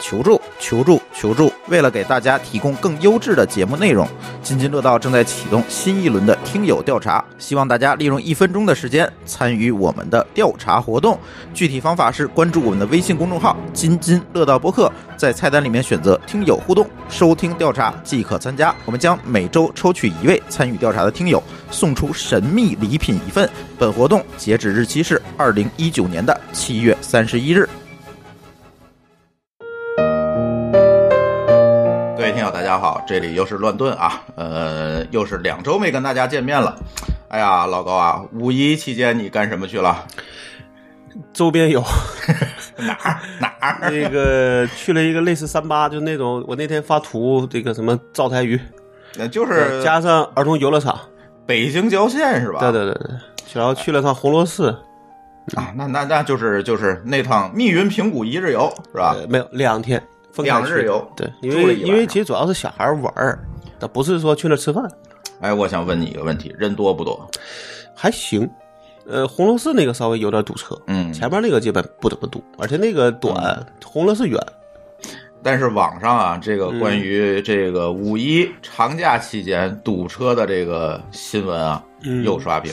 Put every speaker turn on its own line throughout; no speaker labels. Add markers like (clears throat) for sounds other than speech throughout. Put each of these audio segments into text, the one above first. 求助、求助、求助！为了给大家提供更优质的节目内容，津津乐道正在启动新一轮的听友调查，希望大家利用一分钟的时间参与我们的调查活动。具体方法是关注我们的微信公众号“津津乐道播客”，在菜单里面选择“听友互动”，收听调查即可参加。我们将每周抽取一位参与调查的听友，送出神秘礼品一份。本活动截止日期是二零一九年的七月三十一日。各位听友，大家好，这里又是乱炖啊，呃，又是两周没跟大家见面了。哎呀，老高啊，五一期间你干什么去了？
周边有
(laughs) 哪儿哪儿？
那个去了一个类似三八，就那种我那天发图，这个什么灶台鱼，
那呃就是啊
加上儿童游乐场，
北京郊县是吧？
对对对对，然后去了趟红螺寺，
啊，那那那就是就是那趟密云平谷一日游是吧？
呃没有两天，分开
啊两
去
日游
对，因
住了
为
一晚上
因为其实主要是小孩玩儿，但不是说去那吃饭，
哎，我想问你一个问题，人多不多？
还行。呃，红螺寺那个稍微有点堵车，
嗯，
前面那个基本不怎么堵，而且那个短，红螺寺远，
但是网上啊，这
嗯
个关于这个五一长假期间堵车的这个新闻啊，
嗯
又刷屏。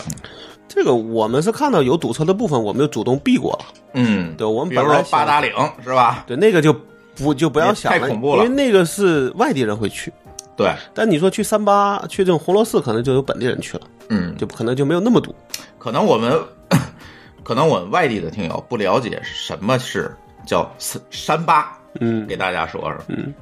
这个我们是看到有堵车的部分，我们就主动避过了。
嗯，
对，我们
比
本
如
来
说
想
八达岭是吧？
对，那个就不就不要想
太恐怖了
因为那个是外地人会去。
对，
但你说去三八去这种红螺寺，可能就有本地人去了，
嗯，
就可能就没有那么堵。
可能我们 (coughs) 可能我们外地的听友不了解什么是叫山山巴，
嗯，
给大家说说，
嗯，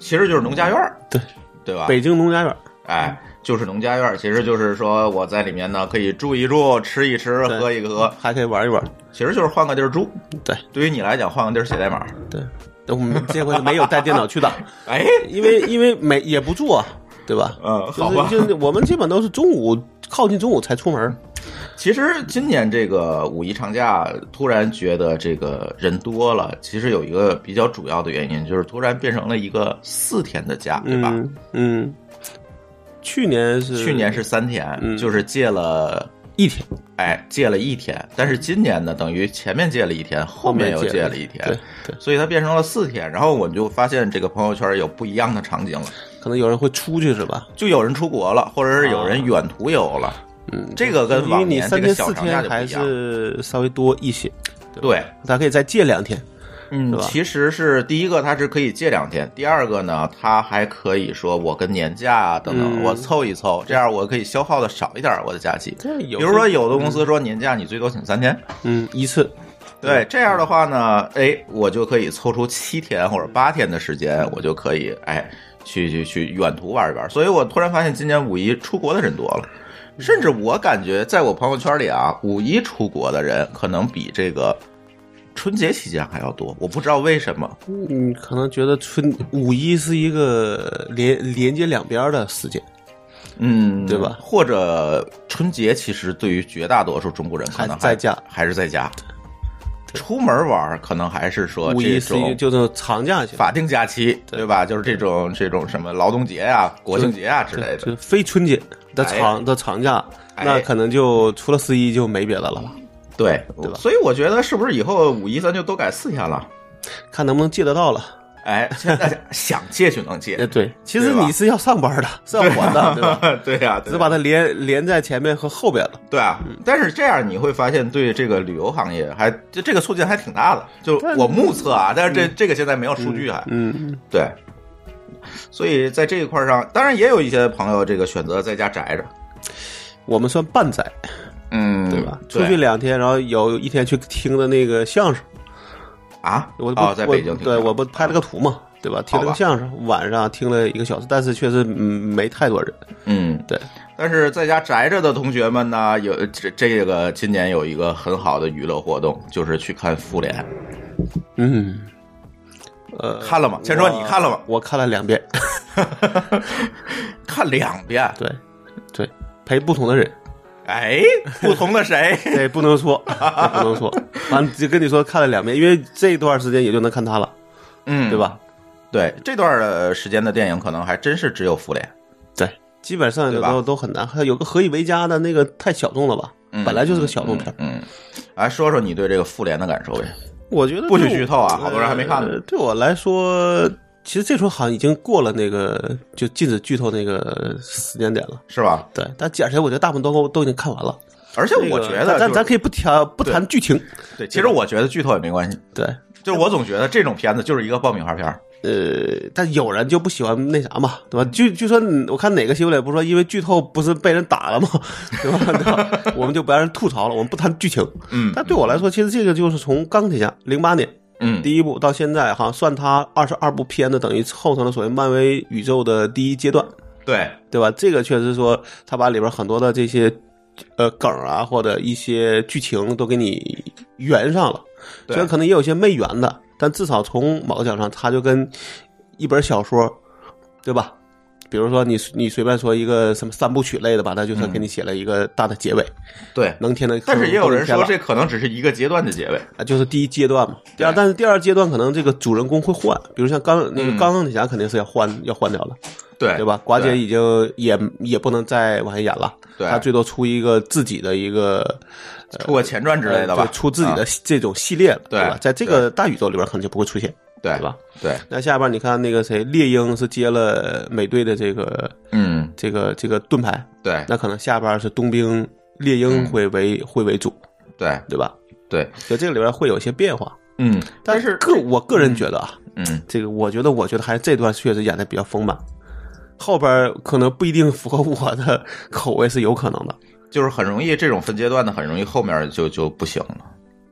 其实就是农家院儿，
对
对吧？
北京农家院，
哎，就是农家院儿，其实就是说我在里面呢可以住一住、吃一吃、
对
喝一喝，
还可以玩一玩。
其实就是换个地儿住。
对
对于你来讲，换个地儿写代码，
对，但我们这回没有带电
(laughs)
脑去的，
哎，
因为因为没也不住啊，对吧？
嗯，(laughs)
就
好吧
是。就是我们基本都是中午靠近中午才出门。
其实今年这个五一长假，突然觉得这个人多了，其实有一个比较主要的原因，就是突然变成了一个四天的假，对吧？
嗯嗯，去年是
去年是三天，
嗯
就是借了。
一天，
哎，借了一天，但是今年呢，等于前面借了一天，后面又借了一
对
天，
对，
所以它变成了四天。然后我就发现这个朋友圈有不一样的场景了，
可能有人会出去是吧？
就有人出国了，或者是有人远途游了。
啊嗯，
这个跟
因为
往
你
年这
三
个
天
小
四
长假
天
就不
还
一样。
是稍微多一些，
对，
他可以再借两天。
嗯
是，吧
其实是第一个，它是可以借两天；第二个呢，它还可以说我跟年假啊等等，
嗯
我凑一凑，这样我可以消耗的少一点我的假期。
这
比
有
如说，有的公司说年假你最多请三天，
嗯，一次
对，这
嗯
样的话呢，哎，我就可以抽出七天或者八天的时间，我就可以哎去去去远途玩一玩。所以我突然发现，今年五一出国的人多了，
嗯
甚至我感觉在我朋友圈里啊，五一出国的人可能比这个春节期间还要多。我不知道为什么，
嗯你可能觉得春五一是一个连连接两边儿的时间，
嗯，
对吧
或者春节其实对于绝大多数中国人可能
还在家
还是在家。出门玩可能还是说
五
这
一是一
种
个就是长假去，
法定假期，
对
对吧？就是这种这种什么劳动节啊、国庆节啊之类
就
的。
是非春节的
哎
长的长假，
哎嗯
那可能就除了十一就没别的了吧？
对，
对吧
所以我觉得是不是以后五一咱就都改四天了？
看能不能借得到了。 (laughs)
哎，现在想借就能
哎，
借，
对，其实
对吧
你是要上
(laughs)
班的，是要还的，对吧？
对呀、
只
对
是
吧？
把它连连在前面和后边了。
对啊，但是这样你会发现，对这个旅游行业还这这个促进还挺大的。就
但
我目测啊，但是这、这个现在没有数据还，啊
嗯，
对。所以在这一块上，当然也有一些朋友这个选择在家宅着，
我们算半载，
嗯，
对吧？出去两天，然后有一天去听的那个相声。
啊，
我不、
哦，在北京
我
挺
对，
好
我不拍了个图嘛，对吧？听
好
了个
吧
相声，晚上听了一个小时，但是确实嗯没太多人。
嗯，
对，
但是在家宅着的同学们呢，有这这个今年有一个很好的娱乐活动，就是去看复联，
嗯，呃，
看了吗？先说你看了吗？
我看了两遍， (laughs)
看两遍，
对，对，陪不同
(laughs)
的人， (laughs)
哎，不同的谁？
对，不能说，对不能说，完就跟你说看了两遍，因为这段时间也就能看他了，
嗯，
对？吧？
对，这段的时间的电影可能还真是只有复联，
对，基本上
对
有
吧
都都很难，还有个何以为家的那个太小众了吧？
嗯
本来就是个小众片儿，
嗯，来说说你对这个复联的感受呗。
我觉得
不许
对我
剧透啊好多人还没看呢
呃对我来说，其实这时候好像已经过了那个就禁止剧透那个时间点了。
是吧？
对，但而且我觉得大部分都都已经看完了。
而且我觉
这个
得
咱咱
就是
咱可以不谈不谈剧情。
对，其实我觉得剧透也没关系，
对，
就是我总觉得这种片子就是一个爆米花片儿，
呃，但有人就不喜欢那啥嘛，对吧？据据说嗯我看哪个新闻里不是说，因为剧透不是被人打了嘛， (laughs) 对吧？对吧我们就不让人吐槽了，我们不谈剧情。
嗯
但对我来说，其实这个就是从钢铁侠零八年
嗯，
第一部到现在，好像算它二十二部片子，等于凑成了所谓漫威宇宙的第一阶段，
对，
对吧？这个确实说，它把里边很多的这些呃梗啊，或者一些剧情都给你圆上了。
对
虽然可能也有些没圆的，但至少从某个角度上，它就跟一本小说，对吧？比如说你你随便说一个什么三部曲类的吧，它就是给你写了一个大的结尾，
对。
能填的。
嗯但是也有人
能填
说
了
这可能只是一个阶段的结尾，
啊，就是第一阶段嘛。第二，
对
但是第二阶段可能这个主人公会换，比如像刚那个
嗯
刚钢铁侠肯定是要换、要换掉了，
对
对吧？寡姐
对
已经也也不能再往下演了，
对
他最多出一个自己的一个
出个前传之类的
呃
吧啊
对，出自己的这种系列了，
对
吧？在这个大宇宙里边可能就不会出现，
对
对吧？
对，
那下边你看那个谁，猎鹰是接了美队的这个
嗯，
这个这个盾牌，
对
那可能下边是冬兵猎鹰会为、会为主，
对
对吧？
嗯对，
就这个里边会有一些变化。
嗯，但
是
是
个我个人觉得啊，
嗯，
这个我觉得我觉得还是这段确实演的比较丰满，后边儿可能不一定符合我的 (laughs) 口味是有可能的。
就是很容易这种分阶段的，很容易后面就就不行了。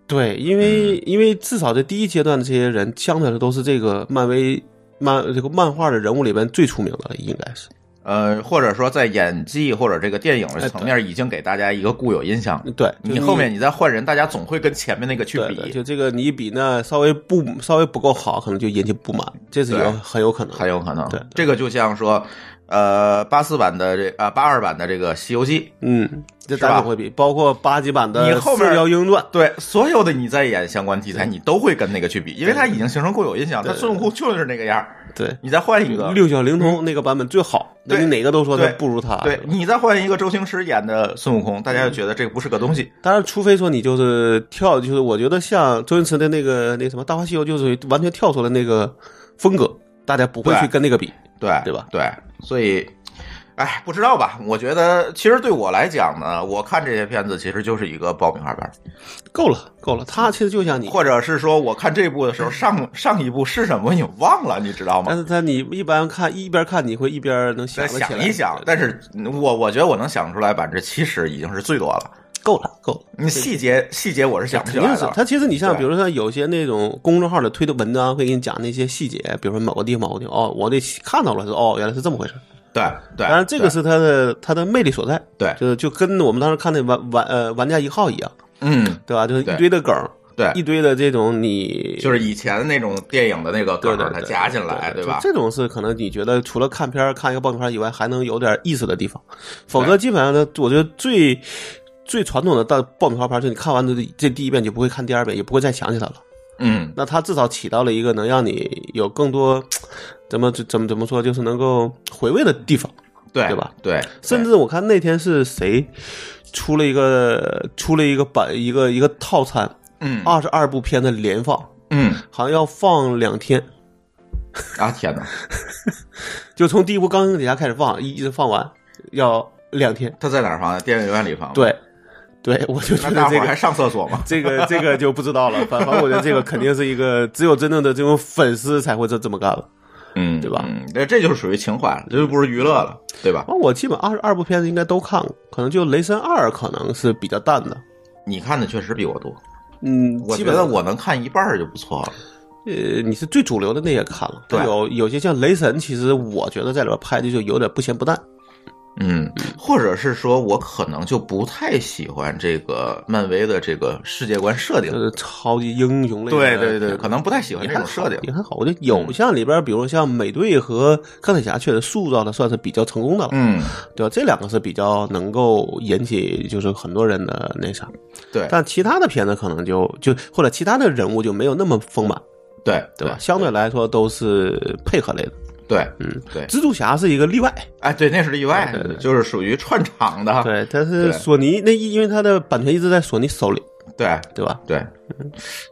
对，因为、
嗯
因为至少这第一阶段的这些人，相对来说都是这个漫威漫这个漫画的人物里边最出名的了，应该是。
呃，或者说在演技或者这个电影的层面，已经给大家一个固有印象了。
对，哎就
你后面你再换人，大家总会跟前面那个去
对对，
比，
就这个你一比那稍微不稍微不够好，可能就引起不满，这是有
对
很有可能的。
很有可能
对对。
这个就像说，呃，八四版的这啊八二版的这个《西游记》，
嗯，这
是吧
当然会比，包括八级版的
你后面
四幺英传，
对，所有的你在演相关题材，你都会跟那个去比，因为它已经形成固有印象，它孙悟空就是那个样儿
对，
你再换一个，
六小龄童那个版本最好，那
对
你哪个都说它
对
不如它。
对你再换一个周星驰演的孙悟空，大
嗯
家就觉得这个不是个东西。
当然，除非说你就是跳，就是我觉得像周星驰的那个那什么《大话西游》，就是完全跳出了那个风格，大家不会去
对
跟那个比。
对
对吧？
对，所以，哎，不知道吧？我觉得其实对我来讲呢，我看这些片子其实就是一个爆米花片儿，
够了，够了，他其实就像你，
或者是说我看这部的
(laughs)
时候，上上一部是什么你忘了，你知道
但
吗？
是他你一般看一边看，你会一边能想
再
得起
想
来。
一想，但是我我觉得我能想出来百分之七十已经是最多了。
够了，够了。
你细节细节我是想不
肯
起
定
来
是
的，
他，其实你像
对
比如说有些那种公众号的推的文章，会给你讲那些细节，比如说某个地方某个地方，哦，我得看到了，说哦，原来是这么回事。
对对。
当然，这个是它的它的魅力所在，
对
就是就跟我们当时看那玩玩呃玩家一号一样，
嗯，
对吧？就是一
对
堆的梗儿，
对
一，堆的这种你
就是以前那种电影的那个
对
梗
对
儿，
对
它加进来，
对
吧
就？这种是可能你觉得除了看片儿看一个爆米花以外，还能有点意思的地方，否则基本上呢，我觉得最。最传统的大爆米花片儿，就你看完这这第一遍，你就不会看第二遍，也不会再想起它了。
嗯，
那它至少起到了一个能让你有更多怎么怎么怎么说，就是能够回味的地方。
对
对吧？
对，
甚至我看那天是谁出了一个出了一个版一个一个套餐，
嗯
二十二部片的连放，
嗯
好像要放两天，
啊天哪，
就从第一部《钢铁侠》开始放，一一直放完，要两天。
他在哪儿放的？电影院里放的。
对，对，我就觉
那
得
大伙
这
儿还
个。
上厕所
(laughs)
吗？
这个这个就不知道了，反反正我觉得这个肯定是一个只有真正的这种粉丝才会这这么干了。
嗯，
对吧
嗯，那这就是属于情怀了，这就不是娱乐了，对吧？
啊，我基本二十二部片子应该都看过，可能就《雷神二》可能是比较淡的。
你看的确实比我多，
嗯，
我
基
觉
本
得
上
我能看一半儿就不错了。
呃，你是最主流的那也看了，
对
但有有些像《雷神》，其实我觉得在里边拍的就有点不咸不淡。
嗯，或者是说我可能就不太喜欢这个漫威的这个世界观设定
就。是呃超级英雄类的
对
片子。
对对，可能不太喜欢
也
啊这
还
种
好
设定。嗯
也还好。我觉得有像里边，比如像美队和钢铁侠，确实塑造的算是比较成功的了，
嗯，
对吧？这两个是比较能够引起就是很多人的那啥，
对
但其他的片子可能就就或者其他的人物就没有那么丰满，
对
对吧？？相对来说都是配合类的。
对，
嗯，
对
蜘蛛侠是一个例外，
哎，对，那是例外
对对，对
就是属于串场的。
对，但是
啊对
索尼那因为它的版权一直在索尼手里，
对
对吧？
对，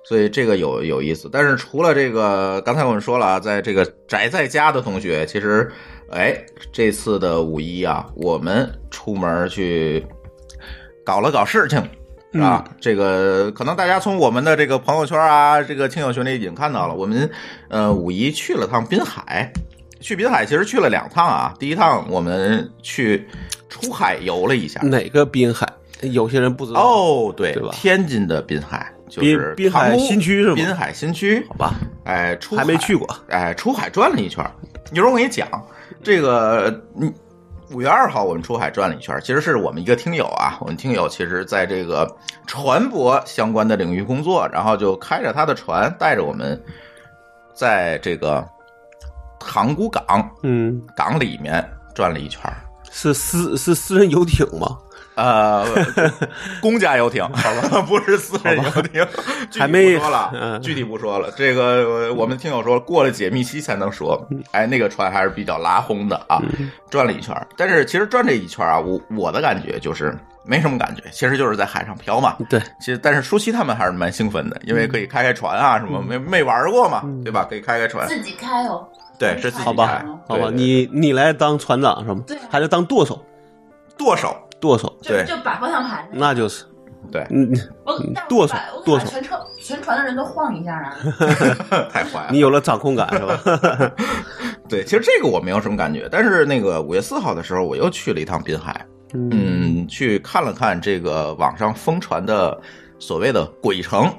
所以这个有有意思。但是除了这个，刚才我们说了啊，在这个宅在家的同学，其实，哎，这次的五一啊，我们出门去搞了搞事情。是吧？这个可能大家从我们的这个朋友圈啊，这个亲友群里已经看到了，我们呃五一去了趟滨海，去滨海其实去了两趟啊。第一趟我们去出海游了一下，
哪个滨海？有些人不知道，
哦，对，
对吧
天津的滨海就
滨
是
滨海
塘沽
新区是吗
滨海新区
好，吧，
哎，出
还没
海
去过。
哎，出海转了一圈儿。一会儿我给你讲，这个嗯，五月二号我们出海转了一圈儿，其实是我们一个听友啊，我们听友其实在这个船舶相关的领域工作，然后就开着他的船，带着我们在这个塘沽港
嗯，
港里面转了一圈儿。
是私是私人游艇吗？
呃，公家游
(laughs)
艇，好吧， (laughs) 不是私人游艇，具体
还没
不说了，
嗯
具体不说了。这个呃我们听友说过了解密期才能说，
嗯
哎，那个船还是比较拉轰的啊，转了一圈儿。但是其实转这一圈儿啊，我我的感觉就是没什么感觉，其实就是在海上漂嘛。
对，
其实，但是舒淇他们还是蛮兴奋的，因
嗯
为可以开开船啊，什么没没玩过嘛，对吧？可以开开船，
自己开哦。
对，是自己
好吧
开，
好吧，
对对
你你来当船长是吗？
对啊
还是当舵手？
剁手， (laughs)
舵手，
就
对
就摆方向盘，
那就是，
对，
嗯，
我但是
剁
我
手
把我
剁
把
手
全船全船的人都晃一下啊，
太坏了。
你有了掌控感是
(laughs)
吧？
对，其实这个我没有什么感觉，但是那个五月四号的时候，我又去了一趟滨海，嗯，去看了看这个网上疯传的所谓的“鬼城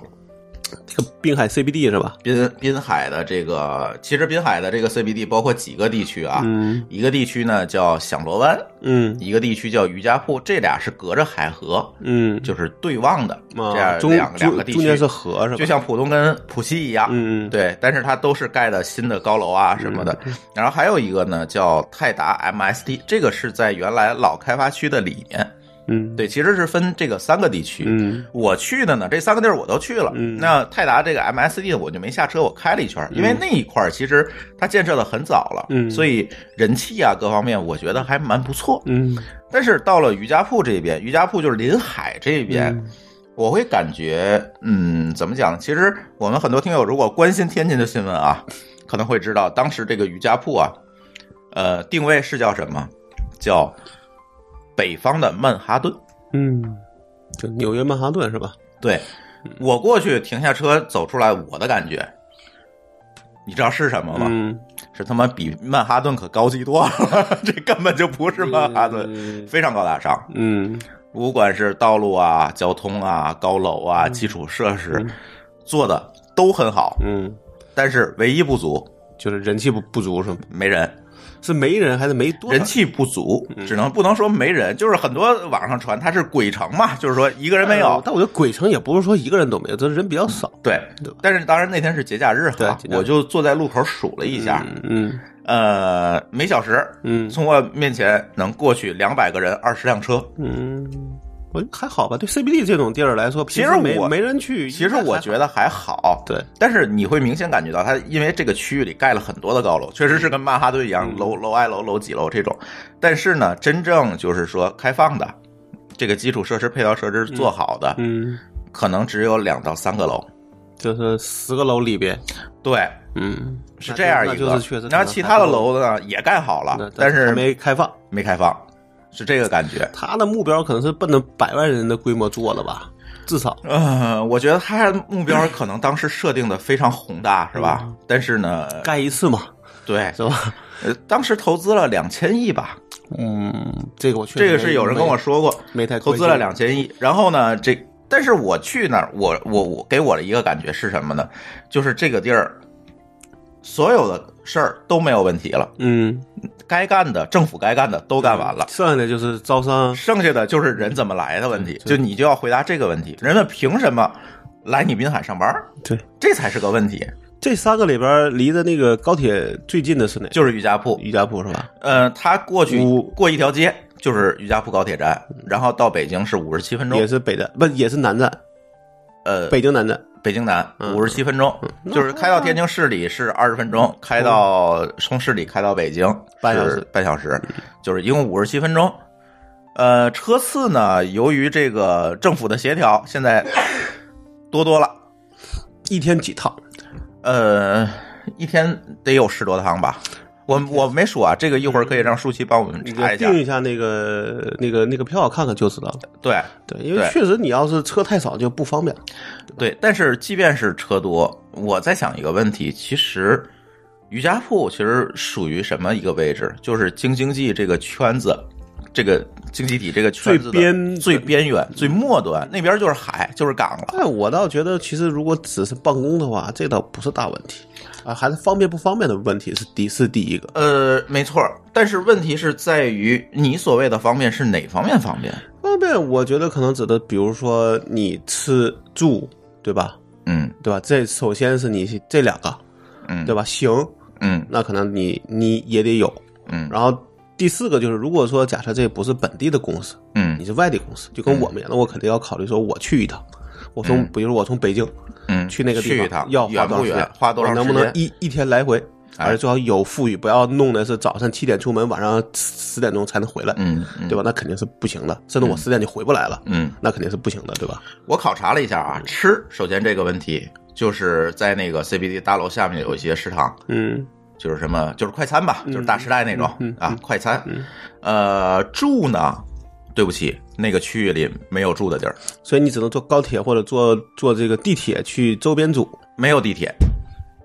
这个滨海 CBD 是吧”，？
滨滨海的这个，其实滨海的这个 CBD 包括几个地区啊，
嗯
一个地区呢叫响螺湾，
嗯
一个地区叫渔家铺，这俩是隔着海河，
嗯，
就是对望的，这
啊
样
中
两两个
中
地
中间
区
是，河是吧？
就像浦东跟浦西一样，
嗯嗯
对，但是它都是盖的新的高楼啊什么的。
嗯
然后还有一个呢，叫泰达 MSD，这个是在原来老开发区的里面。
嗯
对，其实是分这个三个地区。
嗯
我去的呢，这三个地儿我都去了。
嗯
那泰达这个 MSD 我就没下车，我开了一圈儿，因为那一块儿其实它建设的很早了，
嗯
所以人气啊各方面我觉得还蛮不错。
嗯
但是到了渔家铺这边，渔家铺就是临海这
嗯
边，我会感觉，嗯，怎么讲？其实我们很多听友如果关心天津的新闻啊， (laughs) 可能会知道当时这个瑜伽铺啊，呃，定位是叫什么？叫北方的曼哈顿。
嗯，就纽约曼哈顿是吧？
对
嗯
我过去停下车走出来，我的感觉，你知道是什么吗？
嗯，
是他妈比曼哈顿可高级多了， (laughs) 这根本就不是曼哈顿，
嗯
非常高大上。
嗯
不管是道路啊、交通啊、高楼啊、基础设施、做的都很好，
嗯，
但是唯一不足
就是人气不不足是吗？
没人，
是没人还是没多少
人气不足，
嗯
只能不能说没人，就是很多网上传它是鬼城嘛，就是说一个人没有
呃。但我觉得鬼城也不是说一个人都没有，这人比较少。
对
对吧，
但是当然那天是节假日
对
哈
节，假日
我就坐在路口数了一下，
嗯
呃，每小时
嗯
从我面前能过去两百个人，二十辆车。
嗯，我觉得还好吧。对 CBD 这种地儿来说，
其实
平时没
我
没人去。
其实我觉得还好，
对，
但是你会明显感觉到，它因为这个区域里盖了很多的高楼，确实是跟曼哈顿一
嗯
样，楼楼挨楼、楼几楼这种。但是呢，真正就是说开放的，这个基础设施配套设施做好的，
嗯，
可能只有两到三个楼。
就是十个楼里边，
对，
嗯，
是这样一
那
个。
就那就是确实可能还不够。
然后其他的楼呢也盖好
那，
了，但
还
是
没开放。
没开放，是这个感觉。
他的目标可能是奔着百万人的规模做的吧，至少。
呃，我觉得他的目标可能当时设定的非常宏大，是吧？但是呢，
嗯盖一次嘛，
对，
是吧？
呃，当时投资了两千亿吧，
嗯，这个我确实
这个是有人跟我说过，
没没太
投资了两千亿。然后呢，这但是我去那儿，我我我给我的一个感觉是什么呢？就是这个地儿，所有的事儿都没有问题了，
嗯，
该干的政府该干的都干完了。
剩下的就是招商，
剩下的就是人怎么来的问题，
嗯对
就你就要回答这个问题：人们凭什么来你滨海上班？
对，
这才是个问题。
这三个里边离着那个高铁最近的是哪？
就是瑜伽铺，
瑜伽铺是吧？
呃，他过去
五
过一条街就是瑜伽铺高铁站，然后到北京是五十七分钟
也，是北站，不也是南站，
呃，
北京南站。
北京南
嗯
五十七分钟，就是开到天津市里是二十分钟，开到从市里开到北京
半小时嗯
是半小时，就是一共五十七分钟。呃，车次呢，由于这个政府的协调，现在多多了，
一天几趟？
呃，一天得有十多趟吧。我我没数啊，这个一会儿可以让舒淇帮我们
你
查一下
订。一下那个那个那个票，看看就知道了。
对
对，因为
对
确实你要是车太少就不方便。
对，但是即便是车多，我在想一个问题，其实瑜伽铺其实属于什么一个位置？就是京津冀这个圈子，这个经济体这个圈子的
最边
最边缘、最末端，那边就是海，就是港了。
但哎我倒觉得，其实如果只是办公的话，这倒不是大问题啊，还是方便不方便的问题是第是第一个。
呃，没错儿，但是问题是在于你所谓的方便是哪方面方便？
方便，我觉得可能指的，比如说你吃住，对吧？
嗯
对吧？这首先是你这两个，
嗯，
对
吧？
吧？行，
嗯
那可能你你也得有。
嗯
然后第四个就是，如果说假设这不是本地的公司，你
嗯
是外地公司，就跟我们一样，那我肯定要考虑说，我去一趟，我从、比如说我从北京
嗯，
去那个地
去
方
一趟
要花
远
多少
不
时
远
间，？
花多少
我
时间？
能不能一一天来回？
哎
而且最好有富裕，不要弄的是早上七点出门，晚上十点钟才能回来，
嗯嗯
对吧？那肯定是不行的，甚至我十点就回不来了，
嗯，
那肯定是不行的，对吧？
我考察了一下
嗯
啊，吃首先这个问题就是在那个 CBD 大楼下面有一些食堂，
嗯，
就是什么就是快餐吧，就是大时代那种、
嗯嗯
啊，快餐。
嗯
呃，住呢，对不起，那个区域里没有住的地儿，
所以你只能坐高铁或者坐坐这个地铁去周边组。
没有地铁，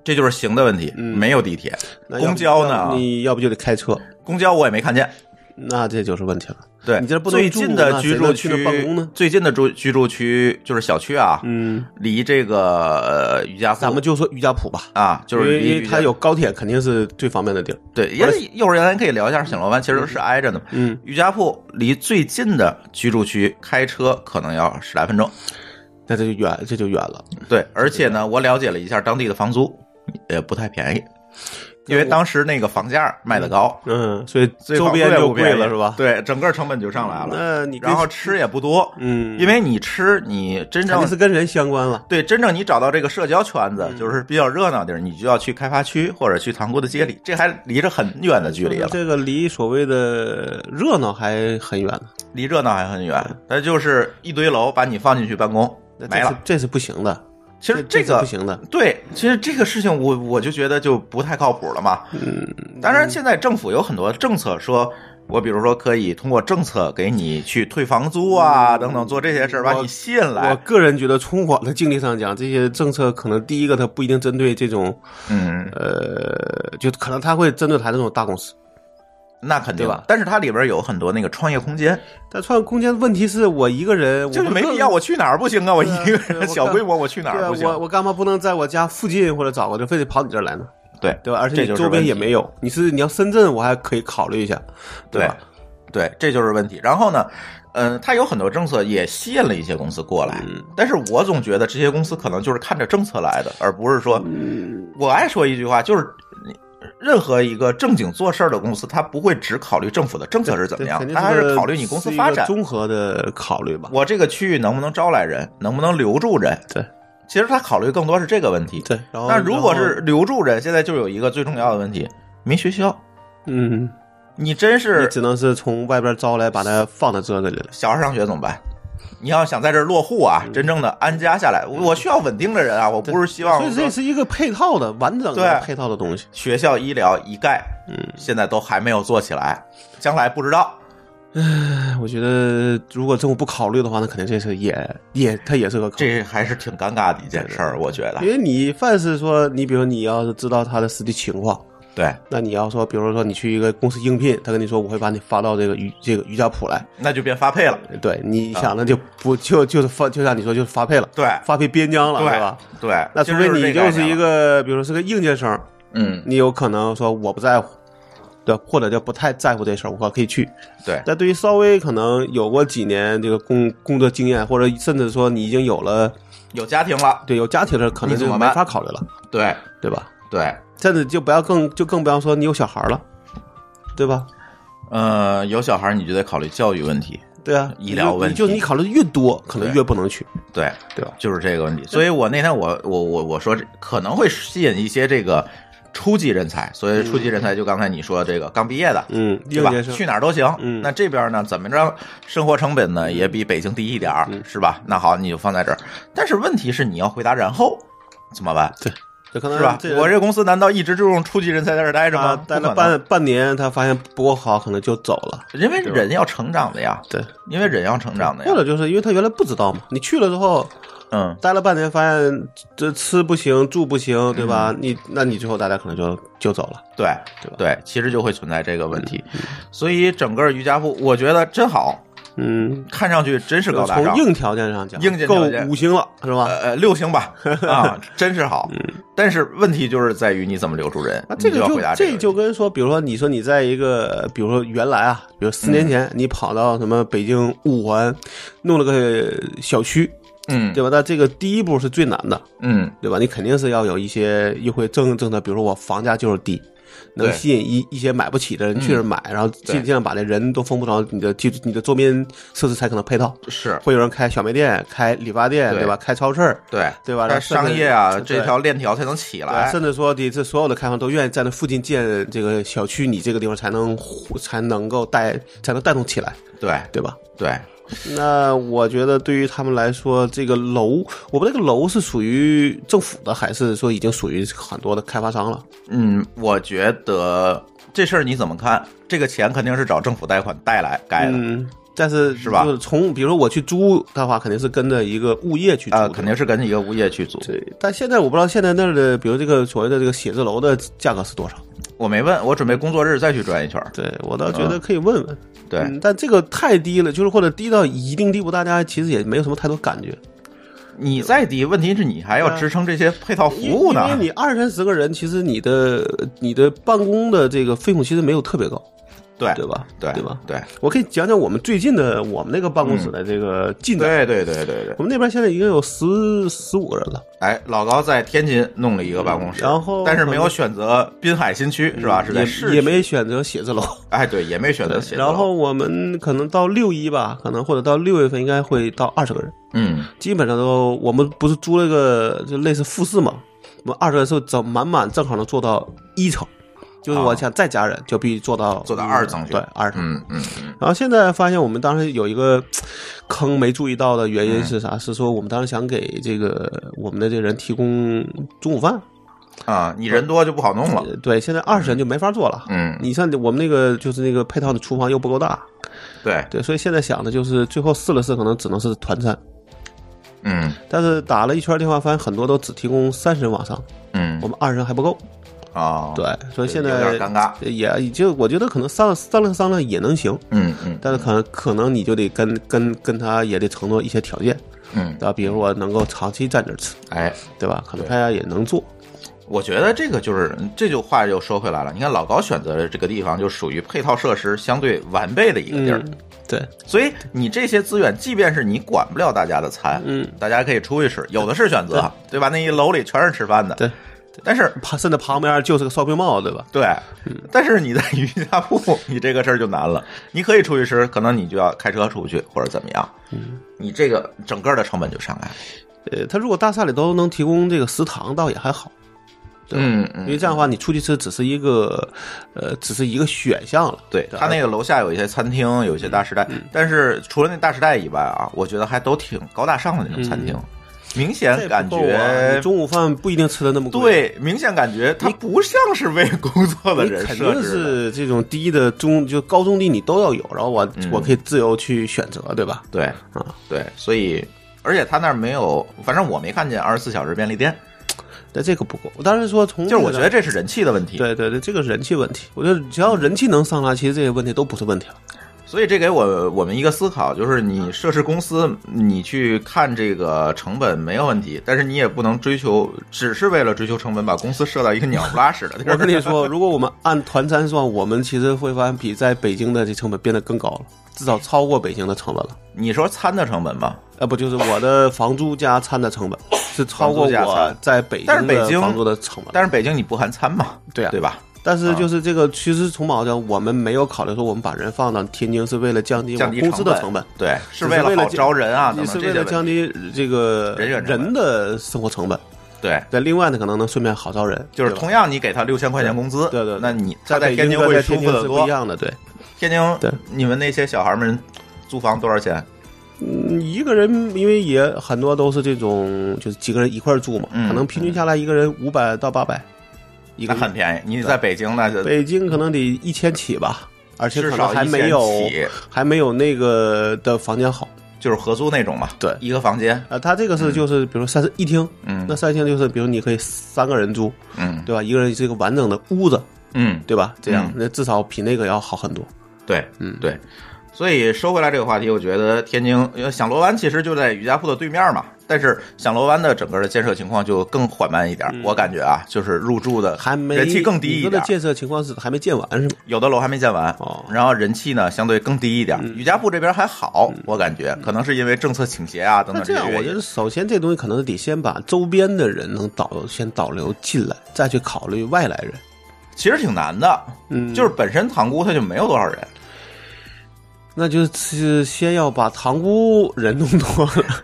这就是行的问题，
嗯
没有地铁。
那要不
公交呢
你要不就得开车，
公交我也没看见。
那这就是问题了。
对，
你这不能
最
住
近的
那
居
谁
住
能去
区
那办公呢
最近的住居住区就是小区啊，
嗯，
离这个呃瑜伽
咱
铺
们就说瑜伽普吧，
啊，就是
因为因
离
为
瑜
它
伽
有高铁，肯定是最方便的地儿。
对，因为一会儿咱可以聊一下醒罗湾，其实是挨着的嘛。
嗯，
瑜伽铺离最近的居住区开车可能要十来分钟。
那这就远，这就远了。
对，而且呢，我了解了一下当地的房租，也不太便宜，因为当时那个房价卖的高，
嗯，所以
所以
周边
房租也
就
不便宜
贵了，是吧？
对，整个成本就上来了。
那你跟
然后吃也不多，
嗯，
因为你吃，你真
肯
正
定是跟嗯人相关了。
对，真正你找到这个社交圈子，就是比较热闹的地儿，你就要去开发区或者去塘沽的街里，这还离着很远的距离了，
这个离所谓的热闹还很远呢，
离热闹还很远。那就是一堆楼把你放进去办公，
嗯那这
没
是
了。
这是不行的。
其实
这
个
是不行的，
对，其实这个事情我我就觉得就不太靠谱了嘛。嗯，当然现在政府有很多政策说。我比如说，可以通过政策给你去退房租啊，等等，做这些事儿把
嗯我
你吸引
我
来。
个人觉得，从我的经历上讲，这些政策可能第一个它不一定针对这种，
嗯，
呃，就可能它会针对它这种大公司。
那肯定
对吧
但是它里边有很多那个创业空间，
但创业空间问题是我一个人，
就是
我
没
更
必要，我去哪儿不行啊？我一个
对啊
人小规模，我去哪
对
儿
啊，
不
我
行？
我干嘛不能在我家附近或者找个地，非得跑你这儿来呢？
对
对吧？而且
这就
你
是
周边也
问题
没有，你是你要深圳，我还可以考虑一下，
对
吧？
对，这就是问题。然后呢，嗯，它有很多政策也吸引了一些公司过来，
嗯
但是我总觉得这些公司可能就是看着政策来的，而不是说，
嗯
我爱说一句话，就是你任何一个正经做事儿的公司，它不会只考虑政府的政策是怎么
对
样
肯，定
它还
个
是考虑你公司发
是一
展嗯
个，综合的考虑吧。
我这个区域能不能招来人，能不能留住人。
对
其实他考虑更多是这个问题。
对，然后
那如果
然
是
后
留住人，现在就有一个最重要的问题，没学校。
嗯，
你真
你
是
只能是从外边招来，把它放到这个里来。
小孩上学怎么办？你要想在这儿落户
嗯
啊，真正的安家下来，我我需要稳定的人啊，我不是希望
所以这
说
是一个配套的完整的
对
配套的东西。
学校、医疗一概，
嗯，
现在都还没有做起来，将来不知道。
哎我觉得如果政府不考虑的话，那肯定这是也也它也是个考虑。
这还是挺尴尬的一件事儿，我觉得
因。为你凡是说，你比如你要是知道他的实际情况，
对，
那你要说，比如说你去一个公司应聘，他跟你说我会把你发到这个瑜这个瑜伽普来，
那就变发配了。
对，你
啊
想的就不、就就是发，就像你说就是发配了，
对，
发配边疆了，是
对
吧？，
对。
那
其
除
实
非
这
你
概
就
念
是一
了，
个，比如是个应届生，
嗯，
你有可能说我不在乎，对，或者就不太在乎这事儿，我可以去。
对，
但对于稍微可能有过几年这个工工作经验，或者甚至说你已经有了
有家庭了。
对有家庭的，可能
你
就
怎么
没
办
法考虑了，
对，
对吧？
对，
甚至就不要更就更不要说你有小孩了，对吧？
呃，有小孩儿你就得考虑教育问题。
对啊，
医疗问题
你就你考虑的越多，可能
对
越不能去，
对，
对吧？
就是这个问题。所以我那天我我我我说这可能会吸引一些这个初级人才，所谓初级人才就刚才你说这个刚毕业的，
嗯，
对
应
吧
届？生
去哪儿都行。
嗯
那这边呢，怎么着，生活成本呢也比北京低一点
嗯
儿，是吧？那好，你就放在这儿。但是问题是，你要回答然后怎么办，
这可能
是吧？
嗯这人
我这公司难道一直就用初级人才在这儿待着吗
啊？待
不可能，
了半半年，他发现不够好，可能就走了。
因为人要成长的呀，
对，
因为人要成长的呀
或。者就是因为他原来不知道嘛，你去了之后
嗯，
待了半年，发现这吃不行，住不行，对吧？
嗯
你那你最后大家可能就就走了。
对
对吧
对，其实就会存在这个问题。所以整个瑜伽部，我觉得真好，
嗯，
看上去真是高大
从
上。
硬条件上讲，
硬件
够
条件
五星了是吧？
呃呃，六星吧，
(laughs)
啊，真是好。但是问题就是在于你怎么留住人
那，
你
嗯啊这个
要
就
回答个
这
问
就
题
跟说，比如说你说你在一个，比如说原来啊，比如四年
嗯
前你跑到什么北京五环，弄了个小区，
嗯
对吧？那这个第一步是最难的，
嗯
对吧？你肯定是要有一些优惠政政策，比如说我房价就是低，能
对嗯
吸引一一些买不起的人去这儿买，然后尽尽量把这人都分布到你的基你的周边设施才可能配套。
是
会有人开小卖店、开理发店，
对
对吧？开超市儿，
对
对吧
它
然后甚至
商业啊，
对
这条链条才能起
对，
来。
啊甚至说你这所有的开发都愿意在那附近建这个小区，你这个地方才能活才能够带才能带动起来，
对
对吧？
对，
那我觉得对于他们来说，这个楼，我们这个楼是属于政府的，还是说已经属于很多的开发商了？
嗯，我觉得这事儿你怎么看？这个钱肯定是找政府贷款贷来盖的。
嗯，但是
是吧
就是从比如说我去租的话，肯定是跟着一个物业去租，
啊，肯定。是跟一个物业去租。
对，但现在我不知道现在那儿的，比如这个所谓的这个写字楼的价格是多少？
我没问，我准备工作日再去转一圈儿。
对我倒觉得可以问问。
嗯对，
嗯，但这个太低了，就是或者低到一定地步，大家其实也没有什么太多感觉。
你再低，问题是你还要
对啊
支撑这些配套服务
因为因
呢
为。你二三十个人，其实你的你的办公的这个费用其实没有特别高，
对
对吧？
哎对
对吧？
对
我可以讲讲我们最近的我们那个办公室的这个进展。
对对对对对
我。们那边现在已经有十十五个人了，
哎，老高在天津弄了一个办公室，
然后嗯
但是没有选择滨海新区，是吧？是在市
也
区
也没选择写字楼。
哎，对，也没选择写字
(laughs)
楼。
然后我们可能到六一吧，可能或者到六月份应该会到二十个人，
嗯，
基本上都我们不是租了个就类似复式嘛，我们二十个人是整满满正好能做到一层，就是我
啊
想再加人就必须做到
做到二层去
对二层。
嗯嗯嗯
然后现在发现我们当时有一个坑没注意到的
嗯
原因是啥？是说我们当时想给这个我们的这人提供中午饭，
啊，你人多就不好弄了。
呃对，现在二十人就没法做了。
嗯，
你像我们那个就是那个配套的厨房又不够大，
对，
对，所以现在想的就是最后试了试，可能只能是团餐。
嗯
但是打了一圈电话，发现很多都只提供三十人往上，
嗯
我们二十人还不够。
啊，
对，所以现
有
在
点尴尬。
也也就我觉得可能商商量商量也能行，
嗯嗯
但是可能可能你就得跟跟跟他也得承诺一些条件，
嗯，
啊，比如我能够长期在这儿吃，
哎，
对吧？可能
对
大家也能做，
我觉得这个就是这就话又说回来了。你看老高选择的这个地方，就属于配套设施相对完备的一个地儿，
嗯，对，
所以你这些资源，即便是你管不了大家的餐，
嗯，
大家可以出去吃，有的是选择，对吧？那一楼里全是吃饭的，
对，
但是。
旁甚至旁边就是个烧饼帽，对吧？
对，但是你在瑜伽铺， (laughs) 你这个事儿就难了。你可以出去吃，可能你就要开车出去或者怎么样，你这个整个的成本就上来了。
呃，他如果大厦里都能提供这个食堂，倒也还好，对吧
嗯
因
嗯，
为这样的话，你出去吃只是一个，呃，只是一个选项了。
对他那个楼下有一些餐厅，有一些大时代，
嗯
但是除了那大时代以外啊，我觉得还都挺高大上的那种餐厅，明显感
嗯这也不够啊
觉
你中午饭不一定吃的那么贵。
对，明显感觉它不像是为工作的
你
人
肯
设置
定
的。嗯
是这种低的中就高中低你都要有，然后我、我可以自由去选择，对吧？
对
啊，
对，所以而且他那儿没有，反正我没看见二十四小时便利店，
但这个不够。我当时说从
就是我
这
觉得
个
这是人气的问题。
对对对，这个人气问题，我觉得只要人气能上来，其实这些问题都不是问题了。
所以这给我我们一个思考，就是你涉事公司，你去看这个成本没有问题，但是你也不能追求，只是为了追求成本，把公司设到一个鸟不拉屎的地儿。
我跟你说，如果我们按团餐算，我们其实会发现比在北京的这成本变得更高了，至少超过北京的成本了。
(laughs) 你说餐的成本吧，
呃，不就是我的房租加餐的成本是超过
房租加
我
餐
在北
但
京
是北
的
京
房租的成本。
但是北京你不含餐嘛，
对啊
对吧？
但是就是这个，其实从某角度，我们没有考虑说我们把人放到天津是为了降低我
降低
公司的成本
本，，对，是
只是
为
为
了
了
好
降
招人啊，等
你
等
是
这
为
些
了
问
降
题。
低这个
人员成本
人的生活成本。
对，
对，另外呢，可能能顺便好招人，
就是
对吧
同样你给他六千块钱工资，
对对对
那你他
在北
天
京
津
跟
会
在
舒
天
服
津
的
是不
多
一。样的，对，
天津，
对
你们那些小孩们租房多少钱？
嗯，一个人因为也很多都是这种，就是几个人一块儿住嘛，
嗯
可能平均下来一个人五百到八百，一
那
个
很便宜。你在北京那就
北京可能得一千起吧，而且
至
可
少
能还
1000
没有
起
还没有那个的房间好。
就是合租那种嘛，
对
一个房间，
啊，他这个是就是比如说三室一厅，
嗯
那三厅就是比如你可以三个人住，
嗯
对吧？一个人是一个完整的屋子，
嗯，
对吧？这样
嗯
那至少比那个要好很多。
对，
嗯
对。所以说回来这个话题，我觉得天津呃响螺湾其实就在瑜伽铺的对面嘛，但是响螺湾的整个的建设情况就更缓慢一点，我感觉啊，就是入住的
嗯还没
人气更低
你
一
说的
点，嗯
建设情况是还没建完是吗？
有的楼还没建完，
哦嗯
然后人气呢相对更低一点。瑜伽铺这边还好，我感觉可能是因为政策倾斜啊等
那
等
这
些
样，
原
我
因
觉得首先这东西可能得先把周边的人能导先导流进来，再去考虑外来人。
其实挺难的。
嗯
就是本身塘沽它就没有多少人，
那就是先要把塘沽人弄多了。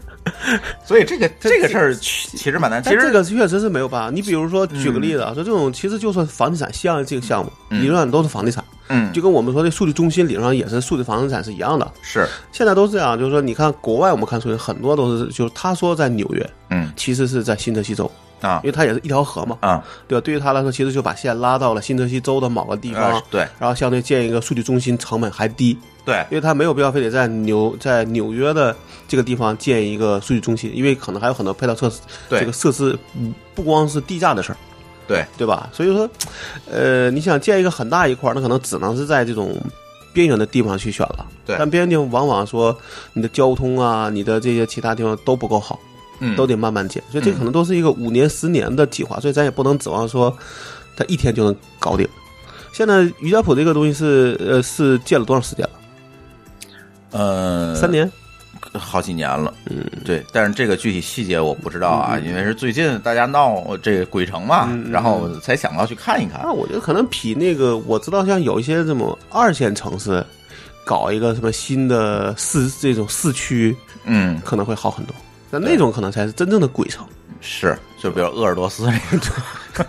所以这个这个事儿其其实蛮难。其
但这
实
个确实是没有办法。你比如说，举个例子啊，说这种其实就算房地产项这个项目，
嗯
理论上都是房地产，
嗯，
就跟我们说的数据中心理论上也是数据房地产是一样的。
是
现在都是这样，就是说，你看国外我们看出去很多都是，就是他说在纽约，
嗯
其实是在新泽西州，
啊
因为它也是一条河嘛，
啊
对吧？对于他来说，其实就把线拉到了新泽西州的某个地方，
呃对
然后相对建一个数据中心成本还低，
对
因为他没有必要非得在纽在纽约的这个地方建一个数据中心，因为可能还有很多配套设施，
对
这个设施嗯不光是地价的事儿，
对
对吧？所以说，呃，你想建一个很大一块儿，那可能只能是在这种。边缘的地方去选了，
对
但边缘地方往往说你的交通啊，你的这些其他地方都不够好，
嗯
都得慢慢建，所以这可能都是一个五年、十年的计划，所以咱也不能指望说他一天就能搞定。现在瑜伽普这个东西是呃是建了多长时间了？
呃
三年，
好几年了，
嗯，
对，但是这个具体细节我不知道啊，因为是最近大家闹这个鬼城嘛，
嗯
然后我才想到去看一看
那。我觉得可能比那个我知道，像有一些这种二线城市，搞一个什么新的市这种市区，
嗯，
可能会好很多。那那种可能才是真正的鬼
(laughs)
城，
是，就比如鄂尔多斯那种，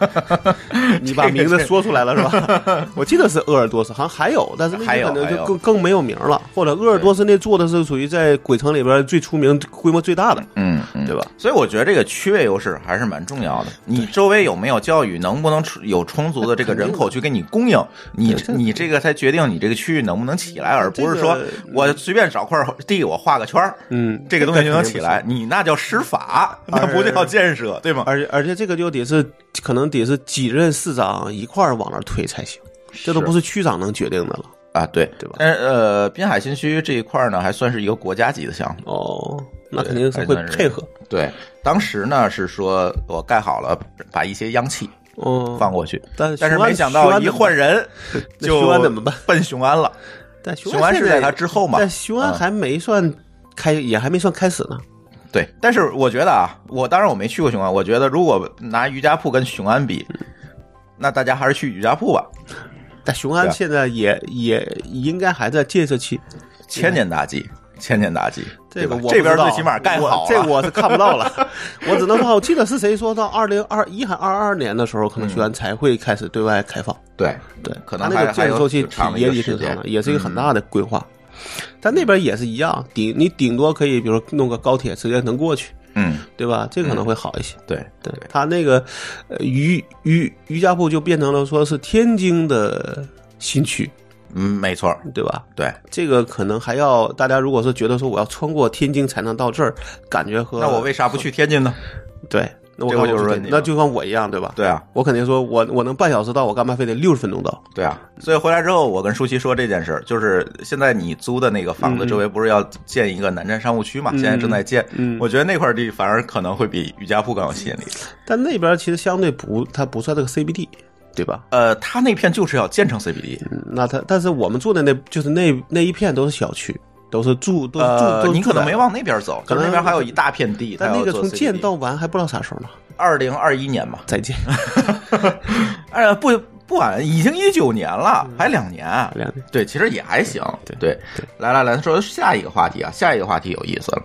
你把名字说出来了是
(laughs)
吧？我记得是鄂尔多斯，好像还有，但是那
还有
个可能
还
就
有
更更没有名了。或者鄂尔多斯那做的是属于在鬼城里边最出名、规模最大的，
嗯 (laughs) 嗯，
对吧？
所以我觉得这个区位优势还是蛮重要的。你周围有没有教育，能不能出有充足的这个人口去给你供应，你
对这
你这个才决定你这个区域能不能起来，而不是说
这个
我随便找块地我画个圈儿，
嗯，
这个东西就能起
这肯定不行
来。你那叫施法， (laughs) 那不叫建设，对吗？
而且而且这个就得是可能得是几任市长一块儿往那儿推才行，这都不是区长能决定的了。
啊，对
对吧
但是呃，滨海新区这一块儿呢，还算是一个国家级的项目。
哦，那
对
肯定是
还
会
算是
配合。
对，当时呢是说我盖好了，把一些央企
嗯，
放过去，
但是
但是
雄安
没想
雄
到
安
一
怎么
换
(laughs)
人
那
就
雄安怎么办？
奔雄安了。
嗯但雄
雄安是
现在
在它之后嘛
但雄
嗯
安还没算开，也还没算开始呢。
对，但是我觉得啊，我当然我没去过雄安，我觉得如果拿瑜伽铺跟雄安比，
嗯
那大家还是去瑜伽铺吧。
但雄
对
安
啊
现在也也应该还在建设期，
千年大计，千年大计，对
个
吧
我？
这边
不知道
最起码盖好
我
了，
这我是看不
(laughs)
到了。我只能说，我记得是谁说到二零二一还二二年的时候，可能雄安才会开始对外开放。
对
对，
嗯可能
它那
还
个建
还
设
有
周期
挺长的
也
一个
也
时
挺长
间嗯
的，也是一个很大的规划。但那边也是一样，顶你顶多可以，比如说弄个高铁直接能过去，
嗯，
对吧？这可能会好一些。
对
对他那个呃瑜瑜瑜伽部就变成了说是天津的新区，
嗯，没错，
对吧？
对。
这个可能还要大家如果是觉得说我要穿过天津才能到这儿，感觉和
那我为啥不去天津呢？
对，那我
这我就是
干嘛不
说
去天津
你
那就像我一样，对吧？
对啊，
我肯定说我我能半小时到，我干嘛非得六十分钟到？
对啊，所以回来之后，我跟舒淇说这件事儿，就是现在你租的那个房子周围不是要建一个南站商务区嘛？现在正在建，
嗯
我觉得那块地反而可能会比瑜伽铺更有吸引力。
但那边其实相对不，它不算这个 CBD，对吧？
呃，它那片就是要建成 CBD，
嗯那它但是我们住的那就是那那一片都是小区，都是住都是住、
呃
都，是
你
住
可能
宅
没。往那边走，
可
就是
能
那边还有一大片地。
但那个从建到完还不知道啥时候呢。
二零二一年嘛，
再见，
哎，不不晚，已经一九年了，
嗯
还两年，啊
两年
对，其实也还行。
对
对，来来来，说下一个话题啊，下一个话题有意思了。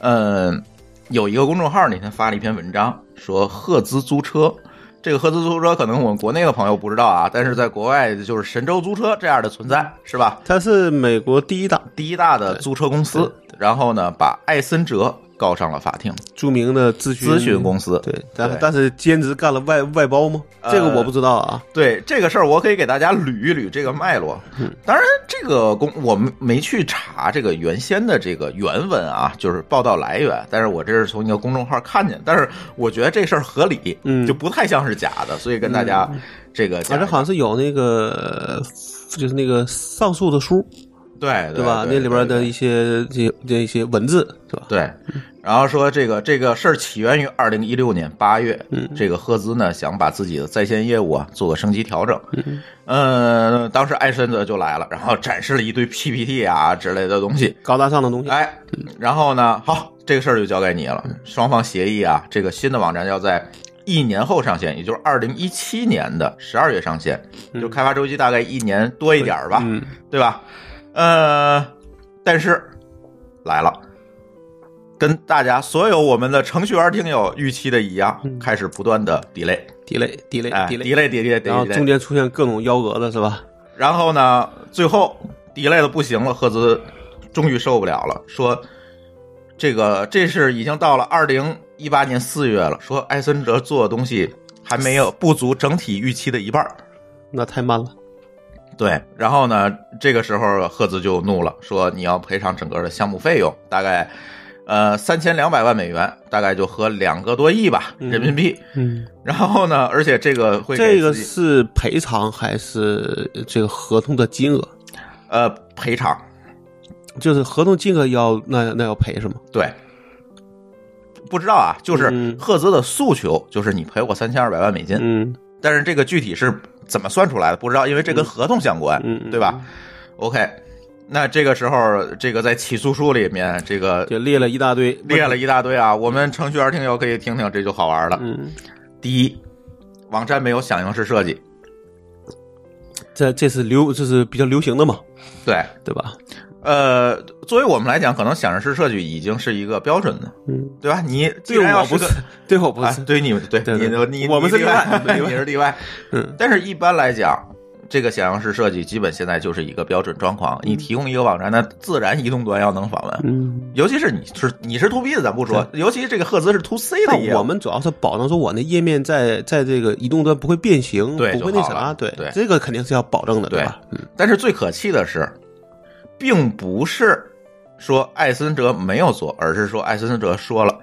嗯，有一个公众号那天发了一篇文章，说赫兹租车。这个赫兹租车可能我们国内的朋友不知道啊，但是在国外就是神州租车这样的存在，是吧？
它是美国第一大
第一大的租车公司，然后呢，把艾森哲告上了法庭，
著名的咨询
咨询公司。
对，但
对
但是兼职干了外外包吗？
呃
这个我不知道啊。
对这个事儿，我可以给大家捋一捋这个脉络。
嗯
当然，这个公我们没去查这个原先的这个原文啊，就是报道来源。但是我这是从一个公众号看见，但是我觉得这事儿合理，
嗯
就不太像是假的，所以跟大家这个
反
讲一
正
讲、
好像是有那个，就是那个上诉的书，
对
对吧？那里边的一些这这一些文字，对吧？
对，然后说这个这个事儿起源于二零一六年八月，这个赫兹呢想把自己的在线业务啊做个升级调整，呃，当时艾森德就来了，然后展示了一堆 PPT 啊之类的东西，
高大上的东西，
哎，然后呢，好，这个事儿就交给你了，双方协议啊，这个新的网站要在。一年后上线，也就是二零一七年的十二月上线，就开发周期大概一年多一点儿吧。
嗯，
对吧？呃，但是来了，跟大家所有我们的程序员听友预期的一样，
嗯
开始不断的 delay，
地雷地雷
哎
地雷，
，delay delay
然后
delay
中
delay，
间出现各种幺蛾子，是吧？
然后呢，最后 delay 的不行了，赫兹终于受不了了，说这个这是已经到了二零一八年四月了，说艾森哲做的东西还没有不足整体预期的一半儿。
那太慢了，
对，然后呢，这个时候赫兹就怒了，说你要赔偿整个的项目费用，大概呃三千两百万美元，大概就合两个多亿吧人民币。
嗯，
然后呢，而且这个会给
这个
自己
是赔偿还是这个合同的金额？
呃赔偿，
就是合同金额要那那要赔是吗？
对。不知道啊，就是
嗯
赫兹的诉求就是你赔我三千二百万美金，
嗯
但是这个具体是怎么算出来的不知道，因为这跟合同相关，
嗯嗯
对吧？OK，那这个时候，这个在起诉书里面，这个
就列了一大堆，
列了一大堆啊。我们程序员听友可以听听，这就好玩了。
嗯，
第一，网站没有响应式设计，
这这是流，这是比较流行的嘛，
对，
对吧？
呃，作为我们来讲，可能响应式设计已经是一个标准的，
嗯，
对吧？你既
对
然要
我
是
不
个
是， (laughs) 对我不
啊
是，，
对你们，对
对
你
对
你
我们
你
是
例 (laughs)
例外
外，
我们是
你
例外
是例外。
(laughs) 嗯，
但是一般来讲，这个响应式设计基本现在就是一个标准状况。你提供一个网站，那自然移动端要能访问。
嗯，
尤其是你是你是 to B 的，咱不说，尤其这个赫兹是 to C 的业
但
务，
我们主要是保证说我那页面在在这个移动端不会变形，
对
不会
就
那
好了
啥，对
对
这个肯定是要保证的，
对
吧？嗯
但是最可气的是，并不是说艾森哲没有做，而是说艾森哲说了，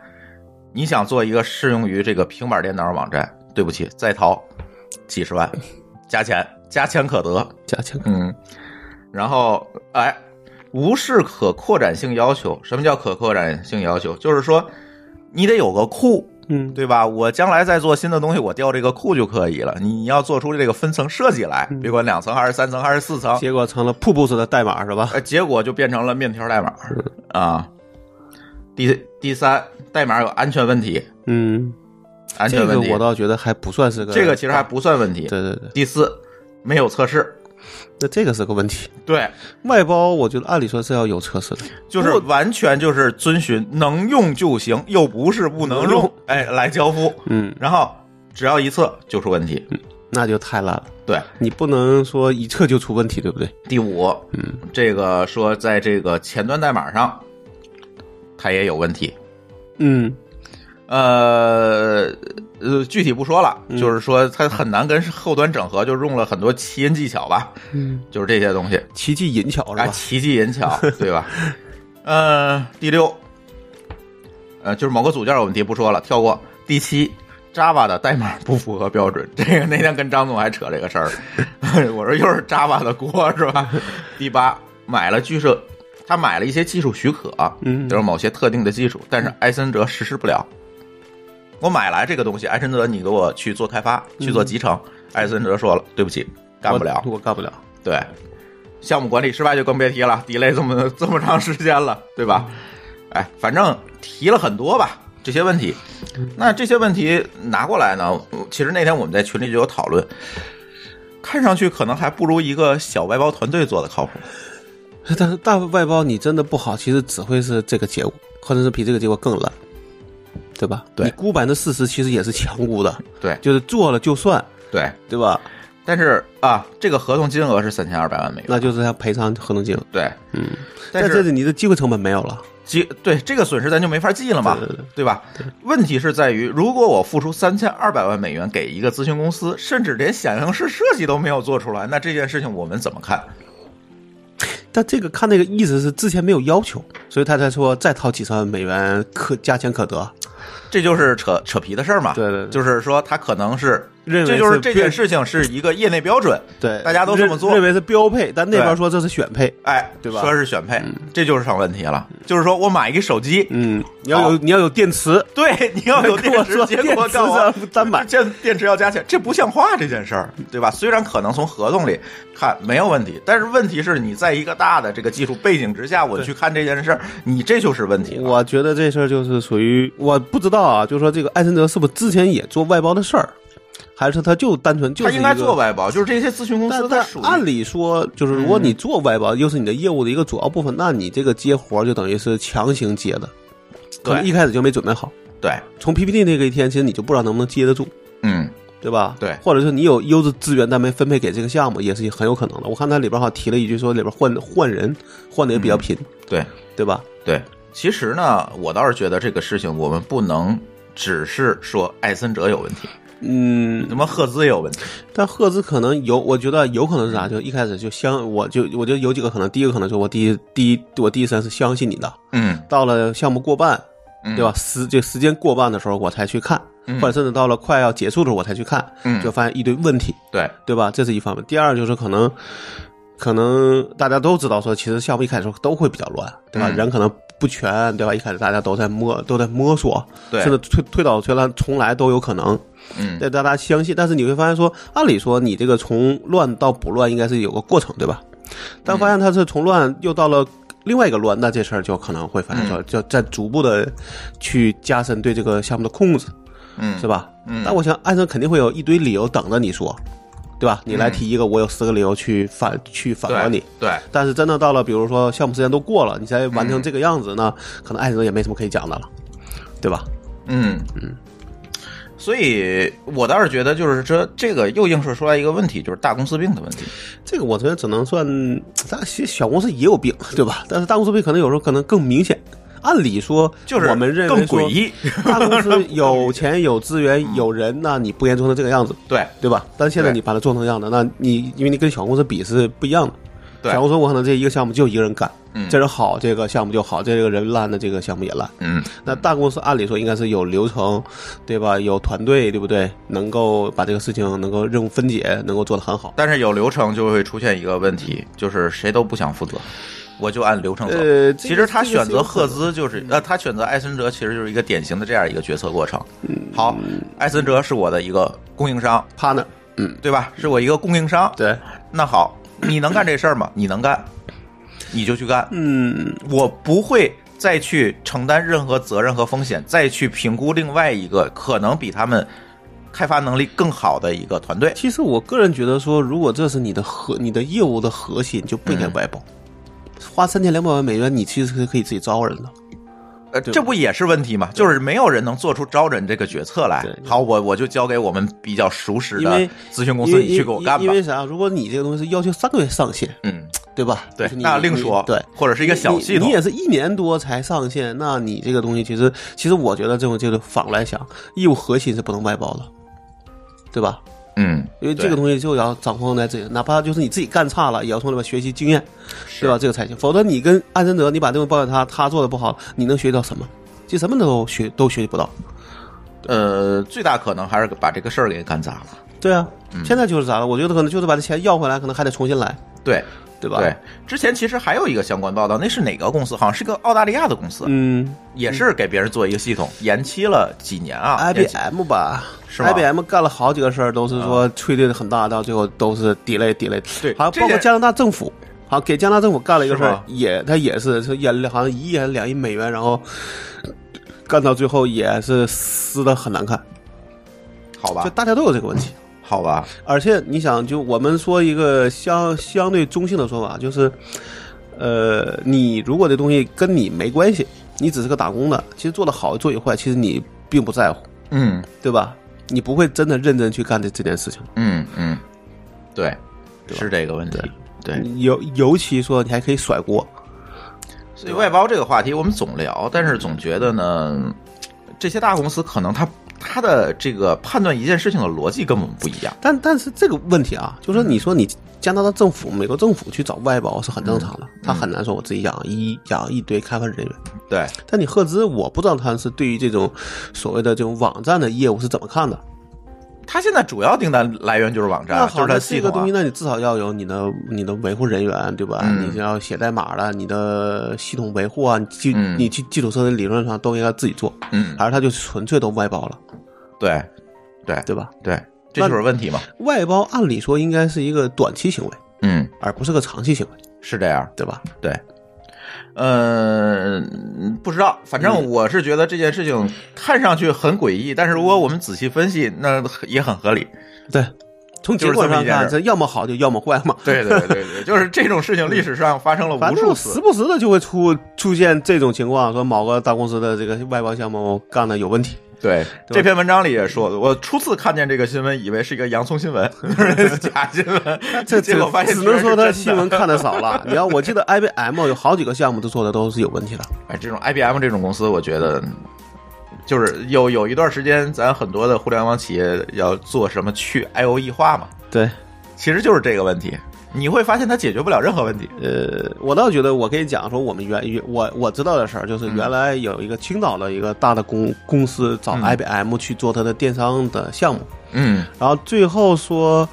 你想做一个适用于这个平板电脑网站，对不起，再掏几十万，加钱，加钱可得。
加强，
嗯，然后哎，无视可扩展性要求。什么叫可扩展性要求？就是说你得有个库，
嗯，
对吧？我将来再做新的东西，我调这个库就可以了。你要做出这个分层设计来，别管两层还是三层还是四层，
结果成了瀑布式的代码是吧？
呃，结果就变成了面条代码啊。第第三，代码有安全问题，
嗯，
安
这
全
个
问题，
我倒觉得还不算是个
这个其实还不算问题。
对对对，
第四，没有测试，
那这个是个问题。
对，
外包我觉得按理说是要有测试的，
就是完全就是遵循能用就行，又不是不能
能
用
用，
哎，来交付，
嗯，
然后只要一测就出问题。
那就太烂了。
对，
你不能说一测就出问题，对不对？
第五，
嗯，
这个说在这个前端代码上，它也有问题。
嗯，
呃呃，具体不说了，就是说它很难跟后端整合，就是用了很多奇淫技巧吧，
嗯，
就是这些东西，
奇技淫巧是
啊，
吧？
奇技淫巧，对吧？ (laughs) 呃，第六，呃，就是某个组件有问题，不说了，跳过。第七，Java 的代码不符合标准，这个那天跟张总还扯这个事儿， (laughs) 我说又是 Java 的锅是吧？第八，买了剧社，他买了一些技术许可，啊
嗯
就是某些特定的技术，但是埃森哲实施不了。我买来这个东西，埃森哲你给我去做开发，去做集成，埃森哲说了，对不起，干不了。
我我干不了。
对，项目管理失败就更别提了，delay 这么这么长时间了，对吧？哎，反正提了很多吧这些问题。那这些问题拿过来呢，其实那天我们在群里就有讨论，看上去可能还不如一个小外包团队做的靠谱。
但是大外包你真的不好，其实只会是这个结果，或者是比这个结果更烂。对吧？
对
你估百分之四十其实也是强估的，
对
就是做了就算，
对，
对吧？
但是啊，这个合同金额是三千二百万美元。
那就是他赔偿合同金额。
对，
嗯，
但
但
是
这是你的机会成本没有了，
记对这个损失咱就没法记了嘛，
对对对
吧？问题是在于，如果我付出三千二百万美元给一个咨询公司，甚至连显影室设计都没有做出来，那这件事情我们怎么看？
但这个看那个意思是之前没有要求，所以他才说再掏几十万美元可价钱可得。
这就是扯扯皮的事儿嘛。
对对对
就是说他可能是
认为
这就是
是
这件
标
事情是一个业内标准，
对，
大家都这么做
认认为是标配，但那
对
边说这是选配。
哎，
对吧
说是选配，这就是成问题了。就是说我买一个手机，
嗯，你要有你要有电池，
(laughs) 对，你要有
跟
电
(laughs) 我
池，
说
结果
电池
告诉我
咱单买
这电池要加钱，这不像话这件事儿，对吧？虽然可能从合同里看没有问题，但是问题是你在一个大的这个技术背景之下，我去看这件事儿，你这就是问题了。
我觉得这事儿就是属于我不知道啊，就是说这个艾森哲是不是之前也做外包的事儿，还是他就单纯就是
他应该
一个
做。外包，就是这些咨询公司，
但
它
但
属于嗯
按理说，就是如果你做外包，又是你的业务的一个主要部分，那你这个接活儿就等于是强行接的，可能
对
一开始就没准备好。
对，
从 PPT 那个一天，其实你就不知道能不能接得住，
嗯，
对吧？
对
或者是你有优质资源，但没分配给这个项目，也是很有可能的。我看他里边好像提了一句，说里边换换人换的也比较频，
对
对吧？
对。其实呢，我倒是觉得这个事情我们不能只是说艾森哲有问题，
嗯，
什么赫兹也有问题，
但赫兹可能有，我觉得有可能是啥？就一开始就相，我就我觉得有几个可能。第一个可能是我第一第一我第一时间是相信你的，
嗯，
到了项目过半，
嗯
对吧？？时这时间过半的时候我才去看，
嗯
或者甚至到了快要结束的时候我才去看，
嗯
就发现一堆问题，
对，
对吧？这是一方面。第二就是可能，可能大家都知道说，其实项目一开始都会比较乱，对吧？
嗯
人可能不全，对吧？一开始大家都在摸，都在摸索，
对
甚至推推倒推拉重来都有可能。
嗯，
但大家相信，但是你会发现说，按理说你这个从乱到不乱应该是有个过程，对吧？但发现它是从乱又到了。另外一个乱，那这事儿就可能会发
嗯
现说，就在逐步的去加深对这个项目的控制，
嗯
是吧？
嗯
但我想艾森肯定会有一堆理由等着你说，对吧？你来提一个，我有十个理由去反去反驳你。
嗯对，对
但是真的到了，比如说项目时间都过了，你才完成这个样子呢，可能艾森也没什么可以讲的了，对吧？
嗯，嗯，所以我倒是觉得，就是这这个又映射出来一个问题，就是大公司病的问题。
这个我觉得只能算，咱其实小公司也有病， (laughs) 对吧？但是大公司病可能有时候可能更明显。按理说，
就是
我们认为
更
说
诡异，
大公司有钱有资源有人，那你不应该做成这个样子，
(laughs) 对
对吧？但现在
对
你把它做成这样的，那你因为你跟小公司比是不一样的。
对
小，公司我可能这一个项目就一个人干，
嗯
这人好，这个项目就好；这个人烂的，这个项目也烂。
嗯，
那大公司按理说应该是有流程，对吧？有团队，对不对？能够把这个事情能够任务分解，能够做得很好。
但是有流程就会出现一个问题，就是谁都不想负责，我就按流程走。
呃，
其实他选择
赫
赫
兹。
兹就是，
嗯
呃，他选择艾森哲其实就是一个典型的这样一个决策过程。
嗯
好，艾森哲是我的一个供应商，
partner，嗯，
对吧？是我一个供应商。
对，
那好，你能干这事儿
(coughs)
吗？你能干，你就去干。
嗯，
我不会再去承担任何责任和风险，再去评估另外一个可能比他们开发能力更好的一个团队。
其实我个人觉得说，如果这是你的核、你的业务的核心，就不应该外包。花三千两百万美元，你其实是可以自己招人的。
呃，
对
这不也是问题吗？就是没有人能做出招人这个决策来
对。
好，我我就交给我们比较熟识
因
的
为
咨询公
因
司，
为
你去给我干
因
吧
为。因为啥？如果你这个东西是要求三个月上线，
嗯，
对吧？
对，
就是你
那另
你
说。
对，
或者是一个小系
你
统
你也。是一年多才上线，那你这个东西其实，其实我觉得这种就是反过来想，业务核心是不能外包的，对吧？
嗯，
因为这个东西就要掌控在自己，哪怕就是你自己干差了，也要从里面学习经验，对吧？这个才行。否则你跟安森哲，你把这个抱怨他，他做的不好，你能学习到什么？其实什么都学都学习不到。
呃，最大可能还是把这个事儿给干砸了。
对啊，
嗯
现在就是啥了？我觉得可能就是把这钱要回来，可能还得重新来，
对
对吧？
对，，之前其实还有一个相关报道，那是哪个公司？好像是个澳大利亚的公司。
嗯
也是给别人做一个系统，延期了几年啊延期
，IBM 吧，
是吗
i b m 干了好几个事儿，都是说吹的很大，到最后都是 delay delay，
对
好
这
像包括
件
加拿大政府。好，给加拿大政府干了一个事
是
儿
吗，
也他也是是演了好像一亿还是两亿美元，然后干到最后也是撕的很难看，
好
就
吧，
大家都有这个问题。
好吧，
而且你想，就我们说一个相相对中性的说法，就是，呃，你如果这东西跟你没关系，你只是个打工的，其实做的好做与坏，其实你并不在乎，
嗯
对吧？你不会真的认真去干这这件事情。
嗯嗯，对，
对吧嗯
是这个问题。对，
尤尤其说你还可以甩锅，
所以外包这个话题我们总聊，但是总觉得呢，这些大公司可能它它的这个判断一件事情的逻辑跟我们不一样。
但但是这个问题啊，就
嗯
是说你说你加拿大政府、美国政府去找外包是很正常的，
嗯
他很难说我自己养一养一堆开发人员。
对，
但你赫兹，我不知道他是对于这种所谓的这种网站的业务是怎么看的。
它现在主要订单来源就是网
那
啊站，就是
好，
它
那
的
这
系
个
统、
东西，
啊。
那你至少要有你的你的维护人员，对吧？
嗯
你要写代码了，你的系统维护啊，你基、
嗯
你基基础设施理论上都应该自己做，
嗯，
还是他就纯粹都外包了，
对，对，
对吧？
对，这就是问题嘛。
外包按理说应该是一个短期行为，
嗯，
而不是个长期行为，
是这样。
对吧？
对，呃，不知道，反正我是觉得这件事情看上去很诡异，但是如果我们仔细分析，那也很合理。
对，从结果
就是这么
上
一件事
看，这要么好就要么坏嘛。
对对对 (laughs) 对，就是这种事情历史上发生了
反
无数
正
次
时。不时的就会出出现这种情况，说某个大公司的这个外包项目干的有问题，
对，
对
这篇文章里也说，我初次看见这个新闻，以为是一个洋葱新闻， (laughs) 假新闻，
这
(laughs) 结果发现
只能说
他
他新闻看的
(laughs)
少了。你要我记得 IBM 有好几个项目都做的都是有问题的，
哎，这种 IBM 这种公司，我觉得就是有有一段时间，咱很多的互联网企业要做什么去 IOE 化嘛，
对。
其实就是这个问题。你会发现它解决不了任何问题。
呃，我倒觉得我可以讲说，我们原原我我知道的事儿，就是原来有一个青岛的一个大的公公司找
嗯
IBM 去做它的电商的项目，
嗯
然后最后说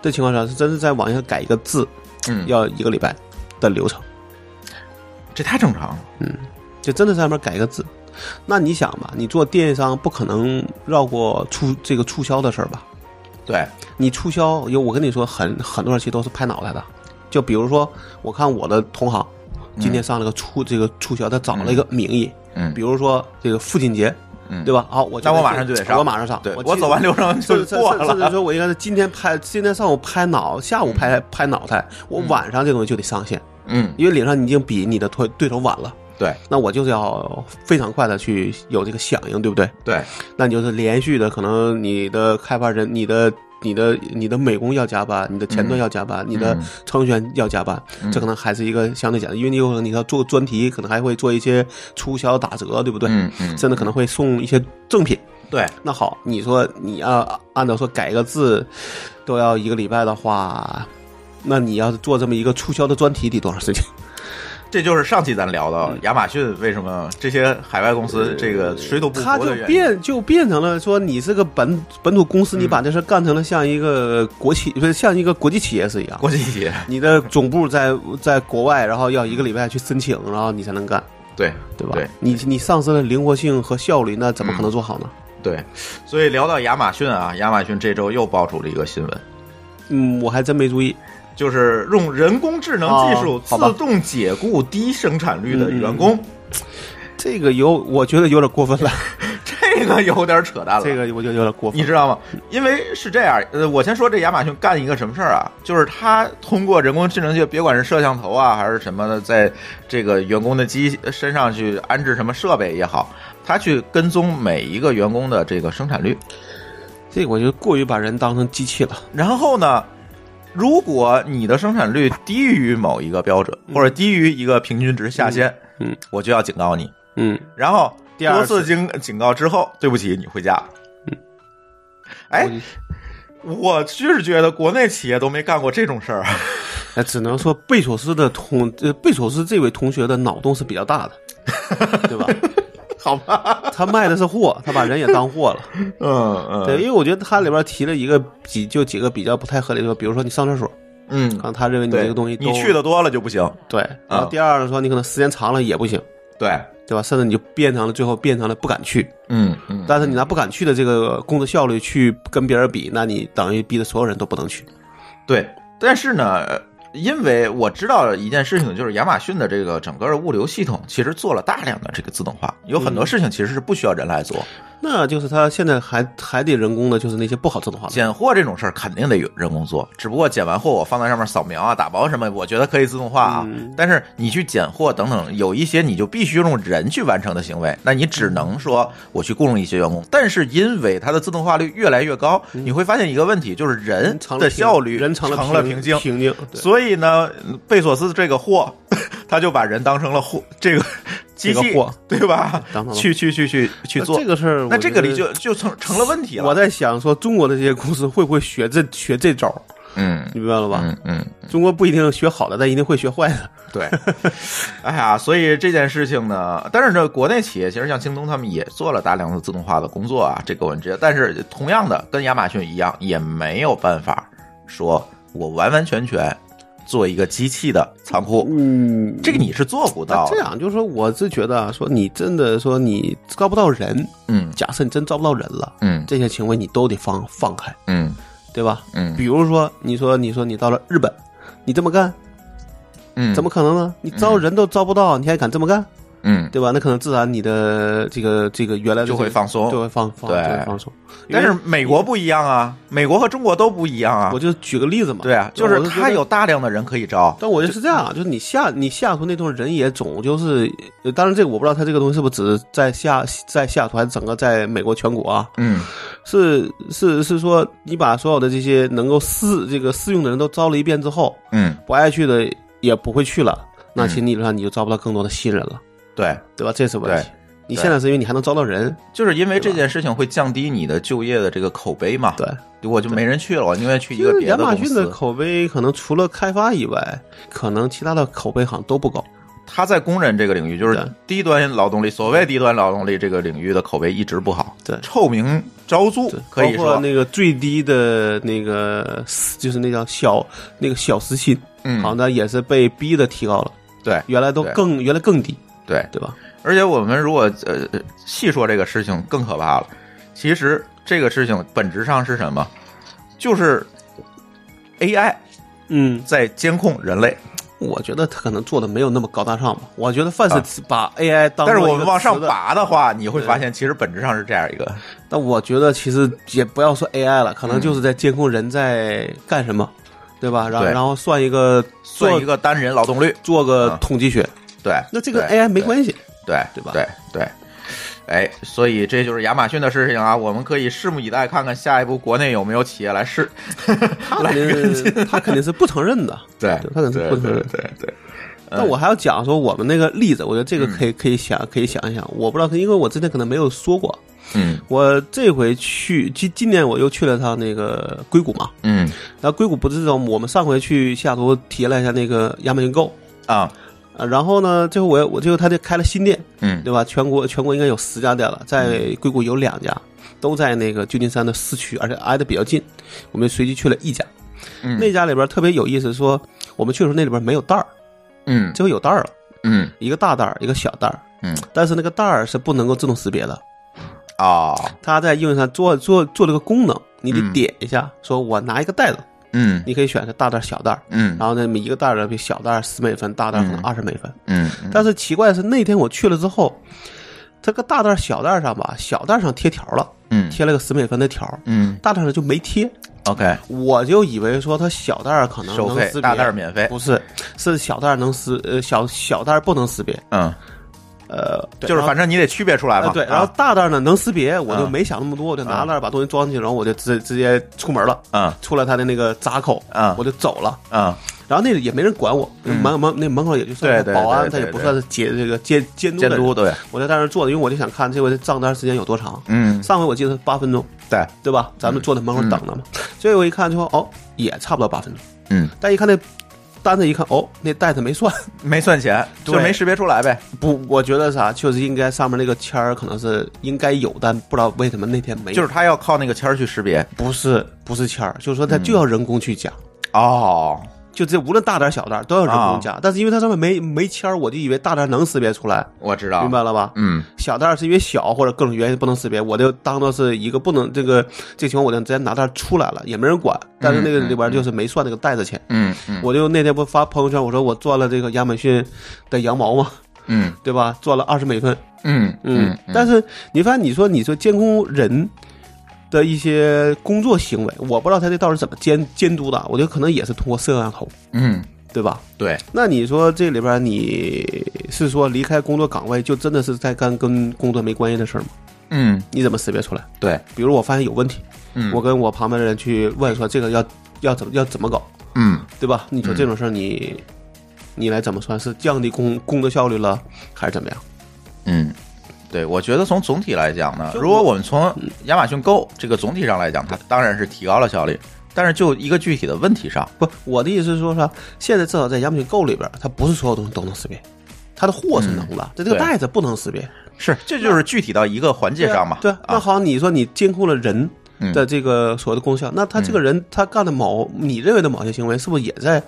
的情况下是真是在网上改一个字
嗯，
要一个礼拜的流程，
这太正常了。
就真的在上面改一个字。那你想吧，你做电商不可能绕过促这个促销的事儿吧？
对，
你促销，因为我跟你说，很很多人其实都是拍脑袋的。就比如说，我看我的同行今天上了个促、这个促销，他找了一个名义，
嗯
比如说这个父亲节，
嗯
对吧？好，我
那我马上就得上
我马上上，
对，我
我
走完流程
甚
就
至
过
甚至
了。
说我应该是今天拍，今天上午拍脑，下午拍、拍脑袋，我晚上这东西就得上线，
嗯，
因为脸上你已经比你的对对手晚了。
对
那我就是要非常快的去有这个响应，对不对？
对，
那你就是连续的，可能你的开发人、你的、你的、你的美工要加班，你的前
嗯
端要加班，你的程序员要加班，这可能还是一个相对简单，因为你有可能你要做专题，可能还会做一些促销打折，对不对？
嗯嗯
甚至可能会送一些赠品。
对，
那好，你说你要按照说改一个字都要一个礼拜的话，那你要是做这么一个促销的专题得多长时间？
这就是上期咱聊到亚马逊为什么这些海外公司这个水土不
它
服
就
的原因。
变就变成了说你是个本本土公司，你把这事儿干成了像一个呃国企，不是像一个国际企业是一样。
国际企业
你的总部在在国外，然后要一个礼拜去申请，然后你才能干，
对
对吧？
对
你你丧失了灵活性和效率，那怎么可能做好呢？
对，所以聊到亚马逊啊，亚马逊这周又爆出了一个新闻，
嗯，我还真没注意。
就是用人工智能技术
哦好吧
自动解雇低生产率的员工，
这个有，我觉得有点过分了。
这个有点扯淡了。
这个我觉得有点过
(laughs)
分。
你知道吗？因为是这样，呃，我先说这亚马逊干一个什么事儿啊？就是它通过人工智能技术，别管是摄像头啊还是什么的，在这个员工的机身上去安置什么设备也好，它去跟踪每一个员工的这个生产率。
这个我觉得过于把人当成机器了。
然后呢，如果你的生产率低于某一个标准，或者低于一个平均值下限，
嗯嗯
我就要警告你。
嗯，
然后
第二
多
次嗯
次警警告之后，对不起，你回家。哎，我就是觉得国内企业都没干过这种事
(laughs)
儿。
那哎只能说贝索斯的同呃贝索斯这位同学的脑洞是比
(laughs)
较大的，对吧？
好吧，
他卖的是货，他把人也当货了。
(laughs) 嗯嗯，
对，因，为我觉得他里边提了一个几就几个比较不太合理的说，比如说你上厕所，
嗯
可，能他认为你
对，
这个东西
你
都
去的多了就啊不行，
对，然后第二呢说你可能时间长了也不行，
对，
对吧？甚至你就变成了最后变成了不敢去，
嗯嗯，
但是你拿不敢去的这个工作效率去跟别人比，那你等于逼得所有人都不能去。
对，但是呢。因为我知道一件事情，就是亚马逊的
嗯
这个整个的物流系统其实做了大量的这个自动化，有很多事情其实是不需要人来做，
那就是他现在还还得人工的，就是那些不好自动化的。
拣货这种事儿肯定得有人工做，只不过拣完货我放在上面扫描啊、打包什么，我觉得可以自动化啊。
嗯
但是你去拣货等等，有一些你就必须用人去完成的行为，那你
嗯
只能说我去雇佣一些员工。但是因为它的自动化率越来越高，你会发现一个问题，就是人
嗯成了
的
瓶
效率
人成了
成了
瓶
瓶颈。
瓶颈。对
所以呢，贝索斯这个货， (laughs) 他就把人当成了货，这
(laughs)
个机器
这个货
对吧？
当成了
去去去去去
那
做
这。个事儿，
那这个里
就。
就就成成了问题了。
我在想说，中国的这些公司会不会学这学这招儿？
嗯
你明白了吧？
嗯嗯，
中国不一定学好的，但一定会学坏的。
(laughs) 对，哎呀，所以这件事情呢，但是这国内企业其实像京东他们也做了大量的自动化的工作啊，这个我们知道。但是同样的，跟亚马逊一样，也没有办法说我完完全全做一个机器的仓库，
嗯
这个你是做不
那
到的。
啊这，样就是说，我是觉得啊说你真的说你招不到人，
嗯
假设你真招不到人了，
嗯
这些行为你都得放放开，
嗯
对吧？
嗯
比如说，你说你说你到了日本，你这么干
嗯，
怎么可能呢？你招人都招不到，你还敢这么干，
嗯
对吧？那可能自然你的这个这个原来的
就会
这个
放松
就会放放
对
就会放松。
但是
因为
美国不一样啊，美国和中国都不一样啊
我。就举个例子嘛，
对啊，就
我
是
觉
他
得
有大量的人可以招，
但我觉得是这样啊，就是你下你下图那东西人也总就是，呃当然这个我不知道他这个东西是不是只在下在下图，还是整个在美国全国啊？
嗯
是是是说你把所有的这些能够适这个适用的人都招了一遍之后，
嗯，
不爱去的也不会去了，那
嗯
其实理论上你就招不到更多的新人了，
对。
对吧？这是问题
对。
你现在是因为你还能招到人，
就是因为这件事情会降低你的就业的这个口碑嘛。
对。
我就没人去了，我宁愿去一
其
个
实
别
亚
的
马
公
逊的
司。
口碑可能除了开发以外，可能其他的口碑好像都不高。
他在工人这个领域，就是
对
低端劳动力，所谓低端劳动力这个领域的口碑一直不好，
对
臭名昭著
对，，
可以
包括
说，
那个最低的那个，就是那叫小那个小时薪，好
嗯，
像也是被逼的提高了，
对
原来都
对
更原来更低，
对。
对吧？
而且我们如果呃细说这个事情更可怕了，其实这个事情本质上是什么？就是 AI
嗯，
在监控人类，
我觉得他可能做的没有那么高大上吧。我觉得凡是把 AI 当，
啊但是我们往上，拔的话，你会发现其实本质上是这样一个，
但我觉得其实也不要说 AI 了，可能就是在监控人在干什么，对吧？然后
嗯对
然后算一个
算
做
一个单人劳动率，
做个
嗯
统计学，
对。
那这个
对
AI 没
对
关系，
对
对吧
对对，哎，所以这就是亚马逊的事情啊，我们可以拭目以待，看看下一步国内有没有企业来试
他
来
肯定
跟
是
进。
他肯定是不承认 (laughs) 的。
对，
对他可能是
对
不承
对
认
对对，
但我还要讲说我们那个例子，我觉得这个可以可以想可以想一想。我不知道，因为我之前可能没有说过，
嗯
我这回去今今年我又去了趟那个硅谷嘛。
嗯
然后硅谷不是这种，我们上回去西雅图体验了一下那个亚马逊 Go，
啊
呃，然后呢，这回我我这回他就开了新店，
嗯
对吧？全国全国应该有十家店了，在硅谷有两家，都在那个旧金山的市区，而且挨得比较近。我们随机去了一家，
嗯
那家里边特别有意思说，我们去的时候那里边没有袋儿，
嗯
这回有袋儿了，
嗯
一个大袋儿，一个小袋儿。
嗯
但是那个袋儿是不能够自动识别的，
啊
它在应用上做做做了个功能，你得
嗯
点一下，说我拿一个袋子，
嗯
你可以选择大袋儿、小袋儿，
嗯
然后呢，每一个袋儿比小袋儿十美分，大袋儿可能二十美分。
嗯
但是奇怪的是，那天我去了之后，这个大袋儿、小袋儿上吧，小袋儿上贴条了，
嗯
贴了个十美分的条儿，
嗯
大袋儿上就没贴，
，OK，
我就以为说它小袋儿可能
收
能
费
识别，
大袋儿免费，
不是，是小袋儿能识，呃，小小袋儿不能识别，
嗯，
呃，
就
对
是
然后
反正你得区别出来
啊，
嘛，
对，
啊
然后大袋儿呢能识别，我就
嗯
没想那么多，我就拿那儿把东西装进去，然后我就直直接出门了，
嗯
出了他的那个闸口，
嗯
我就走了。
嗯
然后那里也没人管我，
嗯
门门那门口也就算是
对对
保安，
对
他
对
也不算是监这个监监督
监
的人
督对，
我在那儿坐着，因为我就想看这回账单时间有多长。
嗯
上回我记得是八分钟，
对，
对吧？咱们坐在门口等着嘛。所以我一看就说哦，也差不多八分钟。
嗯，
但一看那单子一看哦，那袋子没算，
没算钱，就
对
没识别出来呗，
不，我觉得啥，确实应该上面那个签儿可能是应该有，但不知道为什么那天没有。
就是他要靠那个签儿去识别，
不是不是签儿，就是说它
嗯
就要人工去加，
哦，
就这无论大袋儿小袋儿都要人
啊
工加。但是因为它上面没没签儿，我就以为大袋儿能识别出来，
我知道，
明白了吧？
嗯
小袋儿是因为小或者各种原因不能识别，我就当做是一个不能这个这个情况，我就直接拿袋儿出来了，也没人管。但是那个里边就是没算那个袋子钱，
嗯嗯
我就那天不发朋友圈，我说我赚了这个亚马逊的羊毛嘛，
嗯
对吧？赚了二十美分，
嗯嗯，
但
是
是你发现，你说你说监控人的一些工作行为，我不知道他这到底是怎么监监督的，我觉得可能也是通过摄像头，
嗯，
对吧？
对，
那你说这里边你是说离开工作岗位，就真的是在干跟工作没关系的事儿吗？
嗯
你怎么识别出来？
对，
比如我发现有问题，
嗯
我跟我旁边的人去问说这个要要怎么要怎么搞，
嗯
对吧？你说
嗯
这种事儿你、你来怎么算是降低工工作效率了，还是怎么样？
嗯。对，我觉得从总体来讲呢，
就我嗯
如果我们从亚马逊 Go 这个总体上来讲，它当然是提高了效率，但是就一个具体的问题上，
不，我的意思是说啥？现在至少在亚马逊购里边，它不是所有东西都能识别，它的货是能的，但这
嗯对
个袋子不能识别。
是这就是具体到一个环
对
节
啊
上嘛？
对啊，那
啊，
好，你说你监控了人
嗯
的这个所谓的功效，那他这个人他干的某你认为的某些行为，是不是也在？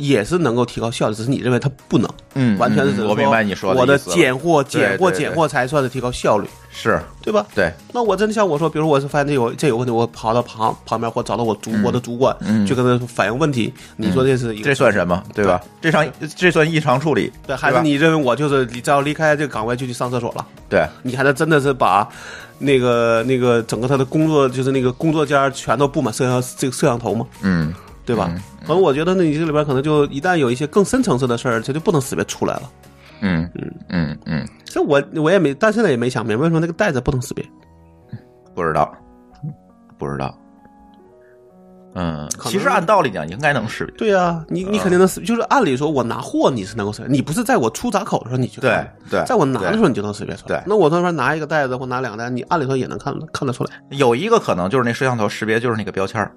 也是能够提高效率，只是你认为它不能，
嗯，
完全是
嗯
只是
我明白你说
我的
意思了
拣货、
对
拣
对
货、
对
拣货才算是提高效率，
是
对吧？
对，
那我真的像我说，比如我是发现这有这有问题，我跑到旁旁边或找到我主、我的主管、
嗯
去跟他反映问题，你说这是一个
这算什么？对吧？这场这算异常处理，
对，还
对
是
吧
你认为我就是你只要离开这个岗位就去上厕所了？
对，
你还是真的是把那个那个整个他的工作就是那个工作间儿全都布满摄像这个摄像头吗？
嗯
对吧？可能我觉得呢，你这里边可能就一旦有一些更深层次的事儿，它就不能识别出来了。
嗯嗯嗯，
这我我也没，但现在也没想明白为什么那个袋子不能识别。
不知道，不知道。嗯，
可能
其实按道理讲应该能识别，
对呀、你
啊
你肯定能识，就是按理说我拿货你是能够识别，你不是在我出闸口的时候你去
对
看，
对，
在我拿的时候你就能识别出来。
对
那我那边拿一个袋子或拿两个袋子，你按理说也能看看得出来。
有一个可能就是那摄像头识别就是那个标签儿，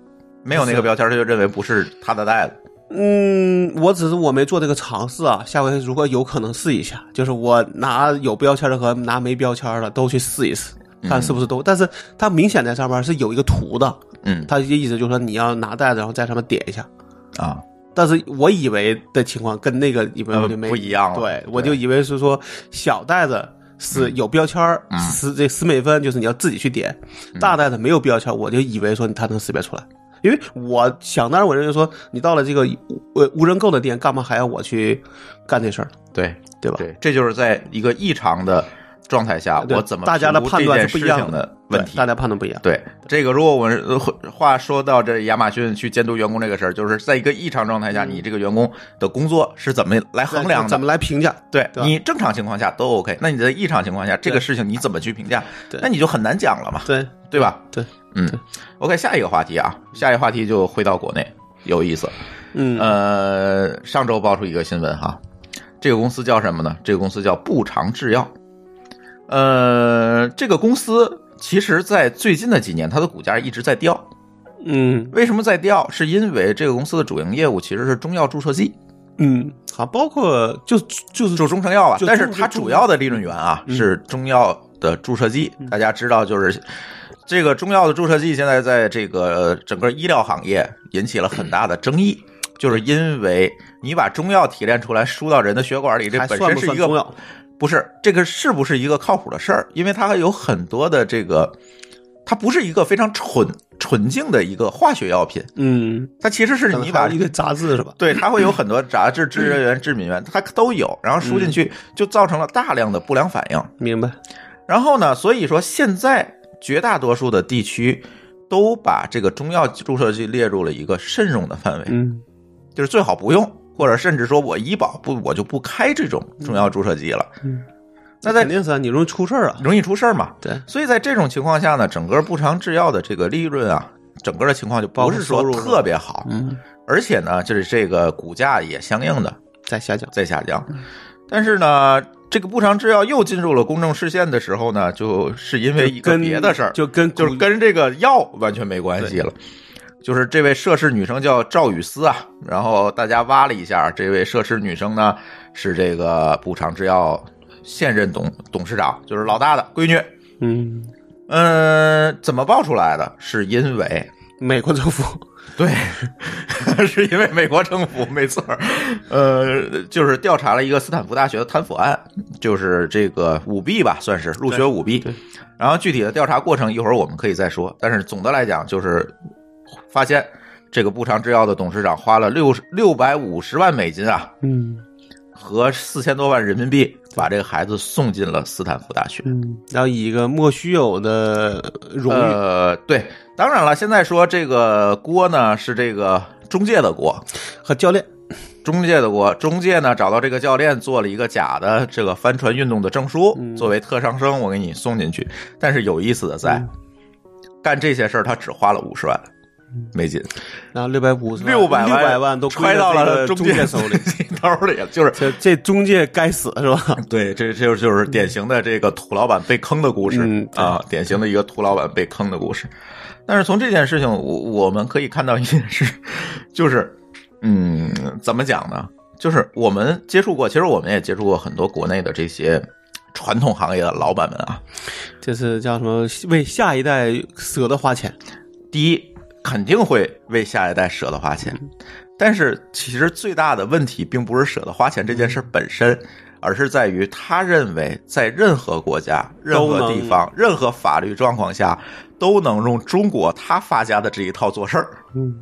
没有那个标签儿他就认为不是他的袋子。
嗯，我只是我没做这个尝试啊，下回如果有可能试一下，就是我拿有标签的和拿没标签的都去试一试，看是不是都。但是它明显在上面是有一个图的，
嗯
它的意思就是说你要拿袋子，然后在上面点一下。
啊，
但是我以为的情况跟那个以为
呃
我就没、
不一样了
对
对
我就以为是说小袋子是有标签儿，
嗯
十这十美分就是你要自己去点，大袋子没有标签儿，我就以为说它能识别出来，因为我想当然我认为说你到了这个呃无人购的店，干嘛还要我去干这事儿呢，
对
对吧？
对，这就是在一个异常的状态下，
对
我怎么
大家的
评估
判断
这件
是不一
事
样
情的
对
问题
大。家判断不一样。
对这个，如果我们呃话说到这亚马逊去监督员工这个事儿，就是在一个异常状态下，你这个员工的工作是怎么来衡量
嗯怎
的
么？来评价？
对
对吧
你正常情况下都 OK，那你在异常情况下，这个
对
事情你怎么去评价
对？
那你就很难讲了嘛，
对，
对吧？
对，
嗯，OK，下一个话题啊，下一个话题就回到国内，有意思。
嗯，
呃，上周爆出一个新闻哈，这个公司叫什么呢？这个公司叫步长制药。呃，这个公司其实在最近的几年，它的股价一直在掉。
嗯
为什么在掉？是因为这个公司的主营业务其实是中药注射剂，
嗯，好，包括就就是嗯
注中成药啊
就。
但是
注
它主要的利润源啊是中药的注射剂。
嗯
大家知道，就是这个中药的注射剂现在在这个整个医疗行业引起了很大的争议，就是因为你把中药提炼出来输到人的血管里，这
还
本
算
身
不
是
算
一
重
个
要？
不是这个是不是一个靠谱的事儿？因为它有很多的这个，它不是一个非常纯纯净的一个化学药品，
嗯，
它其实是
可能
你
还
把
有一堆杂质是吧？ (laughs)
对，它会有很多杂质、致热源、致敏源，它都有，然后输进
嗯
去就造成了大量的不良反应。
明白。
然后呢，所以说现在绝大多数的地区都把这个中药注射剂列入了一个慎用的范围，
嗯
就是最好不用，或者甚至说我医保不我就不开这种中药注射剂了，
嗯，
那
那
在嗯
肯定是啊，你容易出事儿啊。
容易出事儿嘛。
对，
所以在这种情况下呢，整个步长制药的这个利润啊，整个的情况就不是
包括收
说
入是吧
特别好，
嗯，
而且呢，就是这个股价也相应的
再下降。
在下
嗯
降。但是呢，这个步长制药又进入了公众视线的时候呢，就是因为一个
跟
别的事儿，
就跟
就是跟这个药完全没关系了。就是这位涉事女生叫赵雨思啊，然后大家挖了一下，这位涉事女生呢是这个步长制药现任董董事长，就是老大的闺女。
嗯，
嗯，怎么爆出来的？是因为
美国政府
(laughs) 对，是因为美国政府没错儿，呃，就是调查了一个斯坦福大学的贪腐案，就是这个舞弊吧，算是入学舞弊
对对。
然后具体的调查过程一会儿我们可以再说，但是总的来讲就是发现这个步长制药的董事长花了六六百五十万美金啊，
嗯
和四千多万人民币把这个孩子送进了斯坦福大学。
嗯，然后以一个莫须有的荣誉，
呃，对，当然了，现在说这个锅呢是这个中介的锅，
和教练
中介的锅，中介呢找到这个教练做了一个假的这个帆船运动的证书，
嗯
作为特长生我给你送进去。但是有意思的在，
嗯
干这些事儿他只花了五十万美金，
然后六百五十
六百
嗯六百
万
万都
揣
归
到了
中
介。
手里
(laughs) 兜里了，就是
这这中介该死是吧？
(laughs) 对，这这就是就是典型的这个土老板被坑的故事、
嗯对
啊，典型的一个土老板被坑的故事。但是从这件事情，我我们可以看到一件事，就是嗯，怎么讲呢？就是我们接触过，其实我们也接触过很多国内的这些传统行业的老板们啊。
这是叫什么？为下一代舍得花钱，
第一，肯定会为下一代舍得花钱，但是其实最大的问题并不是舍得花钱这件事
嗯
本身，而是在于他认为在任何国家、任何地方、任何法律状况下，都能用中国他发家的这一套做事儿。
嗯，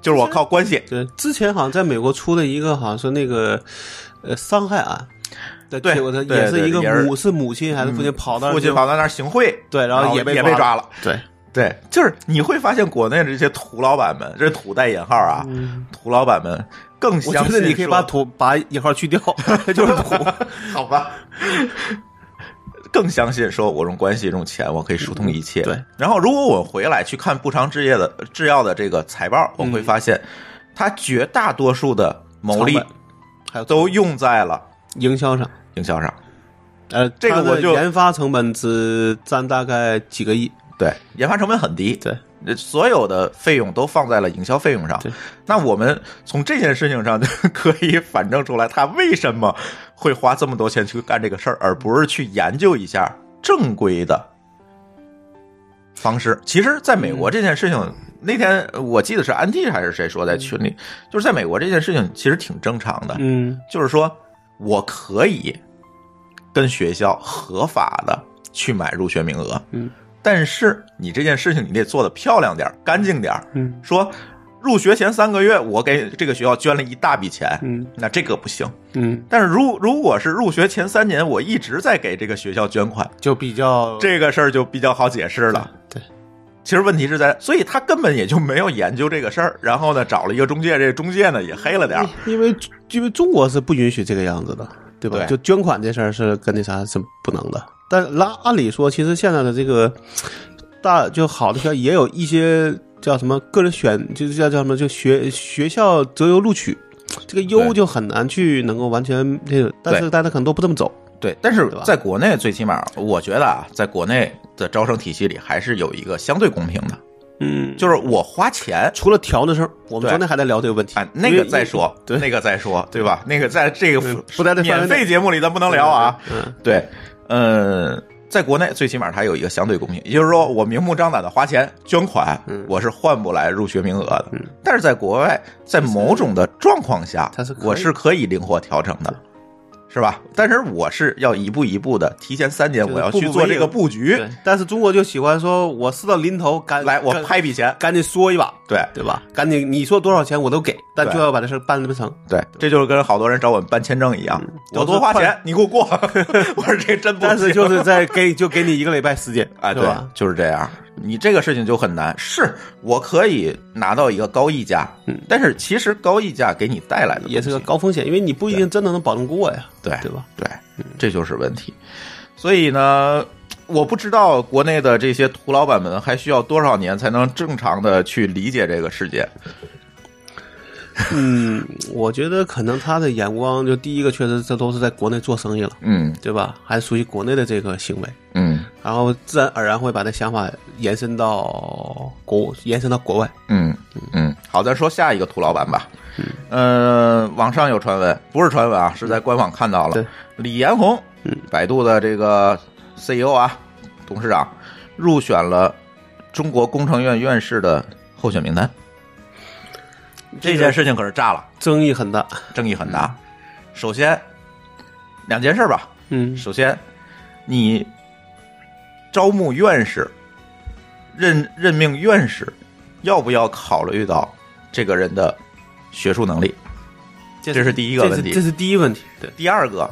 就是我靠关系。
对，之前好像在美国出了一个，好像是那个呃伤害案，对
对
我的
对
也是一个
对也是
母是母亲还是父亲
嗯
跑到
父亲跑到那儿行贿，
对然后
后
也被
也
抓
抓了。
对，
对，就是你会发现国内的这些土老板们，这是土带引号啊，土老板们更
嗯我
相
觉
信
得你可以把
说
土把引号
(laughs)
去掉，就是土， (laughs)
好吧。更相信说，我用关系、用钱，我可以疏通一切。
嗯对。
然后，如果我回来去看不长制业的呃制药的这个财报，我会发现，它绝大多数的牟利
嗯成本还有
都用在了
营销上。
营销上。
呃，
这个
它的
我就
研发成本只占大概几个亿，
对，研发成本很低，
对，
呃所有的费用都放在了营销费用上
对。
那我们从这件事情上就 (laughs) 可以反证出来，他为什么会花这么多钱去干这个事儿，而不是去研究一下正规的方式。其实，在美国
嗯
这件事情，那天我记得是安迪还是谁说在群里，就是在美国这件事情其实挺正常的，
嗯，
就是说我可以跟学校合法的去买入学名额，
嗯，
但是你这件事情你得做的漂亮点儿、干净点儿，
嗯
说入学前三个月我给这个学校捐了一大笔钱，
嗯
那这个不行。
嗯，
但是如如果是入学前三年我一直在给这个学校捐款，
就比较
这个事儿就比较好解释了。
对，
其实问题是在，所以他根本也就没有研究这个事儿，然后呢找了一个中介，这个中介呢也黑了点儿。
因为因为中国是不允许这个样子的，对吧？
对
就捐款这事儿是跟那啥是不能的。但拉按理说，其实现在的这个大就好的学校也有一些叫什么个人选，就是叫叫什么，就学学校择优录取，这个优
对
就很难去能够完全那个，但是大家可能都不这么走。
对，但是
对吧
在国内，最起码我觉得啊，在国内的招生体系里还是有一个相对公平的，
嗯，
就是我花钱。
除了调的事儿，我们
对
昨天还在聊这个问题
啊，那个再，说，
对
那个再说，对吧？那个在这个
不在这范围
免
内
费节目里，咱不能
因为
聊啊。。
对对对嗯，
对，呃，在国内最起码它有一个相对公平，也就是说，我明目张胆的花钱捐款，
嗯
我是换不来入学名额的。但是在国外，在某种的状况下，
它是可以
我是可以灵活调整的。是吧？但是我是要一步一步的，提前三年
就是
我要
步
去
步
做
为
这个
营
布局，
对，但是中国就喜欢说，我事到临头赶
来我
赶
拍笔钱。
赶紧说一把，
对
对吧？赶紧你说多少钱我都给，但
对
就要把这事儿办不成。
对，这就是跟好多人找我们办签证一样，我多花
嗯都是
钱，你给我
(laughs)
过。我说这真不行。
但是就是在给就给你一个礼拜时间，
(laughs) 啊，
是
对
吧？，
就是这样。你这个事情就很难。是我可以拿到一个高溢价，
嗯
但是其实高溢价给你带来的
也是个
东西
高风险，因为你不一定真的能保证过呀，
对
对嗯吧？
对，这就是问题。所以呢，我不知道国内的这些土老板们还需要多少年才能正常的去理解这个世界。
嗯，我觉得可能他的眼光就第一个确实这都是在国内做生意了，
嗯
对吧？还属于国内的这个行为，
嗯
然后自然而然会把这想法延伸到国延伸到国外。
嗯嗯。好，咱说下一个土老板吧。嗯、呃，网上有传闻，不是传闻啊，是在官网看到了
嗯对。
李彦宏
嗯，
百度的这个 CEO 啊，董事长入选了中国工程院院士的候选名单。这件事情可是炸了，
争议很大，
争议很大。首先，两件事吧。
嗯
首先，你招募院士，任任命院士，要不要考虑到这个人的学术能力？
这
这是第一个问题
这是第一问题。对，
第二个，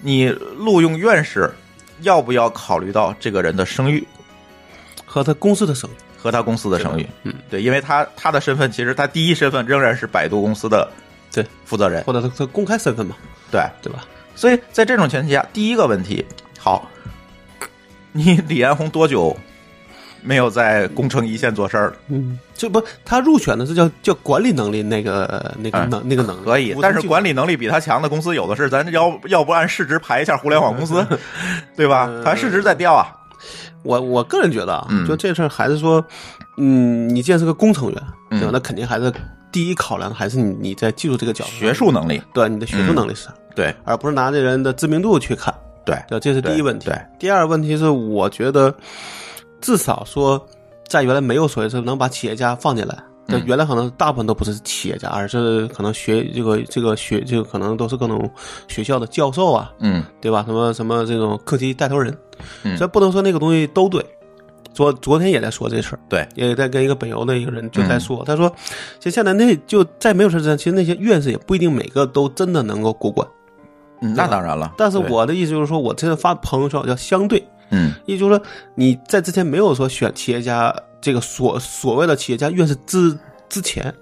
你录用院士要不要考虑到这个人的声誉
和他公司的生意，
和他公司的声誉？
嗯，
对，因为他他的身份其实他第一身份仍然是百度公司的
对
负责人，
或者他他公开身份嘛，
对，
对吧？
所以在这种前提下，第一个问题，好， (laughs) 你李彦宏多久没有在宫城一线做事儿了？
嗯，这不他入选的是叫叫管理能力那个那个
哎
能、那个能力
可以，但是管
理
理能力比他强的公司有的是，咱要要不按市值排一下互联网 (laughs) 公司，对吧？它市值在掉啊，
我我个人觉得啊，
嗯
就这事儿还是说，嗯，你既然是个工程员，对吧？
嗯
那肯定还是第一考量还是你你在技术这个角度上
学术嗯能力，
对你的学术能力是啥，
对
而不是拿这人的知名度去看，
对
对吧，这是第一问题。
对对
第二问题是，我觉得至少说，在原来没有所谓是能把企业家放进来。
嗯
那原来可能大部分都不是企业家，而是可能学这个这个学这个可能都是各种学校的教授啊，
嗯
对吧？什么什么这种课题带头人，
嗯
这不能说那个东西都对。昨昨天也在说这事儿，
对，嗯
也在跟一个北邮的一个人就在说，他说，其实现在那就在没有事之前，其实那些院士也不一定每个都真的能够过关。
嗯，那当然了。
但是
对
我的意思就是说，我这次发朋友圈叫相对，
嗯
也就是说你在之前没有说选企业家这个所所谓的企业家院士之之前，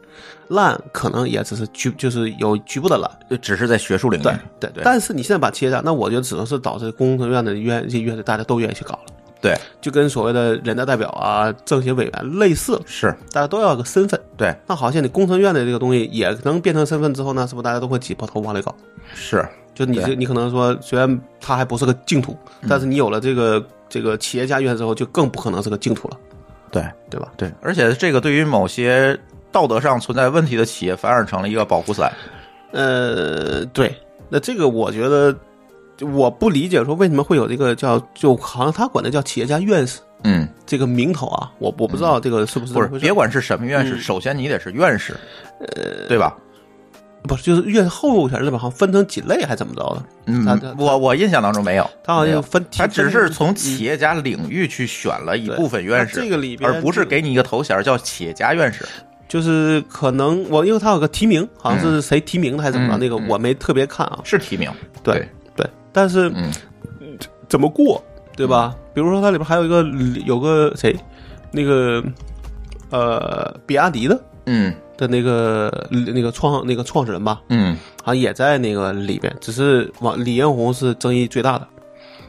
烂可能也只是局就是有局部的烂，
只是在学术领域，
对对
对
但是你现在把企业家，那我觉得只能是导致工程院的院这院士大家都愿意去搞了，
对
就跟所谓的人大代表啊、政协委员类似了，
是，
大家都要有个身份。
对
那好像你工程院的这个东西也能变成身份之后呢，是不是大家都会挤破头往里搞？
是，
就你这，
对嗯
你可能说，虽然它还不是个净土，但是你有了这个这个企业家院之后，就更不可能是个净土了，
对
对吧？
对，而且这个对于某些道德上存在问题的企业，反而成了一个保护伞。
呃，对，那这个我觉得我不理解，说为什么会有这个叫，就好像他管那叫企业家院士
嗯，
这个名头啊，我我不知道这个是不是这
不
么
是，
回事
别管是什么院士，
嗯
首先你得是院士，呃，对吧？
不是就是院士候选人里边好像分成几类还是怎么着的？他他
嗯，我我印象当中没有，
他好
没有
像分，
他只是从企
企
业家领域去选了一
嗯对
部分院士，
这个里边
而不是给你一个头衔儿叫企业家院士。
就是可能我因为他有个提名，好像是谁提名的还是怎么着，
嗯
那个我没特别看啊。
是提名，
对对，但是
嗯
怎么过，对吧？比如说它里边还有一个有个谁，那个呃比亚迪的
嗯
的那个那个创那个创始人吧，
嗯，
好像也在那个里边，只是往李彦宏是争议最大的，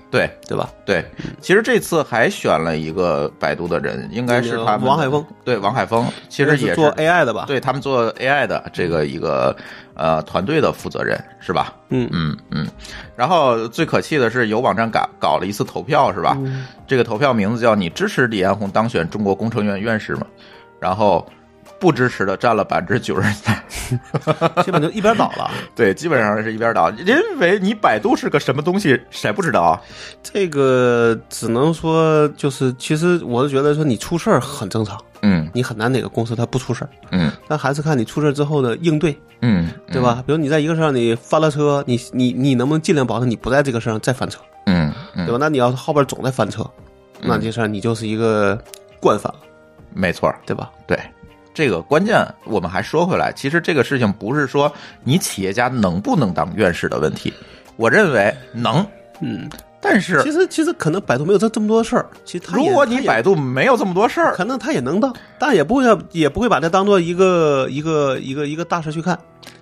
对
对吧？
对。其实这次还选了一个百度的人，应该是他
那个
们
王海峰，
对王海峰，其实
是
也是
做 AI 的吧？，
对他们做 AI 的这个一个呃团队的负责人是吧？
嗯
嗯嗯。然后最可气的是，有网站搞搞了一次投票是吧？这个投票名字叫“你支持李彦宏当选中国工程院院士吗？”然后不支持的占了百分之九十三。
基本就一边倒
(laughs)
了。
对，基本上是一边倒，因为你百度是个什么东西，谁不知道啊？
这个只能说就是，其实我是觉得说你出事儿很正常，
嗯
你很难哪个公司它不出事儿，
嗯
但还是看你出事儿之后的应对。
嗯，
对？吧？比如你在一个事儿上你翻了车，你你你能不能尽量保证你不在这个事儿上再翻车，
嗯
对
嗯，
吧？那你要是后边总在翻车，那这事儿你就是一个惯犯，
没错儿，
对吧？
对。这个关键，我们还说回来，其实这个事情不是说你企业家能不能当院士的问题，我认为能，
嗯，
但是
其实其实可能百度没有这这么多事儿，其实他
如
也
果
他
你
也
百度没有这么多事儿，
可能他也能当，但也不会也不会把它当做一个一个一个一个大事去看。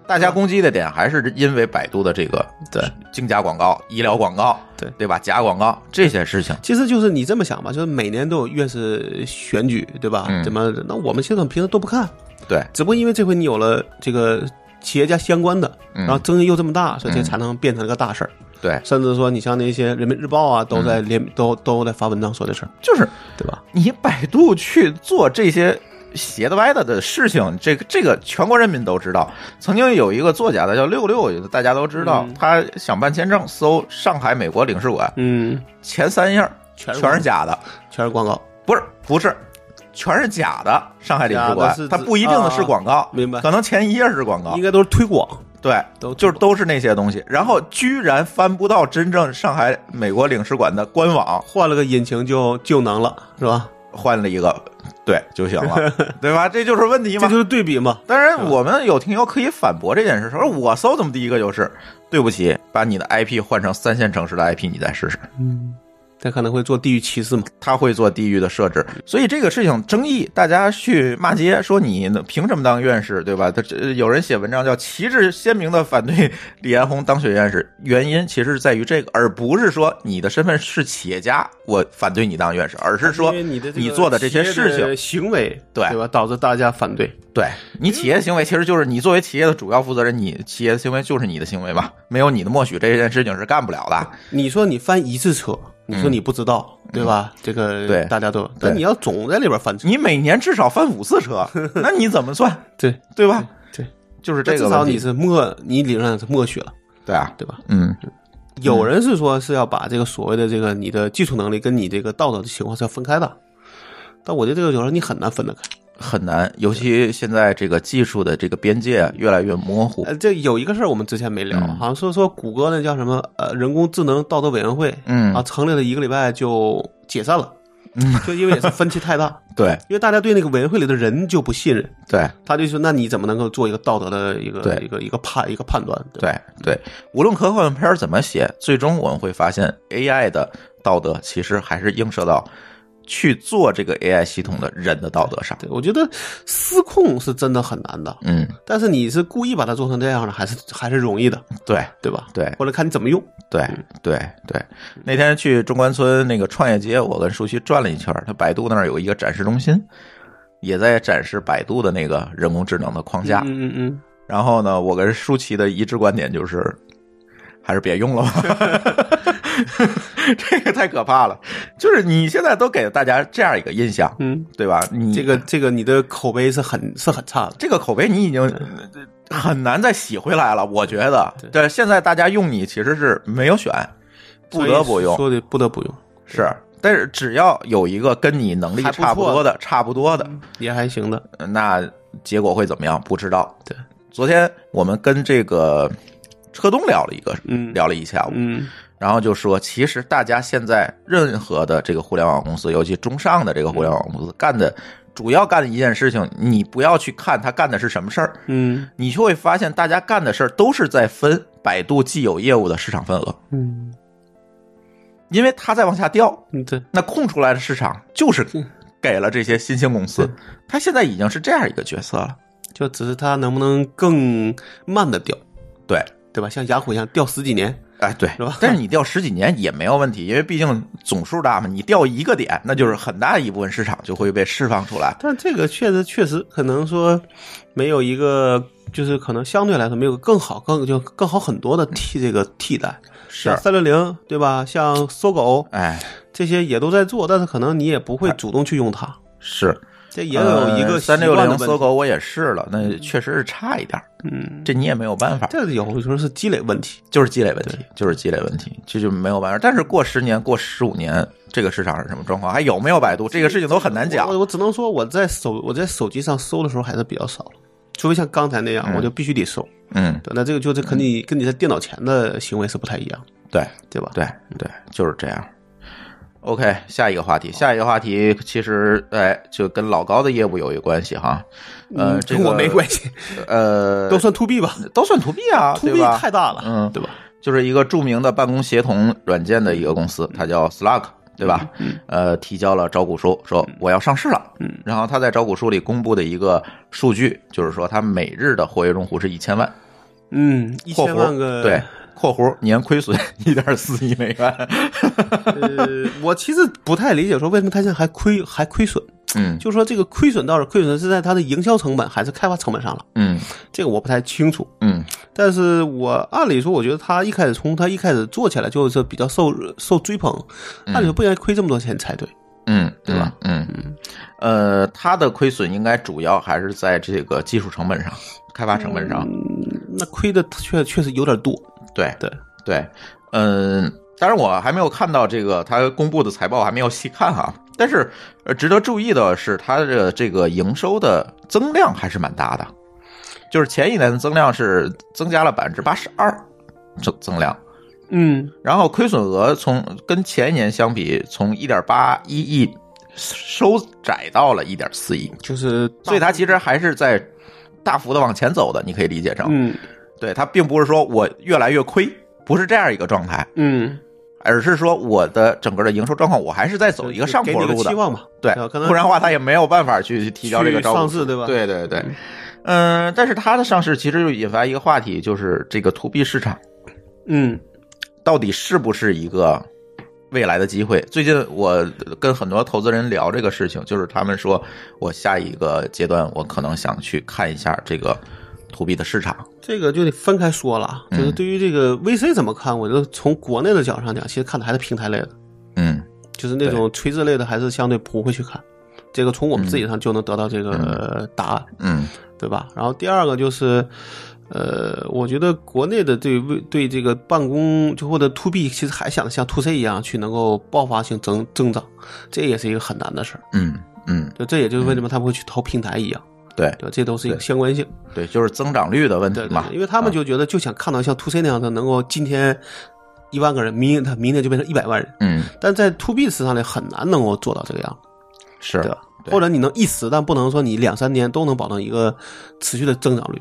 大家攻击的点还是因为百度的这个
对
竞价广告、医疗广告，
对
对吧？假广告这些事情，
其实就是你这么想吧，就是每年都有院士选举，对吧？
嗯
怎么？那我们现在平时都不看，
对，
只不过因为这回你有了这个企业家相关的，
嗯
然后争议又这么大，所以这
嗯
才能变成了个大事儿。
对，
甚至说你像那些人民日报啊，都在连、
嗯
都都在发文章说这事儿，
就是
对吧？
你百度去做这些斜的歪的的事情，这个这个全国人民都知道。曾经有一个作家的叫六六，大家都知道，
嗯
他想办签证，搜上海美国领事馆
嗯，
前三页
全是
全是假的，
全是广告，
不是不是。全是假的，上海领事
假的
馆
是，指啊
它不一定是广告，
明白
可能前一页是广告
应，该都是推广。
对，
都
就是都是那些东西，然后居然翻不到真正上海美国领事馆的官网，
换了个引擎就就能了，是吧？
换了一个，对就行
(laughs)
了，对吧？这就是问题
这
嘛
就。是对比嘛。
当然，我们有听友可以反驳这件事，说我搜怎么第一个就是对不起，把你的 IP 换成三线城市的 IP，你再试试。
他可能会做地域歧视嘛。
他会做地域的设置，所以这个事情争议，大家去骂街说你凭什么当院士，对吧？他这有人写文章叫旗帜鲜明的反对李彦宏当选院士，原因其实在于这个，而不是说你的身份是企业家，我反对你当院士，而是说
啊因为你的
你做的这些事情，
行为，
对
对吧？导致大家反对。
对你企业行为其实就是你作为企业的主要负责人，你企业的行为就是你的行为嘛，没有你的默许，这件事情是干不了
(laughs)
的。
你说你翻一次车，你说你不知道，对吧？这个
嗯对
大家都，
对
但你要总在里边翻车，
你每年至少翻五次车，那你怎么算，
对
对吧？
(laughs) 对，
就是这
至
个
少
问
你
题，
是默，你理论上是默许了，
对啊，
对吧？
嗯。
有人是说是要把这个所谓的这个你的技术能力跟你这个道德的情况是要分开的，但我觉得这个有时候你很难分得开。
很难，尤其现在这个技术的这个边界越来越模糊
呃，。这有一个事儿我们之前没聊，
嗯
好像说说谷歌那叫什么呃人工智能道德委员会，
嗯
啊，成立了一个礼拜就解散了，就因为也是分歧太大，
对
因为大家对那个委员会里的人就不信任，
对
他就说那你怎么能够做一个道德的一个
对
一个一个判一个判断？对吧
对对，无论科幻片儿怎么写，最终我们会发现 AI 的道德其实还是映射到去做这个 AI 系统的人的道德上。
对，我觉得失控是真的很难的，
嗯，
但是你是故意把它做成这样的，还是还是容易的，
对
对吧？
对
或者看你怎么用。
对对对。那天去中关村那个创业街，我跟舒淇转了一圈儿，他百度那儿有一个展示中心，也在展示百度的那个人工智能的框架。
嗯嗯嗯，
然后呢，我跟舒淇的一致观点就是，还是别用了吧， (laughs) 这个太可怕了。就是你现在都给大家这样一个印象，
嗯，
对吧？你
这个这个你的口碑是很是很差的。
这个口碑你已经很难再洗回来了，我觉得。
对
但是现在大家用你其实是没有选，不得不用
所以说的不得不用，
是。但是只要有一个跟你能力
还不错
差不多的、差不多的，
也还行的。
那结果会怎么样？不知道。
对，
昨天我们跟这个车东聊了一个，
嗯
聊了一下午，
嗯，
然后就说，其实大家现在任何的这个互联网公司，尤其中上的这个互联网公司干的主要干的一件事情，你不要去看他干的是什么事儿，
嗯
你就会发现大家干的事儿都是在分百度既有业务的市场份额，
嗯，
因为它在往下掉，
对，
那空出来的市场就是给了这些新兴公司，它现在已经是这样一个角色了，
就只是它能不能更慢的掉，
对。
对吧？像雅虎一样掉十几年，
哎，对
是吧，
但是你掉十几年也没有问题，因为毕竟总数大嘛，你掉一个点，那就是很大一部分市场就会被释放出来。
但这个确实确实可能说没有一个，就是可能相对来说没有更好更就更好很多的替这个替代。
嗯是
三六零对吧？像搜狗
哎，
这些也都在做，但是可能你也不会主动去用它。
是呃
这也有一个习
三
惯的
六
问
零
题
搜，狗，我也试了，那确实是差一点儿，
嗯，
这你也没有办法，
这个有时候是积累问题。
就是积累问题，就是积累问题，这就没有办法。但是过十年、过十五年，这个市场是什么状况，还有没有百度，这个事情都很难讲
我。我只能说我在手我在手机上搜的时候还是比较少了，除非像刚才那样，我就必须得搜。
嗯，
对，那这个就是跟你跟你在电脑前的行为是不太一样，
对，
对吧？
对，对，就是这样。OK，下一个话题，下一个话题其实哎，就跟老高的业务有一关系哈。呃，这
嗯跟
个
我没关系，
呃，
都算 to B 吧
都算 to B 啊
，to
对
B
吧
太大了，
嗯
对吧？
就是一个著名的办公协同软件的一个公司，它叫 Slack，对吧？呃，提交了招股书，说我要上市了。
嗯，
然后他在招股书里公布的一个数据，就是说它每日的活跃用户是一千万，
嗯，一
括
千万
弧
个
对。括弧年亏损一点四亿美元，
(laughs) 呃，我其实不太理解，说为什么他现在还亏还亏损？
嗯
就说这个亏损到底亏损是在它的营销成本还是开发成本上了？
嗯
这个我不太清楚。
嗯，
但是我按理说，我觉得他一开始从他一开始做起来就是比较受受追捧，按理说不应该亏这么多钱才对。
嗯，
对吧？
嗯，嗯呃，它的亏损应该主要还是在这个技术成本上、开发成本上。
那亏的确确实有点多。
对
对，
对，嗯，当然我还没有看到这个它公布的财报，我还没有细看哈。但是呃，值得注意的是，它的这个营收的增量还是蛮大的，就是前一年的增量是增加了百分之八十二增增量。
嗯
然后亏损额从跟前一年相比，从一点八一亿收窄到了一点四亿，
就是
所以它其实还是在大幅的往前走的，你可以理解成，
嗯
对它并不是说我越来越亏，不是这样一个状态，
嗯，
而是说我的整个的营收状况，我还是在走一个上
给
坡
你
路
期
的，
望嘛，
对
啊可，能
不然的话它也没有办法去去提交这个
去
招股
上市对吧？，
对对对，嗯、但是它的上市其实就引发一个话题，就是这个 to B 市场
嗯
到底是不是一个未来的机会？最近我跟很多投资人聊这个事情，就是他们说我下一个阶段我可能想去看一下这个 to B 的市场。
这个就得分开说了啊，就是
嗯
对于这个 VC 怎么看，我就从国内的角度上讲，其实看的还是平台类的，
嗯
就是那种垂直类的，还是相对不会去看。这个从我们自己上就能得到这个答案，
嗯
对吧？然后第二个就是，呃，我觉得国内的对为对这个办公就或者 to B，其实还想像 to C 一样去能够爆发性增增长，这也是一个很难的事儿。
嗯嗯，
就这也就是为什么他们会去投平台一样，
对
对吧？这都是一个
对
相关性。
对，就是增长率的问题
对对
嘛嗯
对，。因为他们就觉得就想看到像 to C 那样的，能够今天一万个人，明天他明天就变成一百万人，
嗯，
但在 to B 市场里很难能够做到这个样子，
是
对吧？
对
或者你能一时，但不能说你两三年都能保证一个持续的增长率。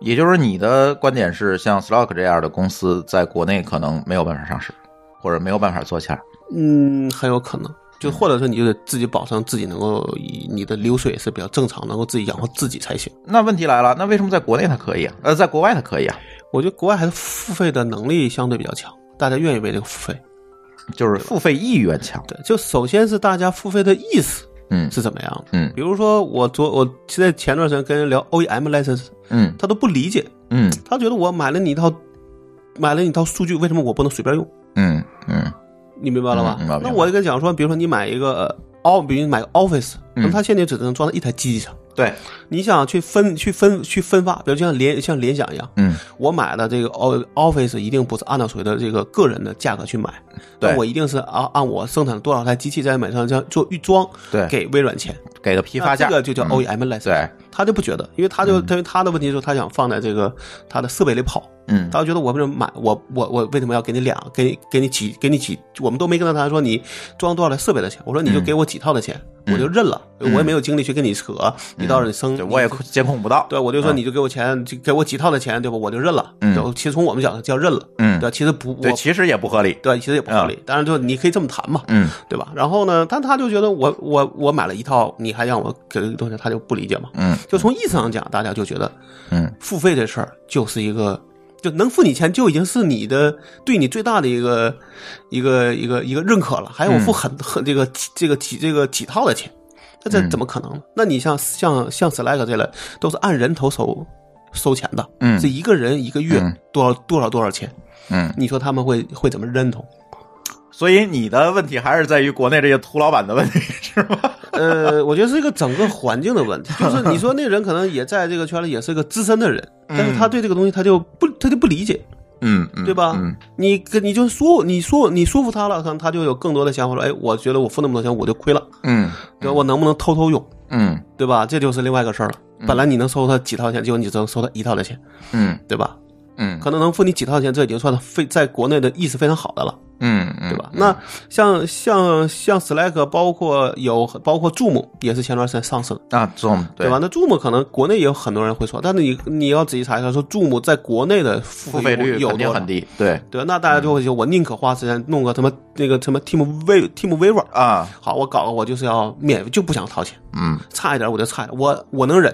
也就是你的观点是，像 Slack 这样的公司在国内可能没有办法上市，或者没有办法做起来。
嗯，很有可能。就或者说你就得自己保证自己能够以你的流水是比较正常，能够自己养活自己才行。
那问题来了，那为什么在国内它可以啊？呃，在国外它可以啊？
我觉得国外还是付费的能力相对比较强，大家愿意为这个付费。
就是付费意愿强。
对，就首先是大家付费的意思
嗯
是怎么样的。
嗯
比如说我昨我现在前段时间跟人聊 OEM license，
嗯
他都不理解，
嗯
他觉得我买了你一套，买了你一套数据，为什么我不能随便用？
嗯嗯
你明白了吧？
嗯明白明白
那我就跟他讲说，比如说你买一个呃 O，比如你买个 Office，
嗯
那么它现在只能装在一台机器上。
对，
你想去分去分去分发，比如就像联像联想一样，
嗯
我买的这个 O Office 一定不是按照所谓的这个个人的价格去买，
对
那我一定是啊按按我生产多少台机器在买上这样做预装，
对
给微软钱，
给个批发价，
那这个就叫 E
嗯
OEM license，、
对，
他就不觉得，因为他就因为他的问题就是他想放在这个他的设备里跑，
嗯
他就觉得我为什么买我我我为什么要给你俩给你给你几给你几，我们都没跟他谈说你装多少台设备的钱，我说你
嗯
就给我几套的钱，我就认了，我也没有精力去跟你扯，你到时候你生
对，我也监控不到。
对，我就说
嗯
你就给我钱，就给我几套的钱，对吧？我就认了。
嗯
就其实从我们讲的叫认了，
嗯
对吧？其实不，
对，
我
其实也不合理。
对，其实也不合理。当然，就你可以这么谈嘛，
嗯
对吧？然后呢，但他就觉得我我我买了一套，你还让我给这个东西，他就不理解嘛。
嗯
就从意识上讲，大家就觉得
嗯
付费这事儿就是一个，就能付你钱就已经是你的对你最大的一个一个一个一个认可了，还有我付很很这个几这个几这个几套的钱，那这
嗯
怎么可能呢？那你像像像 Slack 这类都是按人头收收钱的，
嗯
是一个人一个月
嗯
多少多少多少钱，
嗯，
你说他们会会怎么认同？
所以你的问题还是在于国内这些秃老板的问题，是吧？
(laughs) 呃，我觉得是一个整个环境的问题，就是你说那人可能也在这个圈里也是个资深的人，但是他对这个东西他就不他就不理解，
嗯，嗯
对吧？
嗯
你跟你就说你说你说服他了，可能他就有更多的想法说，哎，我觉得我付那么多钱我就亏了，
嗯
对吧？我能不能偷偷用，
嗯
对吧？这就是另外一个事儿了。本来你能收他几套钱，结果你只能收他一套的钱，
嗯
对吧？
嗯
可能能付你几套钱，这已经算非在国内的意识非常好的了，
嗯嗯，
对吧？那像像像 Slack，包括有包括 Zoom 也是前段时间上市的，
那总
对吧？？那 Zoom 可能国内也有很多人会说，但是你你要仔细查一查，说 Zoom 在国内的付
付费率
有
肯
多
定
少
很低，对
对，那大家就会说，我宁可花时间弄个他妈那个什么 Team V Team Viver，
啊，
好，我搞个我就是要免费，就不想掏钱，
嗯
差一点我就差一点，我我能忍，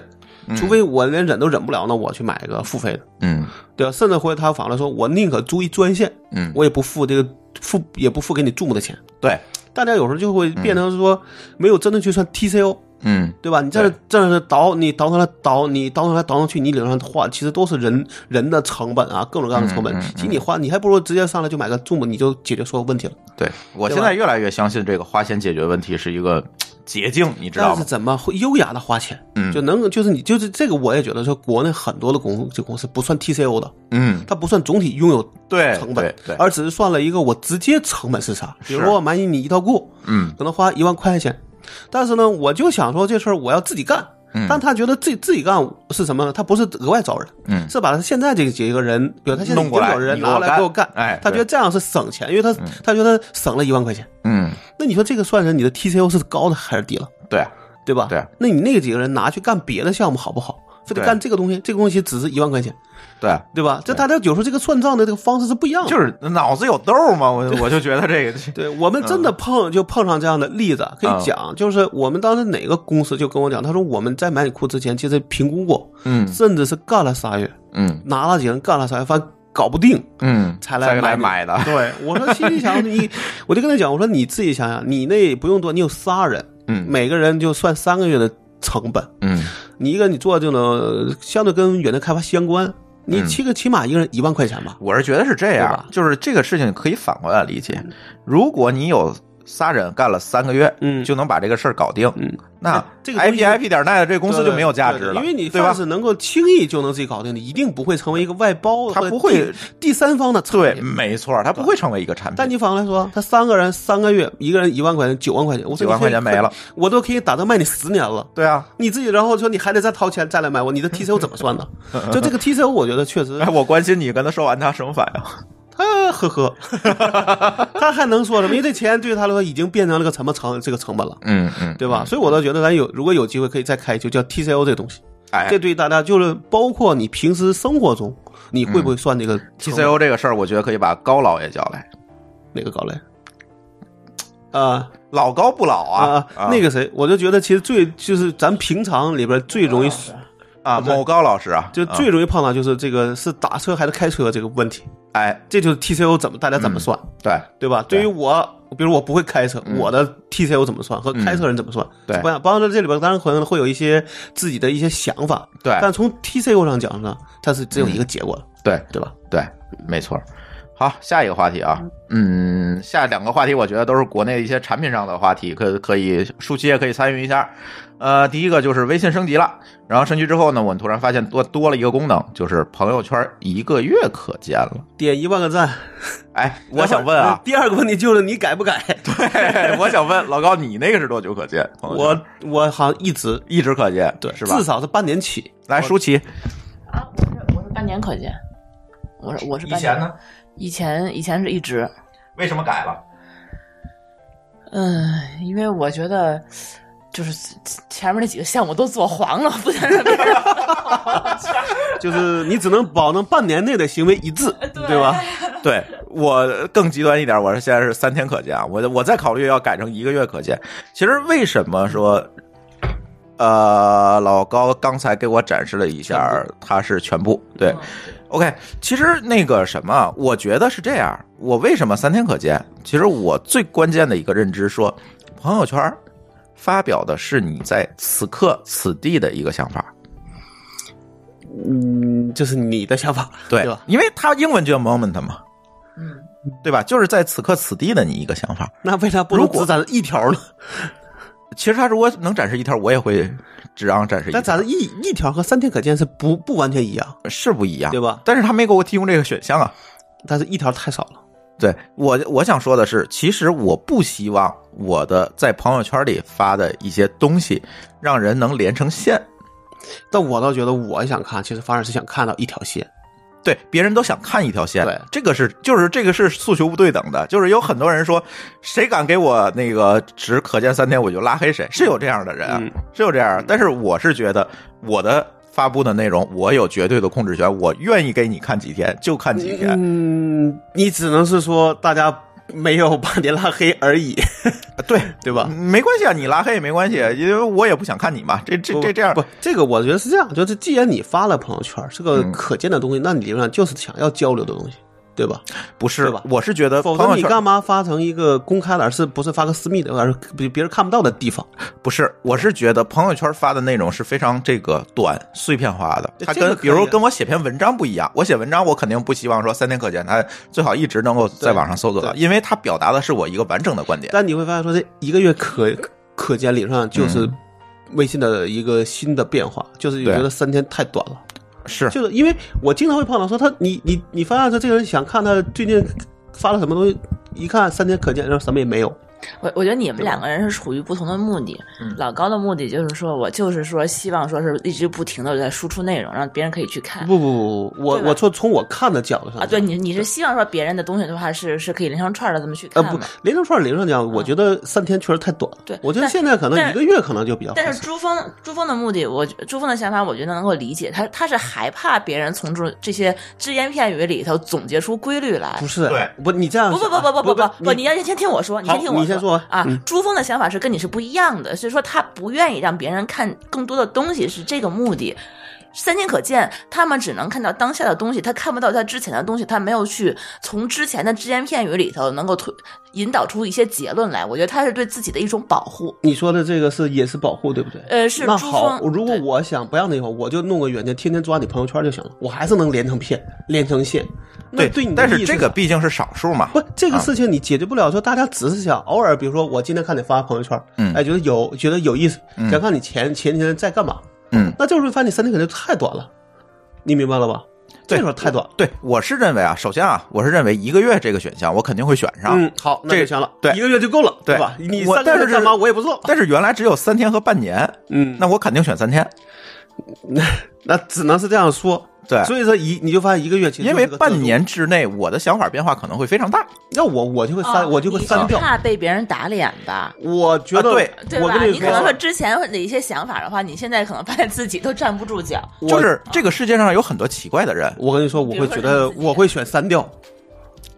除非我连忍都忍不了，那我去买一个付费的，
嗯
对吧？甚至会他反而说，我宁可租一专线，
嗯，
我也不付这个付也不付给你注目的钱。
对，
大家有时候就会变成说，没有真的去算 TCO，
嗯
对吧？你在这这是倒，你倒上来倒，你倒上来倒上去，你理论上花其实都是人人的成本啊，各种
嗯
各样的成本。其实你花，你还不如直接上来就买个 Zoom，你就解决所有问题了。
对，我
对
现
吧
在越来越相信这个花钱解决问题是一个捷径，你知道
但是
吗？
怎么会优雅的花钱？嗯，就能就是你就是这个，我也觉得说国内很多的公这公司不算 TCO 的，
嗯，
它不算总体拥有
对，
成本，
对，对
而只是算了一个我直接成本是啥。比如说我买你一套裤，
嗯
可能花一万块钱，但是呢，我就想说这事儿我要自己干。
嗯
但他觉得自己自己干是什么呢？他不是额外招人，
嗯
是把他现在这几个人，比如他现在
弄过来
已经有人
你
拿
我
来
干
给我干，
哎
他觉得这样是省钱，因为他他觉得省了一万块钱。
嗯，
那你说这个算是你的 TCO 是高的还是低了，
对啊，
对吧？
对。
那你那几个人拿去干别的项目好不好？非得
对
干这个东西，这个东西只是一万块钱，
对啊，
对吧？这大家有时候这个算账的这个方式是不一样的。
就是脑子有豆儿嘛，我我就觉得
(laughs)
这个
对我们真的碰就碰上这样的例子，可
嗯
以讲，就是我们当时哪个公司就跟我讲，他说我们在买你库之前其实评估过，
嗯
甚至是干了仨月，
嗯
拿了几个人干了仨月，发现搞不定，
嗯，
才来
来
买你
买的，
对，我说心里想你， (laughs) 我就跟他讲，我说你自己想想，你那不用多，你有仨人，
嗯
每个人就算三个月的成本，
嗯
你一个你做这种呃相对跟远程开发相关，你
嗯
七个起码一个人一万块钱吧。
我是觉得是这
对
样
吧，
就是这个事情可以反过来理解。如果你有仨人干了三个月，
嗯
就能把这个事儿搞定，
嗯，
那
这个东
I
西
P I P 点 net 这个公司
对
就没有价值
对
了，
因为你
对
饭
吧？
是能够轻易就能自己搞定的，一定不会成为一个外包，
它
或者
不会
第第三方的产
对，
品。
没错，它不会成为一个产品。
但你反过来说，他三个人三个月，一个人一万块钱，九万块钱，我说
9万
你可以
块钱没了，
(laughs) 我都可以打算卖你十年了。
对啊，
你自己，然后说你还得再掏钱再来买我，
(laughs)
你的 TCO 怎么算呢？就这个 TCO，我觉得确实
哎，我关心你跟他说完他什么反应？
他
(laughs)
呵呵，他还能说什么？因为这钱对他来说已经变成了个什么成这个成本了，
嗯 (laughs) 嗯，
对吧？所以我倒觉得咱有如果有机会可以再开一期，就叫 TCO 这东西，
哎
这对大家就是包括你平时生活中你会不会算这个
嗯，T
成
C E
本
O 这个事儿，我觉得可以把高老也叫来。
哪个高嘞？啊
老高不老啊
啊，那个谁，我就觉得其实最就是咱平常里边最 (laughs) 容易
啊，某高老师啊，
就最容易碰到就是这个是打车还是开车这个问题，
哎，
这就是 TCO 怎么大家怎么算。
嗯对，嗯
对吧？对于我，比如我不会开车，我的 TCO 怎么算和开车人怎么算？
对
不一样。包括这里边当然可能会有一些自己的一些想法，
对嗯
但从 TCO 上讲呢，它是只有一个结果了，
对，
对吧？
对，没错。好，下一个话题啊，嗯，下两个话题我觉得都是国内一些产品上的话题，可可以舒淇也可以参与一下。呃，第一个就是微信升级了，然后升级之后呢，我们突然发现多多了一个功能，就是朋友圈一个月可见了。
点一万个赞，
哎，我想问
(laughs)
啊，
呃第二个问题就是你改不改？
对，我想问老高，你那个是多久可见？朋友圈
我我好像一直
一直可见，
对，
是吧
至？少是半年起。
来，舒淇，
啊，我是我是半年可见，我是我是半年？？以前以前是一直，
为什么改了？
嗯，因为我觉得就是前面那几个项目都做黄了，不想让别人
就是你只能保证半年内的行为一致，对吧？
(laughs) 对我更极端一点，我是现在是三天可见啊，我我再考虑要改成一个月可见。其实为什么说，呃，老高刚才给我展示了一下，他是全部嗯对。OK，其实那个什么，我觉得是这样。我为什么三天可见？其实我最关键的一个认知说，朋友圈发表的是你在此刻此地的一个想法。
嗯，就是你的想法，
对，
对吧？
因为它英文叫 moment 嘛，
嗯，
对吧？就是在此刻此地的你一个想法。
那为啥不能
如果
只展示一条呢？
其实它如果能展示一条，我也会只让展示一条，
但展示一一条和三天可见是不不完全一样。
是不一样，
对吧
但是他没给我提供这个选项啊。
但是一条太少了。
对我，我想说的是，其实我不希望我的在朋友圈里发的一些东西，让人能连成线。
但我倒觉得，我想看，其实反而是想看到一条线。
对，别人都想看一条线，
对
这个是就是这个是诉求不对等的，就是有很多人说，谁敢给我那个只可见三天，我就拉黑谁，是有这样的人，啊
嗯
是有这样，但是我是觉得我的发布的内容，我有绝对的控制权，我愿意给你看几天就看几天，
嗯，你只能是说大家没有把你拉黑而已，
(laughs) 对
(laughs) 对吧？
没关系啊，你拉黑也没关系，因为我也不想看你嘛。这这
不
这这样
不，这个我觉得是这样，就是既然你发了朋友圈，是个
嗯
可见的东西，那你理论上就是想要交流的东西，对吧？
不是
对吧
我是觉得
否
呃朋
则
友
你
圈
干嘛发成一个公开的，而是不是发个私密的，而是别别人看不到的地方？
不是，我是觉得朋友圈发的内容是非常这个短碎片化的，
这
它
这
跟
个可
比如
以啊
跟我写篇文章不一样，我写文章我肯定不希望说三天可见，它最好一直能够在
对
网上搜索到，
对
因为它表达的是我一个完整的观点。
但你会发现说，这一个月可
嗯
可见理论上就是微信的一个新的变化，就是你
对
觉得三天太短了。
是，
就是因为我经常会碰到说他，你你你发现说这个人想看他最近发了什么东西，一看三天可见，然后什么也没有，
(laughs) 我我觉得你们
对吧
两个人是处于不同的目的。
嗯
老高的目的就是说我就是说希望说是一直不停的在输出内容，让别人可以去看。
不不不不，我
哎对吧
我说从我看的角度上
啊，对你你是希望说别人的东西的话是是可以连成串的这么去
呃
看
不
嘛？，
连成串连上讲，我觉得三天确实太短了。
嗯对
我觉得
但
现在可
但
能一个月可能就比较合适。
但是朱峰朱峰的目的，我觉朱峰的想法，我觉得能够理解。他他是害怕别人从这这些只言片语里头总结出规律来
不。是
对
不你这样
不不不
想
不不不不，
你
你要先听我说，你
好
先听我
你先说吧
啊
嗯。
朱峰的想法是跟你是不一样的，所以说他不愿意让别人看更多的东西，是这个目的。三天可见，他们只能看到当下的东西，他看不到他之前的东西，他没有去从之前的只言片语里头能够推引导出一些结论来。我觉得他是对自己的一种保护。
你说的这个是隐私保护，对不对？
呃，是
那
朱峰
好，，如果
对
我想不让那话，我就弄个软件，天天抓你朋友圈就行了，我还是能连成片，连成线。那对你的
但
意
是
义
这
啥
个毕竟是少数嘛。
不，这个
啊
事情你解决不了，说大家只是想偶尔，比如说我今天看你发朋友圈，
嗯
哎，觉得有觉得有意思，
嗯
想看你前前几天在干嘛，
嗯，
那这时候发现你三天可能太短了，你明白了吧？这
对
时候太短了。
对，我是认为啊，首先啊，我是认为一个月这个选项我肯定会选上。
嗯，好，
啊
那
这
就行了，
对
一个月就够了，
对
吧？你
我
三个
但
月
是
干嘛
这
我也不知道，
但是原来只有三天和半年，
嗯，
那我肯定选三天。
那只能是这样说。
对，
所以说一你就发现一个月其实
因为
就是个
半年之内我的想法变化可能会非常大。
要我我就会删，
哦
我就会
你是
删掉。
怕被别人打脸吧？
我觉得
啊对
对
我
吧？
跟
你可能
说
说，之前的一些想法的话，你现在可能发现自己都站不住脚。
我
就是这个世界上有很多奇怪的人
我跟你说，我会觉得我会选删掉。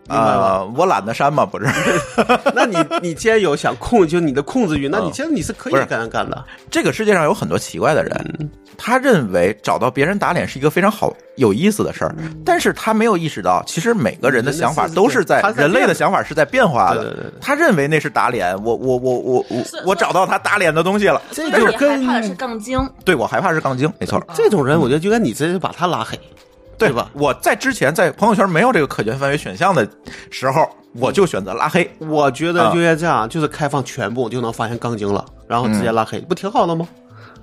明白
啊、
了
我懒得删嘛，不是？
(laughs) 那你你既然有想控，就你的控制欲，那你其实你是可以
不是
干干的。
这个世界上有很多奇怪的
嗯
人，他认为找到别人打脸是一个非常好、有意思的事儿，
嗯
但是他没有意识到，其实每个人的想法
人的
都是在
他在
人类
变
的
的
想法是在变化
对对
的
对。
他认为那是打脸，我我我我我
所以
我找到他打脸的东西了。
这
所以
种
你害怕的是
跟
杠精，
对我害怕是杠精，没错，
这种人，我觉得就该你直接把他拉黑，啊对吧？
我在之前在朋友圈没有这个可权范围选项的时候，我就选择拉黑。
我觉得就应该这样，就是开放全部就能发现杠精了，然后直接拉黑，不挺好了吗？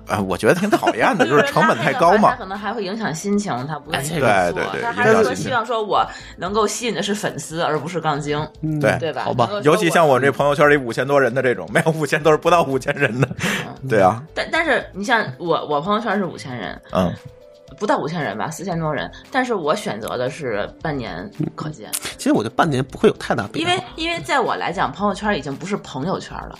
啊、我觉得挺讨厌
(laughs)
的，就是成本太高
他
嘛。
可能还会影响心情，他不愿意
哎
去做。
对对对影
他还是
响
说
心
希
情
望说我能够吸引的是粉丝，而不是杠精，
对
对吧？
哎好吧
能够说
尤其像我这朋友圈里五千多人的这种，没有五千都是不到五千人的， (laughs) 对啊，
但但是你像我，我朋友圈是五千人，
嗯，
不到五千人吧，四千多人，但是我选择的是半年可见，
其实我觉得半年不会有太大
因
变化，
为因为在我来讲，朋友圈已经不是朋友圈了。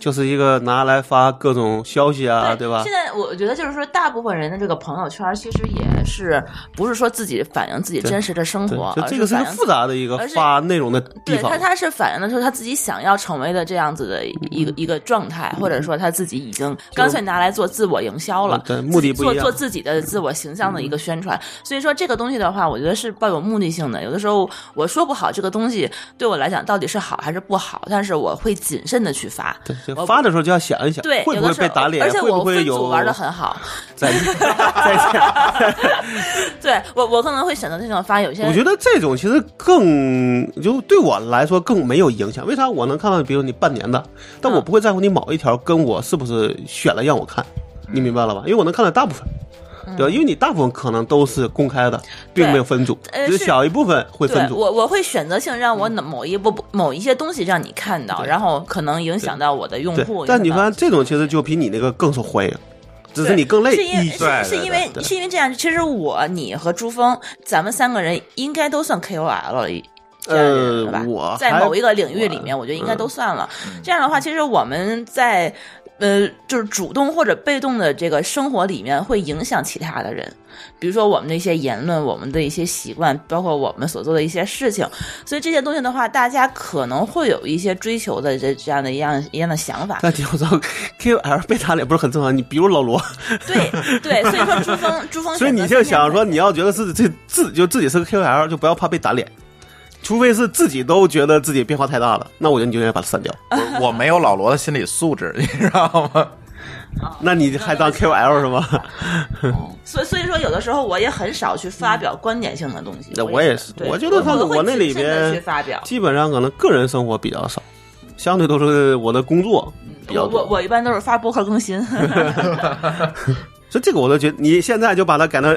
就是一个拿来发各种消息啊，对吧
现？在我觉得就是说，大部分人的这个朋友圈其实也是不是说自己反映自己真实的生
对
活，，
就
而
这个是
反
个
映
复杂的一个
而是
发内容的地
对
方嗯
他，。他是反映的是他自己想要成为的这样子的一个、一个状态，或者说他自己已经干脆拿来做自我营销了，
嗯对目的不一样嗯
自己做做自己的自我形象的一个宣传。所以说这个东西的话，我觉得是抱有目的性的。有的时候我说不好这个东西对我来讲到底是好还是不好，但是我会谨慎的去发。
对，就发的时候就要想一想，
对，
会
有
不会
的时
被
候，
打脸，
而且
会不
我
会
分
有
组玩的很好。
(laughs) 再见再见。
(laughs) 对我，我可能会选择这种发。有些
我觉得这种其实更就对我来说更没有影响。为啥我能看到，比如你半年的，但
嗯
我不会在乎你某一条跟我是不是选了让我看，你明白了吧？因为我能看到大部分。
嗯
对吧，因为你大部分可能都是公开的，并没有分组，
呃
只
是
小一部分会分
对
组。嗯
我我会选择性让我哪某一部某一些东西让你看到，然后可能影响到我的用
对
户。，
但你
影响到
发现这种其实就比你那个更受欢迎，只是
对
你更累
是因为
一
是
些。
对
是
对
因为
对
是因为这样，其实我、你和朱峰，咱们三个人应该都算 KOL 了。这样的人
呃
对吧
我嗯
在
还
某一个领域里面，我觉得应该都算了。这样的话，其实我们在呃，就是主动或者被动的这个生活里面，会影响其他的人，比如说我们的一些言论、我们的一些习惯，包括我们所做的一些事情。所以这些东西的话，大家可能会有一些追求的这这样的一样一样的
(laughs)
想法。
但你要知道，KOL 被打脸不是很正常。你比如老罗，
对对，所以说朱峰，朱峰，
所以你就想说，，你要觉得自己自自就自己是个 KOL，就不要怕被打脸，除非是自己都觉得自己变化太大了，那我觉得你就应该把它删掉。
(laughs)
哦
我我没有老罗的心理素质，你知道吗？
那你还当 KOL 是吗？
嗯所以所以说，有的时候我也很少去发表观点性的东西。
那我也是，
对
我觉得
我
他
会
我那里
谨慎地去
边
发表。
基本上可能个人生活比较少，相对都是我的工作比
嗯我
较
我
多。
我一般都是发博客更新， (laughs)
所以这个我都觉得，你现在就把它改到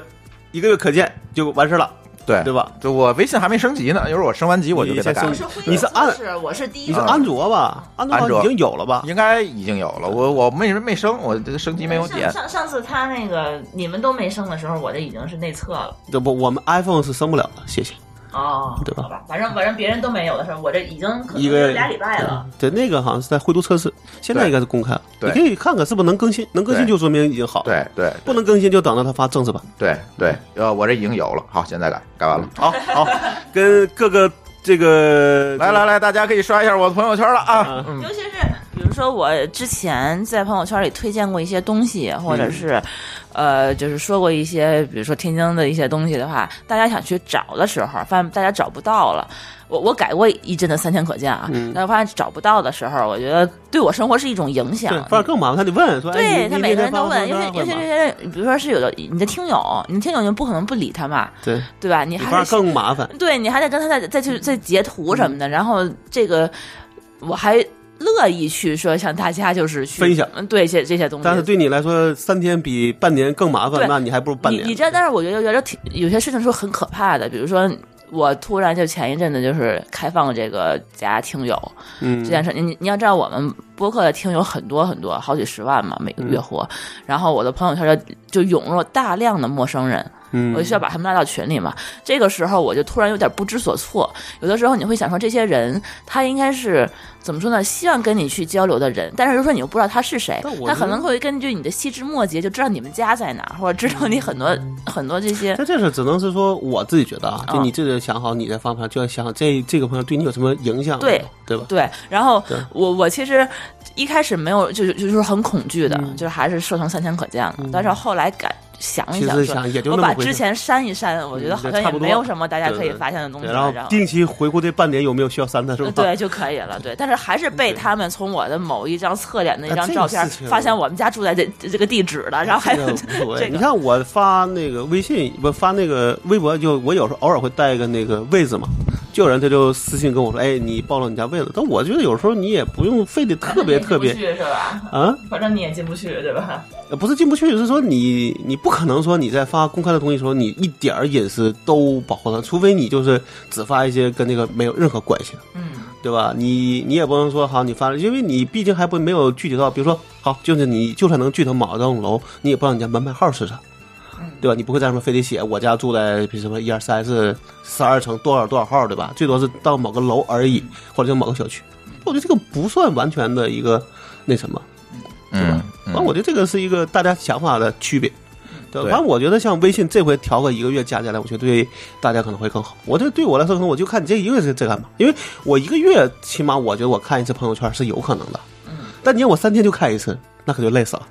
一个月可见就完事了。
嗯
对
对吧？
就我微信还没升级呢，一会儿我升完级我就给他
你先
改
升
我
级
是。会
你
员
是
测
按
试，我是第一
你是
个。
安卓吧？安卓好
安卓
像已经有了吧？
应该已经有了，我我没没升，我这个升级没有点
上。上上次他那个你们都没升的时候，我的已经是内测了。
这不，我们 iPhone 是升不了的，谢谢。
哦，
对吧
好吧，反正反正别人都没有的时候，我这已经可能
一个
有俩礼拜了。
对，那个好像是在灰度测试，现在
对
应该是公开了，
对
你可以看看是不是能更新，能更新
对
就说明已经好，，
对对
不能更新就等着它发正式版。
对对，呃，我这已经有了，好，现在改改完了。
好好，跟各个这个
来来来，大家可以刷一下我的朋友圈了啊
嗯！
嗯
尤其是比如说，我之前在朋友圈里推荐过一些东西，或
嗯
者是，呃，就是说过一些，比如说天津的一些东西的话，大家想去找的时候，发现大家找不到了。我我改过一阵的三天可见啊，
嗯
但是发现找不到的时候，我觉得对我生活是一种影响
对，。反正更麻烦，他得问说，哎
对
你
他
你
每
那天
个人都
发
问，
了
尤
吗
其尤
干
其这
嘛
些人，比如说是有的你的听友，你的听友你不可能不理他嘛，
对，
对吧？你
你
还
发
得
现更麻烦，
对你还得跟他再再去再截图什么的，然后这个我还乐意去说向大家就是去
分享，
嗯对这这些东西。
但是对你来说，三天比半年更麻
对
烦，那你还不如半
你
年。
你这，但是我觉得觉得挺有些事情是很可怕的，比如说。我突然就前一阵子就是开放这个加听友
嗯
这，件事，你你你要知道我们播客的听友很多很多，好几十万嘛每
嗯
个月活，然后我的朋友圈就就涌入了大量的陌生人，
嗯
我就需要把他们拉到群里嘛。这个时候我就突然有点不知所措。有的时候你会想说，这些人他应该是怎么说呢？希望跟你去交流的人，但是如果说你又不知道他是谁
但我，觉得
他可能会根据你的细枝末节就知道你们家在哪儿，或者知道你很多、
嗯
很多这些。
但这事只能是说我自己觉得啊，就
嗯
你自己想好你的方法，就要想这这个朋友对你有什么影响，
对
对吧？
对，然后
对
我我其实一开始没有，就是就是很恐惧的，
嗯
就是还是设成三天可见了。但是后来感想一
其
想
实
说
想也就
我
那
把
么回
之
事。
前删一删，我觉得
嗯
好
对
像
差
也
不
没
多
有什么大家
对
可以
对
发现的东西
对
了。
然后
(laughs)
定期回顾这半年有没有需要删的，是吧？嗯
对，就可以了。对，但是还是被他们从我的某一张侧脸的一
啊
张
这个
照片
事情
发现我们家住在这这个地址了，然后还
这
有
个无所
(laughs) 这
谓。
个
你看我发那个微信，不发那个微博，就我有时候偶尔会带一个那个位置嘛，就有人他就私信跟我说：“哎，你暴露你家位置。”但我觉得有时候你也不用非得特别特别
进不去是吧？
啊，呃
反正你也进不去对吧？
不是进不去，是说你你不可能说你在发公开的东西的时候，你一点儿隐私都保护它，除非你就是只发一些跟那个没有任何关系的。
嗯，
对吧？你你也不能说好你发了，因为你毕竟还不没有具体到，比如说好，就是你就算能具体到某一栋楼，你也不知道你家门牌号是啥
嗯，
对吧？你不会在上面非得写我家住在比如什么一二三四十二层多少多少号，对吧？最多是到某个楼而已，或者就某个小区。我觉得这个不算完全的一个那什么，
嗯，
反正我觉得这个是一个大家想法的区别。对，
对
反正我觉得像微信这回调个一个月加起来，我觉得对大家可能会更好。我这对我来说，可能我就看你这一个月在在干嘛，因为我一个月起码我觉得我看一次朋友圈是有可能的，
嗯
但你让我三天就看一次，那可就累死了，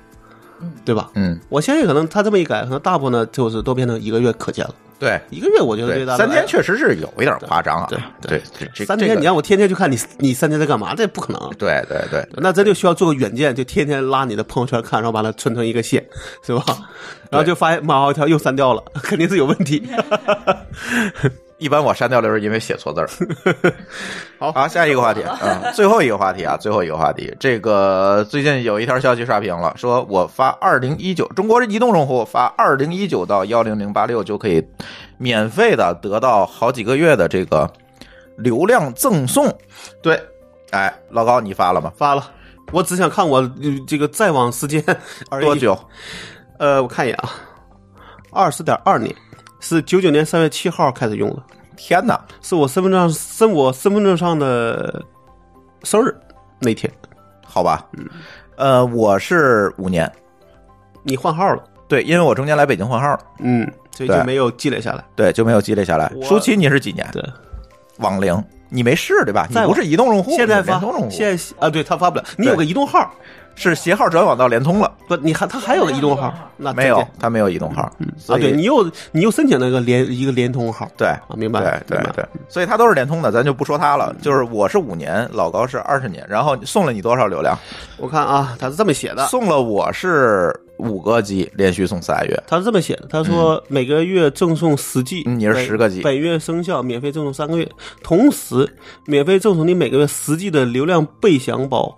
对吧？
嗯，
我相信可能他这么一改，可能大部分呢就是都变成一个月可见了。
对
一个月我觉得
对
对大，家
三
来
天确实是有一点夸张啊
对。
对，这这
三
这
天
个
你让我天天去看你你三天在干嘛，这不可能。啊
对对对，
那咱就需要做个远见，就天天拉你的朋友圈看，然后把它存成一个线，是吧？然后就发现马后一条又删掉了，肯定是有问题。
(laughs) 一般我删掉的是因为写错字儿。 (laughs) 好，好，下一个话 (laughs) 题啊、嗯最后一个话题啊，最后一个话题。这个最近有一条消息刷屏了，说我发二零一九，中国移动用户发二零一九到幺零零八六就可以免费的得到好几个月的这个流量赠送。对，哎，老高你发了吗？
发了，我只想看我呃这个在网时间而已。
多？久？
呃，我看一眼啊，二十点二年，是九九年三月七号开始用的，
天哪！
是我身份证上，是我身份证上的生日那天。
好吧，呃，我是五年，
你换号了，
对，因为我中间来北京换号了，
嗯，所以就
对
没有积累下来。
对，就没有积累下来。
我
舒淇，你是几年？
对，
网龄，你没试对吧？你
在
不是移动用户，
现在
你是
发
联通用，户
现在啊，对他发不了，你有
对
个移动号，
是携号转网到联通了，
不，你还他还有个移动号，那
没
再
有
见，
他没有移动号，
啊，
所
对
以
你又你又申请了个联一个联通号，
对
啊，明白
对
了，
对
明白了嗯
对，所以他都是联通的，咱就不说他了。就是我是五年，老高是二十年，然后送了你多少流量？
我看啊，他是这么写的，
送了我是五个 G，连续送仨月。
他是这么写的，他说每个月赠送十 G，
嗯嗯你是10个 G
本月生效，免费赠送三个月，同时免费赠送你每个月十 G 的流量备享包。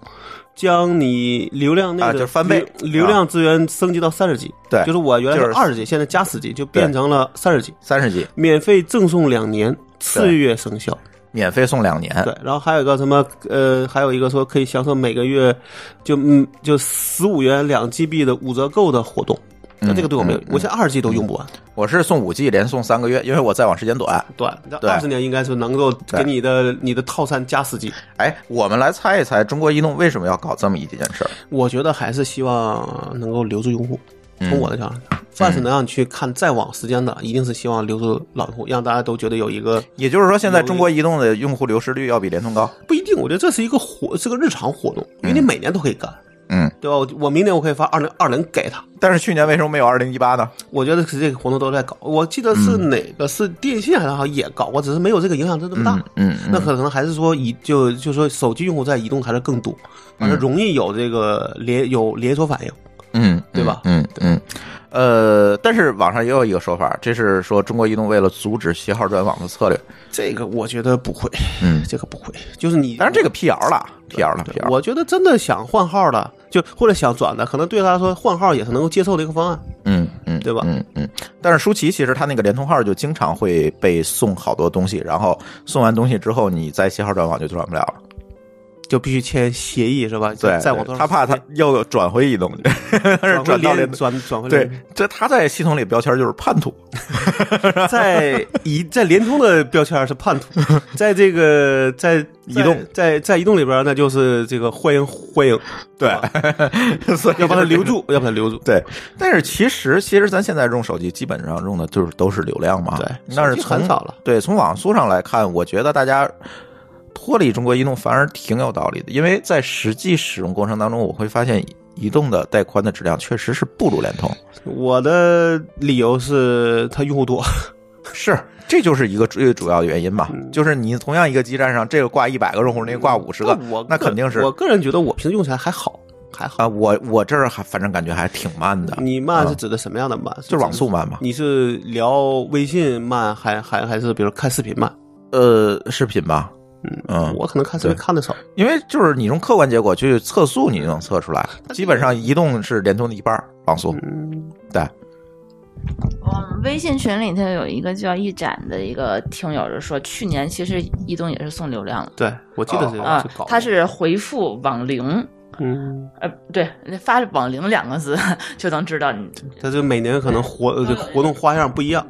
将你流量
啊
那个、
就是翻倍啊
流流量资源升级到三十级，
对
就是我原来
就是
是二十级，现在加十级就变成了三十级，
三十级
免费赠送两年，次月生效。
免费送两年，
对，然后还有一个什么呃，还有一个说可以享受每个月就嗯就十五元两 GB 的五折购的活动，那这个对我没有
嗯，嗯
我现在二十 G 都用不完。
我是送五 G 连送三个月，因为我在网时间短。
对，你这
对
二十年应该是能够
对
给你的你的套餐加十 G。
哎，我们来猜一猜，中国移动为什么要搞这么一件事儿？
我觉得还是希望能够留住用户。
嗯
从我的角度来讲，凡是能让你去看再往时间的，一定是希望留住老用户，
嗯
让大家都觉得有一个
也就是说，现在中国移动的用户流失率要比联通高。
不一定。我觉得这是一个活，是个日常活动，因为你每年都可以干，
嗯，
对吧？我我明年我可以发二零二零给他。
但是去年为什么没有二零一八呢？
我觉得是这个活动都在搞，我记得是
嗯
哪个是电信还是好像也搞过，只是没有这个影响真这么大。
嗯嗯嗯
那可能还是说移就就说手机用户在移动还是更多，反正容易有这个连有连锁反应。
嗯，
对吧
嗯嗯，呃，但是网上也有一个说法，这是说中国移动为了阻止携号转网的策略。
这个我觉得不会， (laughs)
嗯，
这个不会，就是你，
当然这个辟谣了，辟谣了，辟
对
谣。
我觉得真的想换号的，就或者想转的，可能对他说换号也是能够接受的一个方案。
嗯嗯，
对吧
嗯嗯。但是舒淇其实她那个联通号就经常会被送好多东西，然后送完东西之后，你再携号转网就转不了了。
就必须签协议是吧？
对，
在我
对他怕他又转回移 (laughs) 动去，但是
转
转
回
到
联
联
转转回
对
联，
这他在系统里标签就是叛徒。
(laughs) 在移在联通的标签是叛徒， (laughs) 在这个在移
动
在在移动里边那就是这个欢迎欢 (laughs) 迎，
对
啊， (laughs)
所以
要把它
就是
留住，要把它留住。
对，但是其实其实咱现在用手机，基本上用的就是都是流量嘛。
对
但是
手机
从
很少了。
对，从网速上来看，我觉得大家脱离中国移动反而挺有道理的，因为在实际使用过程当中，我会发现移动的带宽的质量确实是不如联
(laughs)
通。
我的理由是它用户 (laughs) 多，
是，这就是一个最主要的原因嘛，
嗯
就是你同样一个基站上，这个挂一百个用户，那个挂五十个
但我，
那
个
肯定是
我个人觉得我平时用起来还好，还好。
啊，我我这儿还反正感觉还挺慢的，
你慢
啊
是指的什么样的慢？
就是网速慢嘛。
你是聊微信慢，还还还是比如看视频慢？
呃，视频吧，
嗯
嗯，
我可能看视频
对
看的少，
因为就是你用客观结果去测速，你就能测出来。基本上移动是联通的一半儿网速，
嗯，
对，
我们微信群里头有一个叫一展的一个听友就说，去年其实移动也是送流量了
对我记得是
哦
啊
就搞，
他是回复网龄，
嗯，
呃，对，发“网龄”两个字就能知道你
他就每年可能活
嗯
呃这个活动花样不一样，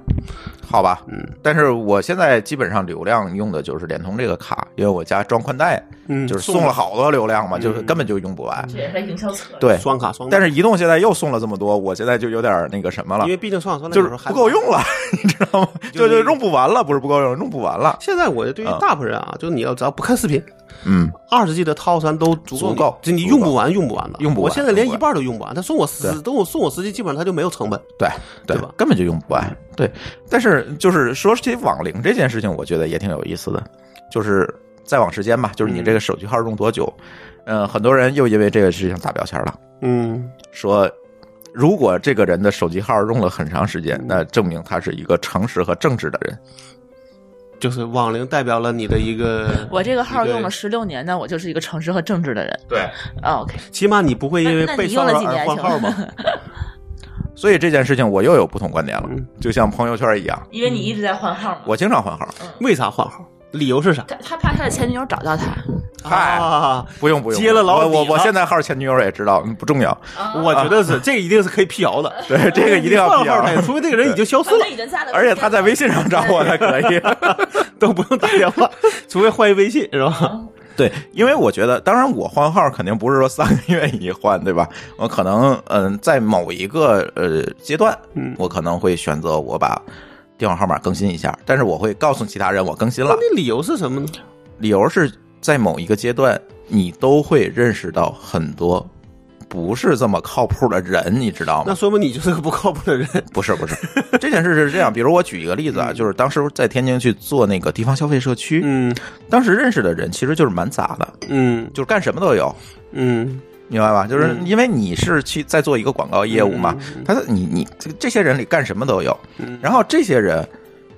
好吧。
嗯
但是我现在基本上流量用的就是联通这个卡，因为我家装宽带，
嗯
就是送了好多流量嘛，
嗯
就是根本就用不完。
这也是营销策略。
对，
双卡双卡，
但是移动现在又送了这么多，我现在就有点那个什么了
因，为毕竟双卡双待
就
有
是
时候还
不够用。了，你知道吗？
就
就是就用不完了，不是不够用，用不完了。
现在我觉得对
嗯
于大部分人啊，就是你要只要不看视频，
嗯，
二十 G 的套餐都足够
足
你，
够
就你
足够
用不完，用不完的，
用不完
我现在连
用不完
一半都用不完，他送我
对
十，等我送我十 G，基本上他就没有成本。
对
对
对
吧嗯
根本就用不完。对，但是就是说起网龄这件事情，我觉得也挺有意思的，就是在网时间吧，就是你这个手机号用多久，嗯、呃，很多人又因为这个事情打标签了，
嗯，
说。如果这个人的手机号用了很长时
嗯
间，那证明他是一个诚实和正直的人。
就是网龄代表了你的一个，
(laughs) 我这个号用了
一个，
十六年，那我就是一个诚实和正直的人。
对，
啊 OK，
起码你不会嗯因为
那那
被
你用
骚
了
扰
几
而
年
换号
(laughs)
吧？
所以这件事情我又有不同观点了
嗯，
就像朋友圈一样，
因为你一直在换号嘛。
我经常换号。
为啥换号？理由是啥？
他他怕他的前女友找到他，
嗨
啊，
不用不用，
接了老
我
底
我我
了
现在号前女友也知道，嗯不重要。
啊
我觉得是这个一定是可以辟谣的，
对，
(laughs)
这个 (laughs) 一定要
换
辟谣
号。他也除非这个人已经消失
他
了
们，已经加了，
(laughs) 而且他在微信上找我才可以。
都不用打电话，除非换一微信是
啊
吧？
对，因为我觉得，当然我换号肯定不是说三个月一换，对吧？我可能嗯、在某一个呃阶段，
嗯
我可能会选择我把电话号码更新一下，但是我会告诉其他人我更新了，
那理由是什么呢？
理由是在某一个阶段，你都会认识到很多。不是这么靠谱的人，你知道吗
那？说明你就是个不靠谱的人。
不是不是，这件事是这样。比如我举一个例子啊，就是当时在天津去做那个地方消费社区，
(laughs) 嗯
当时认识的人其实就是蛮杂的，
嗯
就是干什么都有。
嗯，
明白吧？就是
嗯
因为你是去在做一个广告业务嘛
嗯嗯，
他你你这这些人里干什么都有
嗯，
然后这些人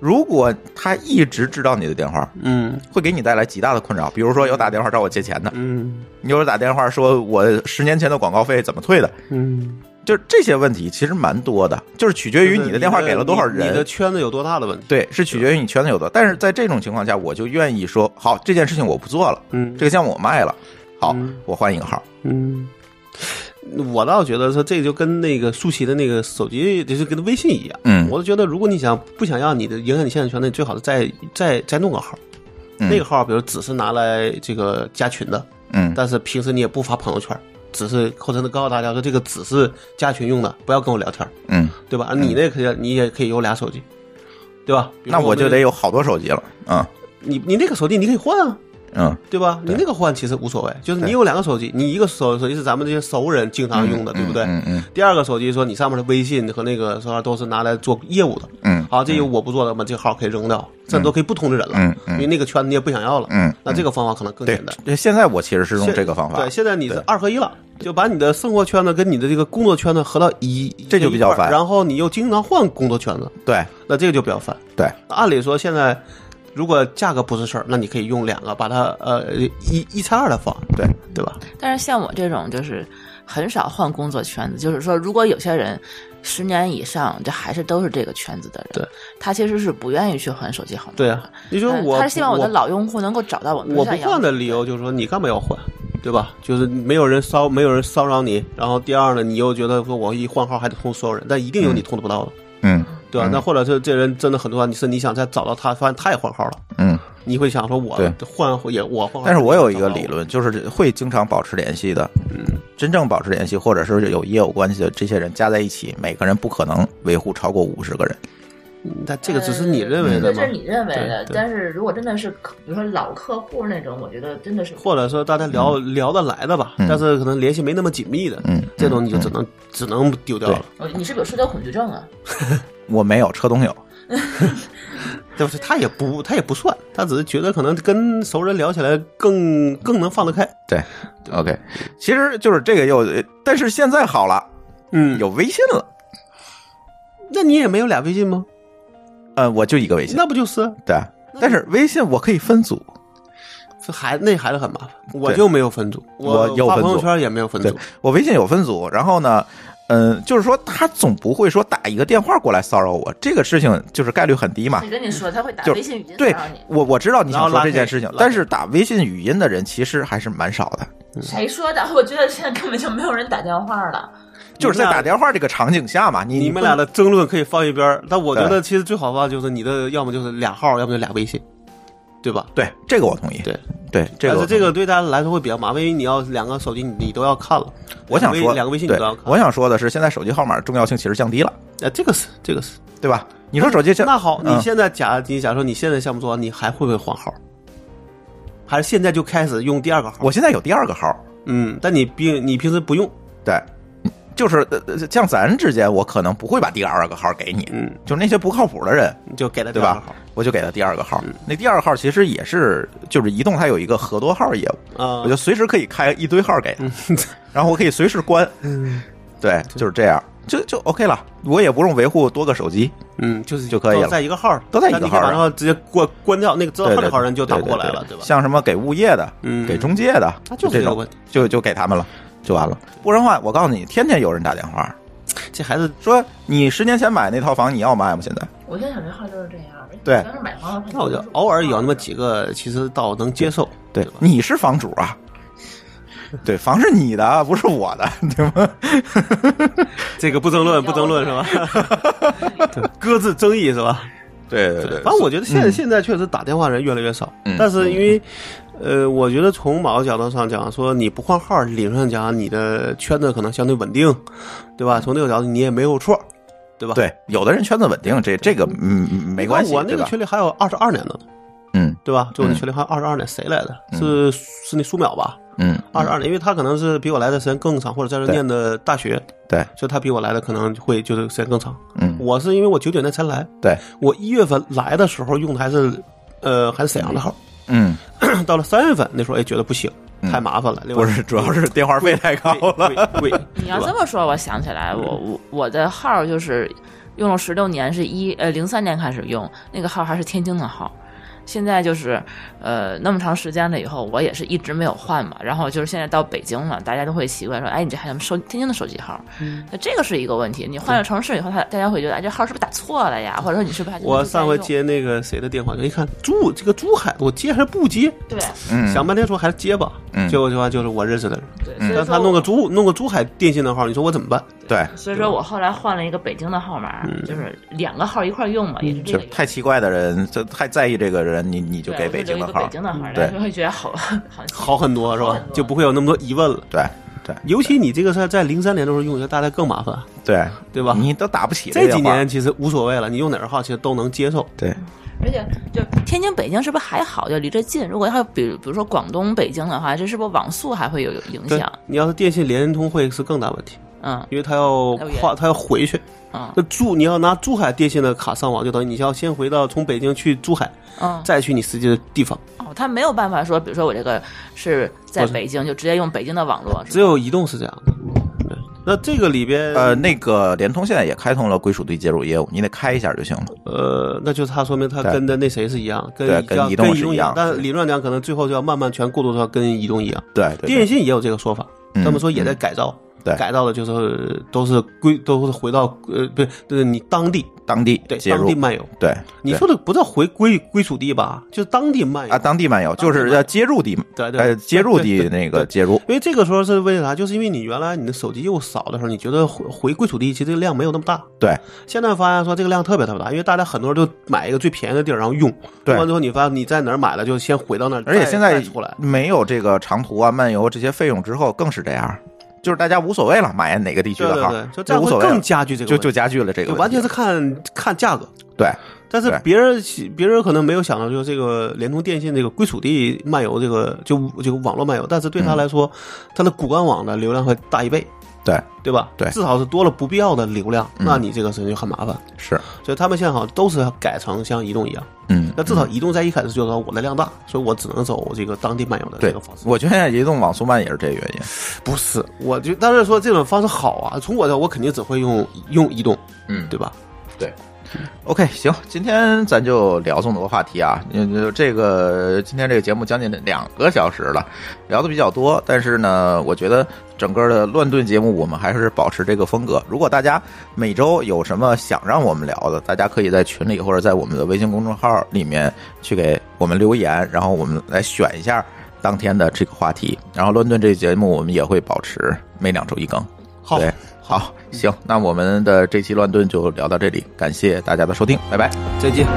如果他一直知道你的电话，
嗯
会给你带来极大的困扰。比如说有打电话找我借钱的，
嗯
有人打电话说我十年前的广告费怎么退的，
嗯，
就是这些问题其实蛮多的，就是取决于你的电话给了多少
你的
人。
圈子有多大的问题？
对，是取决于你圈子有多。但是在这种情况下，我就愿意说，好，这件事情我不做了，
嗯
这个项目我卖了，好
嗯，
我换一个号。
嗯，我倒觉得说这就跟那个舒淇的那个手机，就是跟微信一样。
嗯
我就觉得如果你想不想让你的影响你现在圈内，最好是再再再弄个号。
嗯
那个号，比如只是拿来这个加群的，
嗯
但是平时你也不发朋友圈，只是或者告诉大家说这个只是加群用的，不要跟我聊天，
嗯，
对吧？啊你那可以，你也可以有俩手机，对吧？比如
那
说
我就
们
得有好多手机了。嗯
你你那个手机你可以换啊，
嗯
对吧？你那个换其实无所谓，就是你有两个手机，你一个手手机是咱们这些熟人经常用的，对不对？
嗯嗯
第二个手机说你上面的微信和那个说都是拿来做业务的，
嗯
好，这个我不做了嘛，这个号可以扔掉，这都可以不通知人了，
嗯嗯
因为那个圈子你也不想要了。
嗯，
那这个方法可能更
对
简单。
对，现在我其实是用
现
这个方法
对，。现在你是
对
二合一了，就把你的生活圈子跟你的这个工作圈子合到一，
这就比较
一块儿
烦
然后你又经常换工作圈子，
对
那这个就比较烦。
对，
按理说现在如果价格不是事儿，那你可以用两个把它呃一一拆二的放，
对，
对吧？
但是像我这种就是很少换工作圈子，就是说，如果有些人十年以上，就还是都是这个圈子的人，
对
他其实是不愿意去换手机号码。
对啊，你说
嗯
我
他是希望我的
我
老用户能够找到我。
我不换的理由就是说你干嘛要换，对吧？就是没有人骚没有人骚扰你，然后第二呢，你又觉得说我一换号还得通所有人，但一定有你通得不到的，
嗯
对吧？那或者是这人真的很多，你是你想再找到他，发现他也换号了。
嗯。
你会想说我
对
换也我换，
但是我有一个理，论，就是会经常保持联系的，嗯，真正保持联系或者是有业务关系的这些人加在一起，每个人不可能维护超过五十个人。
但这个只是你认为的
嗯这
吗
是？
嗯
你认为的
对，对
但是如果真的是客，比如说老客户那种，我觉得真的是
或者说大家聊聊得来的吧，但是可能联系没那么紧密的，
嗯
这种你就只能只能丢掉了。
我哦你是不是有社交恐惧症啊？
我没有，车东有，
但是他也不他也不算，他只是觉得可能跟熟人聊起来
嗯
更更能放得开。
对，OK，其实就是这个又，但是现在好了，
嗯，
有微信了，
那你也没有俩微信吗？
呃，我就一个微信，
那不就是
对，但是微信我可以分组，
这孩那孩子很麻烦，我就没有分组，
我有
发
分组
朋友圈也没有分
对
组，
我微信有分组，然后呢，嗯、就是说他总不会说打一个电话过来骚扰我，这个事情就是概率很
啊
低嘛
我，跟你说，他会打
就
微信语音骚
对
扰你，，
我我知道你想
然后
说
拉
这件
黑
事情
拉，
但
黑
是打微信语音的人其实还是蛮少的，
谁说的？我觉得现在根本就没有人打电话了。
就是在打电话这个场景下嘛，你
你们俩的争论可以放一边儿，但我觉得其实最好的方法就是你的要么就是俩号，要么就俩微信，对吧？
对这个我同意，
对
对这个
但
我同
是呃这
意
个对大家来说会比较麻烦，因为你要两个手机你你都要看了。
我想
两个
说
微两个微信你
对
都要，看。
我想说的是，现在手机号码重要性其实降低了，
哎，这个是这个是。
对吧？你说手机现
那好，你
嗯
现在假你假如说你现在项目做完，你还会不会换号？还是现在就开始用第二个号？
我现在有第二个号，
嗯，但你平你平时不用，
对，就是呃呃像咱之间，我可能不会把第二个号给你，
嗯，
就那些不靠谱的人，
你就给他第
对
二个
吧
号？嗯
我就给他第二个号。那第二个号其实也是，就是移动它有一个合多号业务，
啊
我就随时可以开一堆号给他， (laughs) 然后我可以随时关，
嗯
对，就是这样，就就 OK 了。我也不用维护多个手机，
嗯，就是
就可以了
都在一个号，
都在一个号
但你可以把那号直接关关掉，那个知道
对
号
对
的号人就打不
对
过来
对
了，
对
对吧？
像什么给物业的，
嗯
给中介的，
那就是
这
这个
种
问题，
就就给他们了，就完了。不然的话，我告诉你，天天有人打电话
这孩子
说你十年前买那套房，你要卖吗？现在
我现在想这号就是这样。
对
当时买房的时
那
候
我就偶尔有那么几个，其实倒能接受。
对
吧，
你是房主啊。对，房是你的，不是我的， (laughs) 对吗？
这个不争论，不争论是吧？ (laughs) 对搁置争议是吧？
对对对
反正我觉得现在、
嗯
现在确实打电话人越来越少，
嗯
但是因为，呃，我觉得从某个角度上讲，说你不换号，理论上讲你的圈子可能相对稳定，对吧？从这个角度你也没有错，对吧？。
嗯对，有的人圈子稳定，这这个嗯嗯没关系，
我那
对
个
吧？
群里还有二十二年的呢，
嗯
对吧？就我那群里还有二十二年，谁来的？是是那苏淼吧？
嗯，
二十二年，因为他可能是比我来的时间更长，或者在这
对
念的大学，
对，
所以他比我来的可能会就是时间更长。
嗯
我是因为我九九年才来，
对，
我一月份来的时候用的还是呃还是沈阳的号，
嗯，
(clears throat) 到了三月份那时候也觉得不行，
嗯
太麻烦了。另外
不是，主要是电话费太高了。
贵贵，贵
你要
对
这
吧嗯
么说，我想起来，我我我的号就是用了十六年，是一呃零三年开始用那个号还是天津的号。现在就是，呃，那么长时间了以后，我也是一直没有换嘛。然后就是现在到北京了，大家都会习惯说，哎，你这还有收天津的手机号？
嗯
那这个是一个问题。你换了城市以后，他大家会觉得，哎，这号是不是打错了呀？或者说你是不是还
我上回
接。
接那个谁的电话，就一看珠这个珠海，我接还是不接？
对
嗯，
想半天说还是接吧。
嗯
结果的话就是我认识的人，
对，
嗯
所以
让
说
他弄个珠弄个珠海电信的号，你说我怎么办？
对，
所以说我后来换了一个北京的号码，
嗯
就是两个号一块儿用嘛，也是这
就
个原因。
太奇怪的人，就太在意这个人，你你就
对
给
我
北
留
京
一
的
个
号嗯
北，京的号，
对
然后会觉得
(laughs)
好，好
好很多是
好
吧
很？多
就不会有那么多疑问了。
对对
尤其你这个在在零三年的时候用，大家更麻烦，
对，
对吧？
你都打不起嗯
这
个
几
电话
年其实无所谓了，你用哪个号其实都能接受。
对，
而且就天津、北京是不是还好？就离这近。如果要比比如说广东、北京的话，这是不是网速还会有有影
对
响？，
你要是电信联通会是更大问题，
嗯
因为它要
要远
跨，它要回去。
嗯
那珠你要拿珠海电信的卡上网，就等于你要先回到从北京去珠海，
嗯。
再去你实际的地方。
哦，他没有办法说，比如说我这个是在
不是
北京，就直接用北京的网络。是吧
只有移动是这样的。对，那这个里边
呃，那个联通现在也开通了归属地接入业务，你得开一下就行了。
呃，那就是他说明他
对
跟的那谁是一样，跟
对
移
跟
动
移动
跟
是
移动
一
一
样
但理论上讲，可能最后就要慢慢全过渡到跟移动一样。
对对
电信也有这个说法，
嗯
他们说也在改造，
对
改造的就是呃都是归都是回到呃，不是，就是你当地
当地
对
接
当
入
地，漫游。
对，
你
对
说的不叫回归归属地吧？就是当地漫游
啊，当地漫游就是要接入地，
对对
呃，接入地
对对
那个接入，
因为这个时候是为啥？就是因为你原来你的手机又少的时候，你觉得回回归属地其实这个量没有那么大。
对，
现在发现说这个量特别特别大，因为大家很多人就买一个最便宜的地儿，然后用，
对
用完之后你发现你在哪儿买了，就先回到那儿，
而且
再
现在
再出来。
没有这个长途啊、漫游这些费用之后，更是这样，就是大家无所谓了，买哪个地区
对
的
对
号
对，就，这
这
样
无
会
所谓了
更，加剧这个
就
问
就
题，
加剧了这个
就
问题，
完全是看看价格。
对
但是
对
别人别人可能没有想到，就是这个联通电信这个归属地漫游这个就就网络漫游，但是对他
嗯
来说，他的骨干网的流量会大一倍，
对
对吧？
对
至少是多了不必要的流量，
嗯
那你这个事情就很麻烦。
是，
所以他们现在好像都是改成像移动一样，
嗯，
那至少移动在一开始就说我的量大，所以我只能走这个当地漫游的这
对
个方，式。
我觉得现在移动网速慢也是这个原因，
不是，我就但是说这种方式好啊，从我这我肯定只会用用移动，
嗯
对吧？
OK，行，今天咱就聊这么多话题啊。嗯，这个今天这个节目将近两个小时了，聊的比较多，但是呢，我觉得整个的乱炖节目我们还是保持这个风格。如果大家每周有什么想让我们聊的，大家可以在群里或者在我们的微信公众号里面去给我们留言，然后我们来选一下当天的这个话题。然后乱炖这个节目我们也会保持每两周一更。
好，
对，好，行，那我们的这期乱炖就聊到这里，感谢大家的收听，拜拜。
再见。